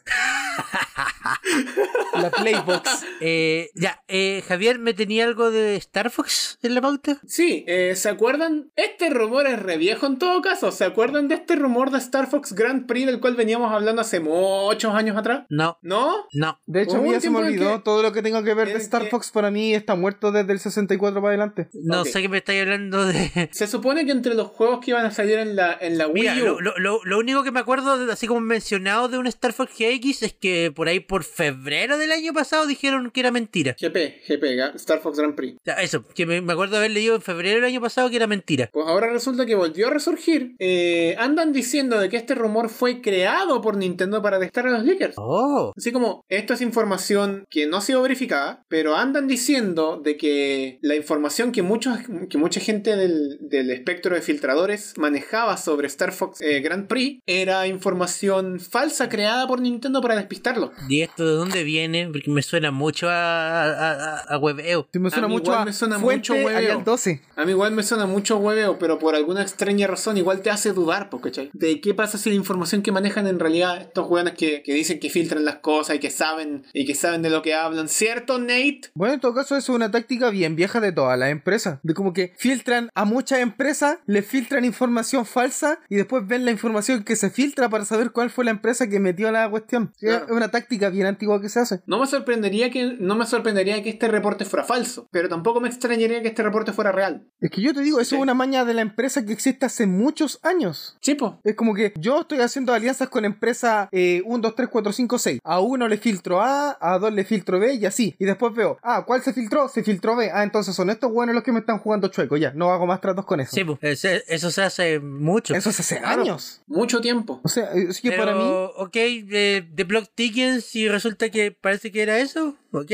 S2: la Playbox.
S1: Eh, ya, eh, Javier, ¿me tenía algo de Star Fox en la pauta?
S3: Sí, eh, ¿se acuerdan? Este rumor es re viejo en todo caso. ¿Se acuerdan de este rumor de Star Fox Grand Prix del cual veníamos hablando hace muchos años atrás?
S1: No,
S3: ¿No?
S1: no.
S2: De hecho,
S3: Hubo
S2: a mí
S3: un
S2: ya se me
S3: tiempo en
S2: olvidó.
S3: que-
S2: Todo lo que tengo que ver
S3: en
S2: de Star
S3: que-
S2: Fox para mí está muerto desde el 64 para adelante.
S1: No
S3: Ok.
S1: sé qué me estáis hablando de.
S3: Se supone que entre los juegos que iban a salir en la, en la Wii
S1: Mira,
S3: U.
S1: lo, lo- lo- lo único que me acuerdo, de- así como mencionado de un Star Fox GX, es que por ahí por febrero del año pasado dijeron que era mentira.
S3: GP, GP, Ga- Star Fox Grand Prix.
S1: O sea, eso, que me, me acuerdo haber leído en febrero del año pasado que era mentira.
S3: Pues ahora resulta que volvió a resurgir. Eh, andan diciendo de que este rumor fue creado por Nintendo para testar a los leakers.
S1: Oh,
S3: Así como, esto es información información que no ha sido verificada, pero andan diciendo de que la información que, muchos, que mucha gente del, del espectro de filtradores manejaba sobre Star Fox eh, Grand Prix era información falsa creada por Nintendo para despistarlo.
S1: ¿Y esto de dónde viene? Porque me suena mucho a, a, a- a webeo.
S2: Sí, me
S3: A
S2: suena
S3: mí
S2: mucho
S3: igual
S2: a
S3: me suena
S2: fuente
S3: mucho hueveo.
S2: Arial 12.
S3: A mí igual me suena mucho hueveo, pero por alguna extraña razón igual te hace dudar, po, ¿cachai? De qué pasa si la información que manejan en realidad estos hueones que, que dicen que filtran las cosas y que saben y que saben de lo que hablan, ¿cierto, Nate?
S2: Bueno, en todo caso, eso es una táctica bien vieja de todas las empresas. De como que filtran a muchas empresas, les filtran información falsa y después ven la información que se filtra para saber cuál fue la empresa que metió la cuestión. Sí,
S3: Claro.
S2: Es una táctica bien antigua que se hace.
S3: No me sorprendería que no me sorprendería que este reporte fuera falso, pero tampoco me extrañaría que este reporte fuera real.
S2: Es que yo te digo, eso
S3: Sí.
S2: es una maña de la empresa que existe hace muchos años.
S3: Chipo.
S2: Es como que yo estoy haciendo alianzas con empresa eh, 1, 2, 3, 4, 5, 6. A uno le filtro A, a dos le filtro B y así. Y después veo, ah, ¿cuál se filtró? Se filtró B. Ah, entonces son estos buenos los que me están jugando chueco. Ya, no hago más tratos con eso.
S1: Sí, pues, ese- eso se hace mucho.
S2: Eso es hace
S3: Claro.
S2: años.
S3: Mucho tiempo.
S2: O sea, eh, así que
S1: Pero,
S2: para mí,
S1: ok, de, de Block Tickets y resulta que parece que era eso, ok,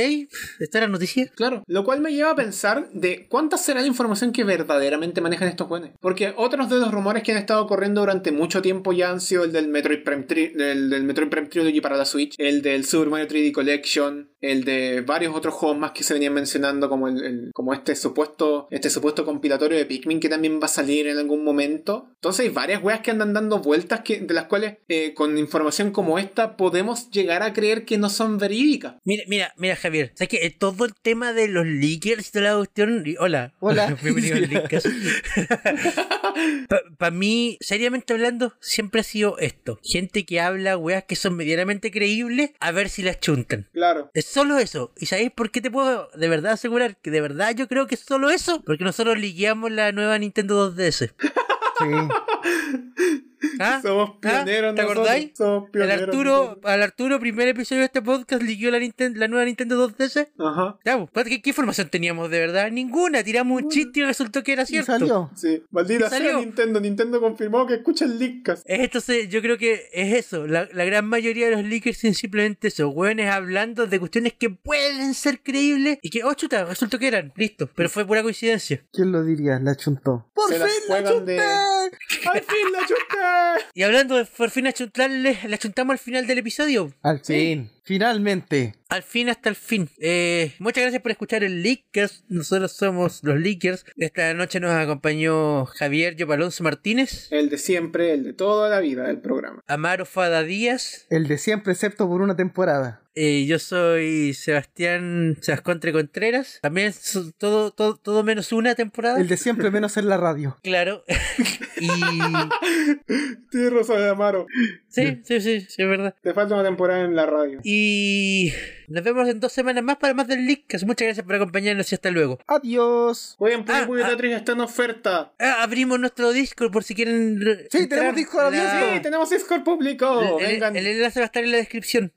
S1: esta era la noticia.
S3: Claro, lo cual me lleva a pensar de cuánta será la información que verdaderamente manejan estos jóvenes. Porque otros de los rumores que han estado corriendo durante mucho tiempo ya han sido el del Metroid Prime, Tri- del, del Metroid Prime Trilogy para la Switch, el del Super Mario 3D Collection, el de varios otros juegos más que se venían mencionando, como, el, el- como este, supuesto, este supuesto compilatorio de Pikmin que también va a salir en algún momento. Entonces hay varias weas que andan dando vueltas que, de las cuales eh, con información como esta podemos llegar a creer que no son verídicas.
S1: Mira, mira, mira, Javier, ¿sabes que todo el tema de los leakers y toda la cuestión, y- hola,
S2: Hola.
S1: bienvenido al Leakcast. Para mí, seriamente hablando, siempre ha sido esto, gente que habla weas que son medianamente creíbles, a ver si las chuntan.
S3: Claro.
S1: Es solo eso. ¿Y sabéis por qué te puedo de verdad asegurar que de verdad yo creo que es solo eso? Porque nosotros ligueamos la nueva Nintendo 2DS.
S2: sí.
S1: ¿Ah?
S3: Somos pioneros,
S1: ¿Ah? ¿Te
S3: nosotros.
S1: acordáis?
S3: Somos
S1: Al
S3: pioneros.
S1: Arturo, al Arturo, primer episodio de este podcast, liguió la, Ninten- la nueva Nintendo 2DS.
S3: Ajá.
S1: Ya, pues, ¿cuál- ¿qué, ¿Qué información teníamos de verdad? Ninguna. Tiramos un chiste y resultó que era
S2: Y
S1: cierto.
S2: salió.
S3: Sí. Maldita
S1: Y
S3: sea
S1: salió.
S3: Nintendo. Nintendo confirmó que escucha el Leadcast.
S1: Entonces, yo creo que es eso. La, la gran mayoría de los leakers son simplemente esos hueones hablando de cuestiones que pueden ser creíbles y que, oh chuta, resultó que eran. Listo. Pero fue pura coincidencia.
S2: ¿Quién lo diría? La chuntó. ¡Por
S3: Se
S2: fin la
S3: las juegan
S2: chunté!
S3: de- ¡Al fin la chunté!
S1: Y hablando de por fin achuntarles, la chuntamos al final del episodio.
S2: Al fin. Finalmente.
S1: Al fin hasta el fin. Eh, muchas gracias por escuchar el Leakers. Nosotros somos los Leakers. Esta noche nos acompañó Javier Yopalonso Martínez,
S3: El de siempre, el de toda la vida del programa.
S1: Amaro Fada Díaz.
S2: El de siempre, excepto por una temporada.
S1: eh, yo soy Sebastián Sascontre Contreras. También so- todo, todo, todo menos una temporada.
S2: El de siempre menos en la radio.
S1: Claro. y...
S3: Tienes Rosa de Amaro.
S1: Sí, sí, sí, sí, es verdad.
S3: Te falta una temporada en la radio.
S1: Y nos vemos en dos semanas más para más del Leakers. Muchas gracias por acompañarnos y hasta luego.
S2: Adiós.
S3: Jueguen por
S1: Ah,
S3: el Puñetatriz, está en oferta.
S1: Ah, abrimos nuestro Discord por si quieren. re-
S2: Sí,
S1: entrar.
S2: tenemos Discord
S1: La-
S2: abierto.
S3: Sí, tenemos Discord público.
S1: El, el-
S3: Vengan.
S1: el enlace va a estar en la descripción.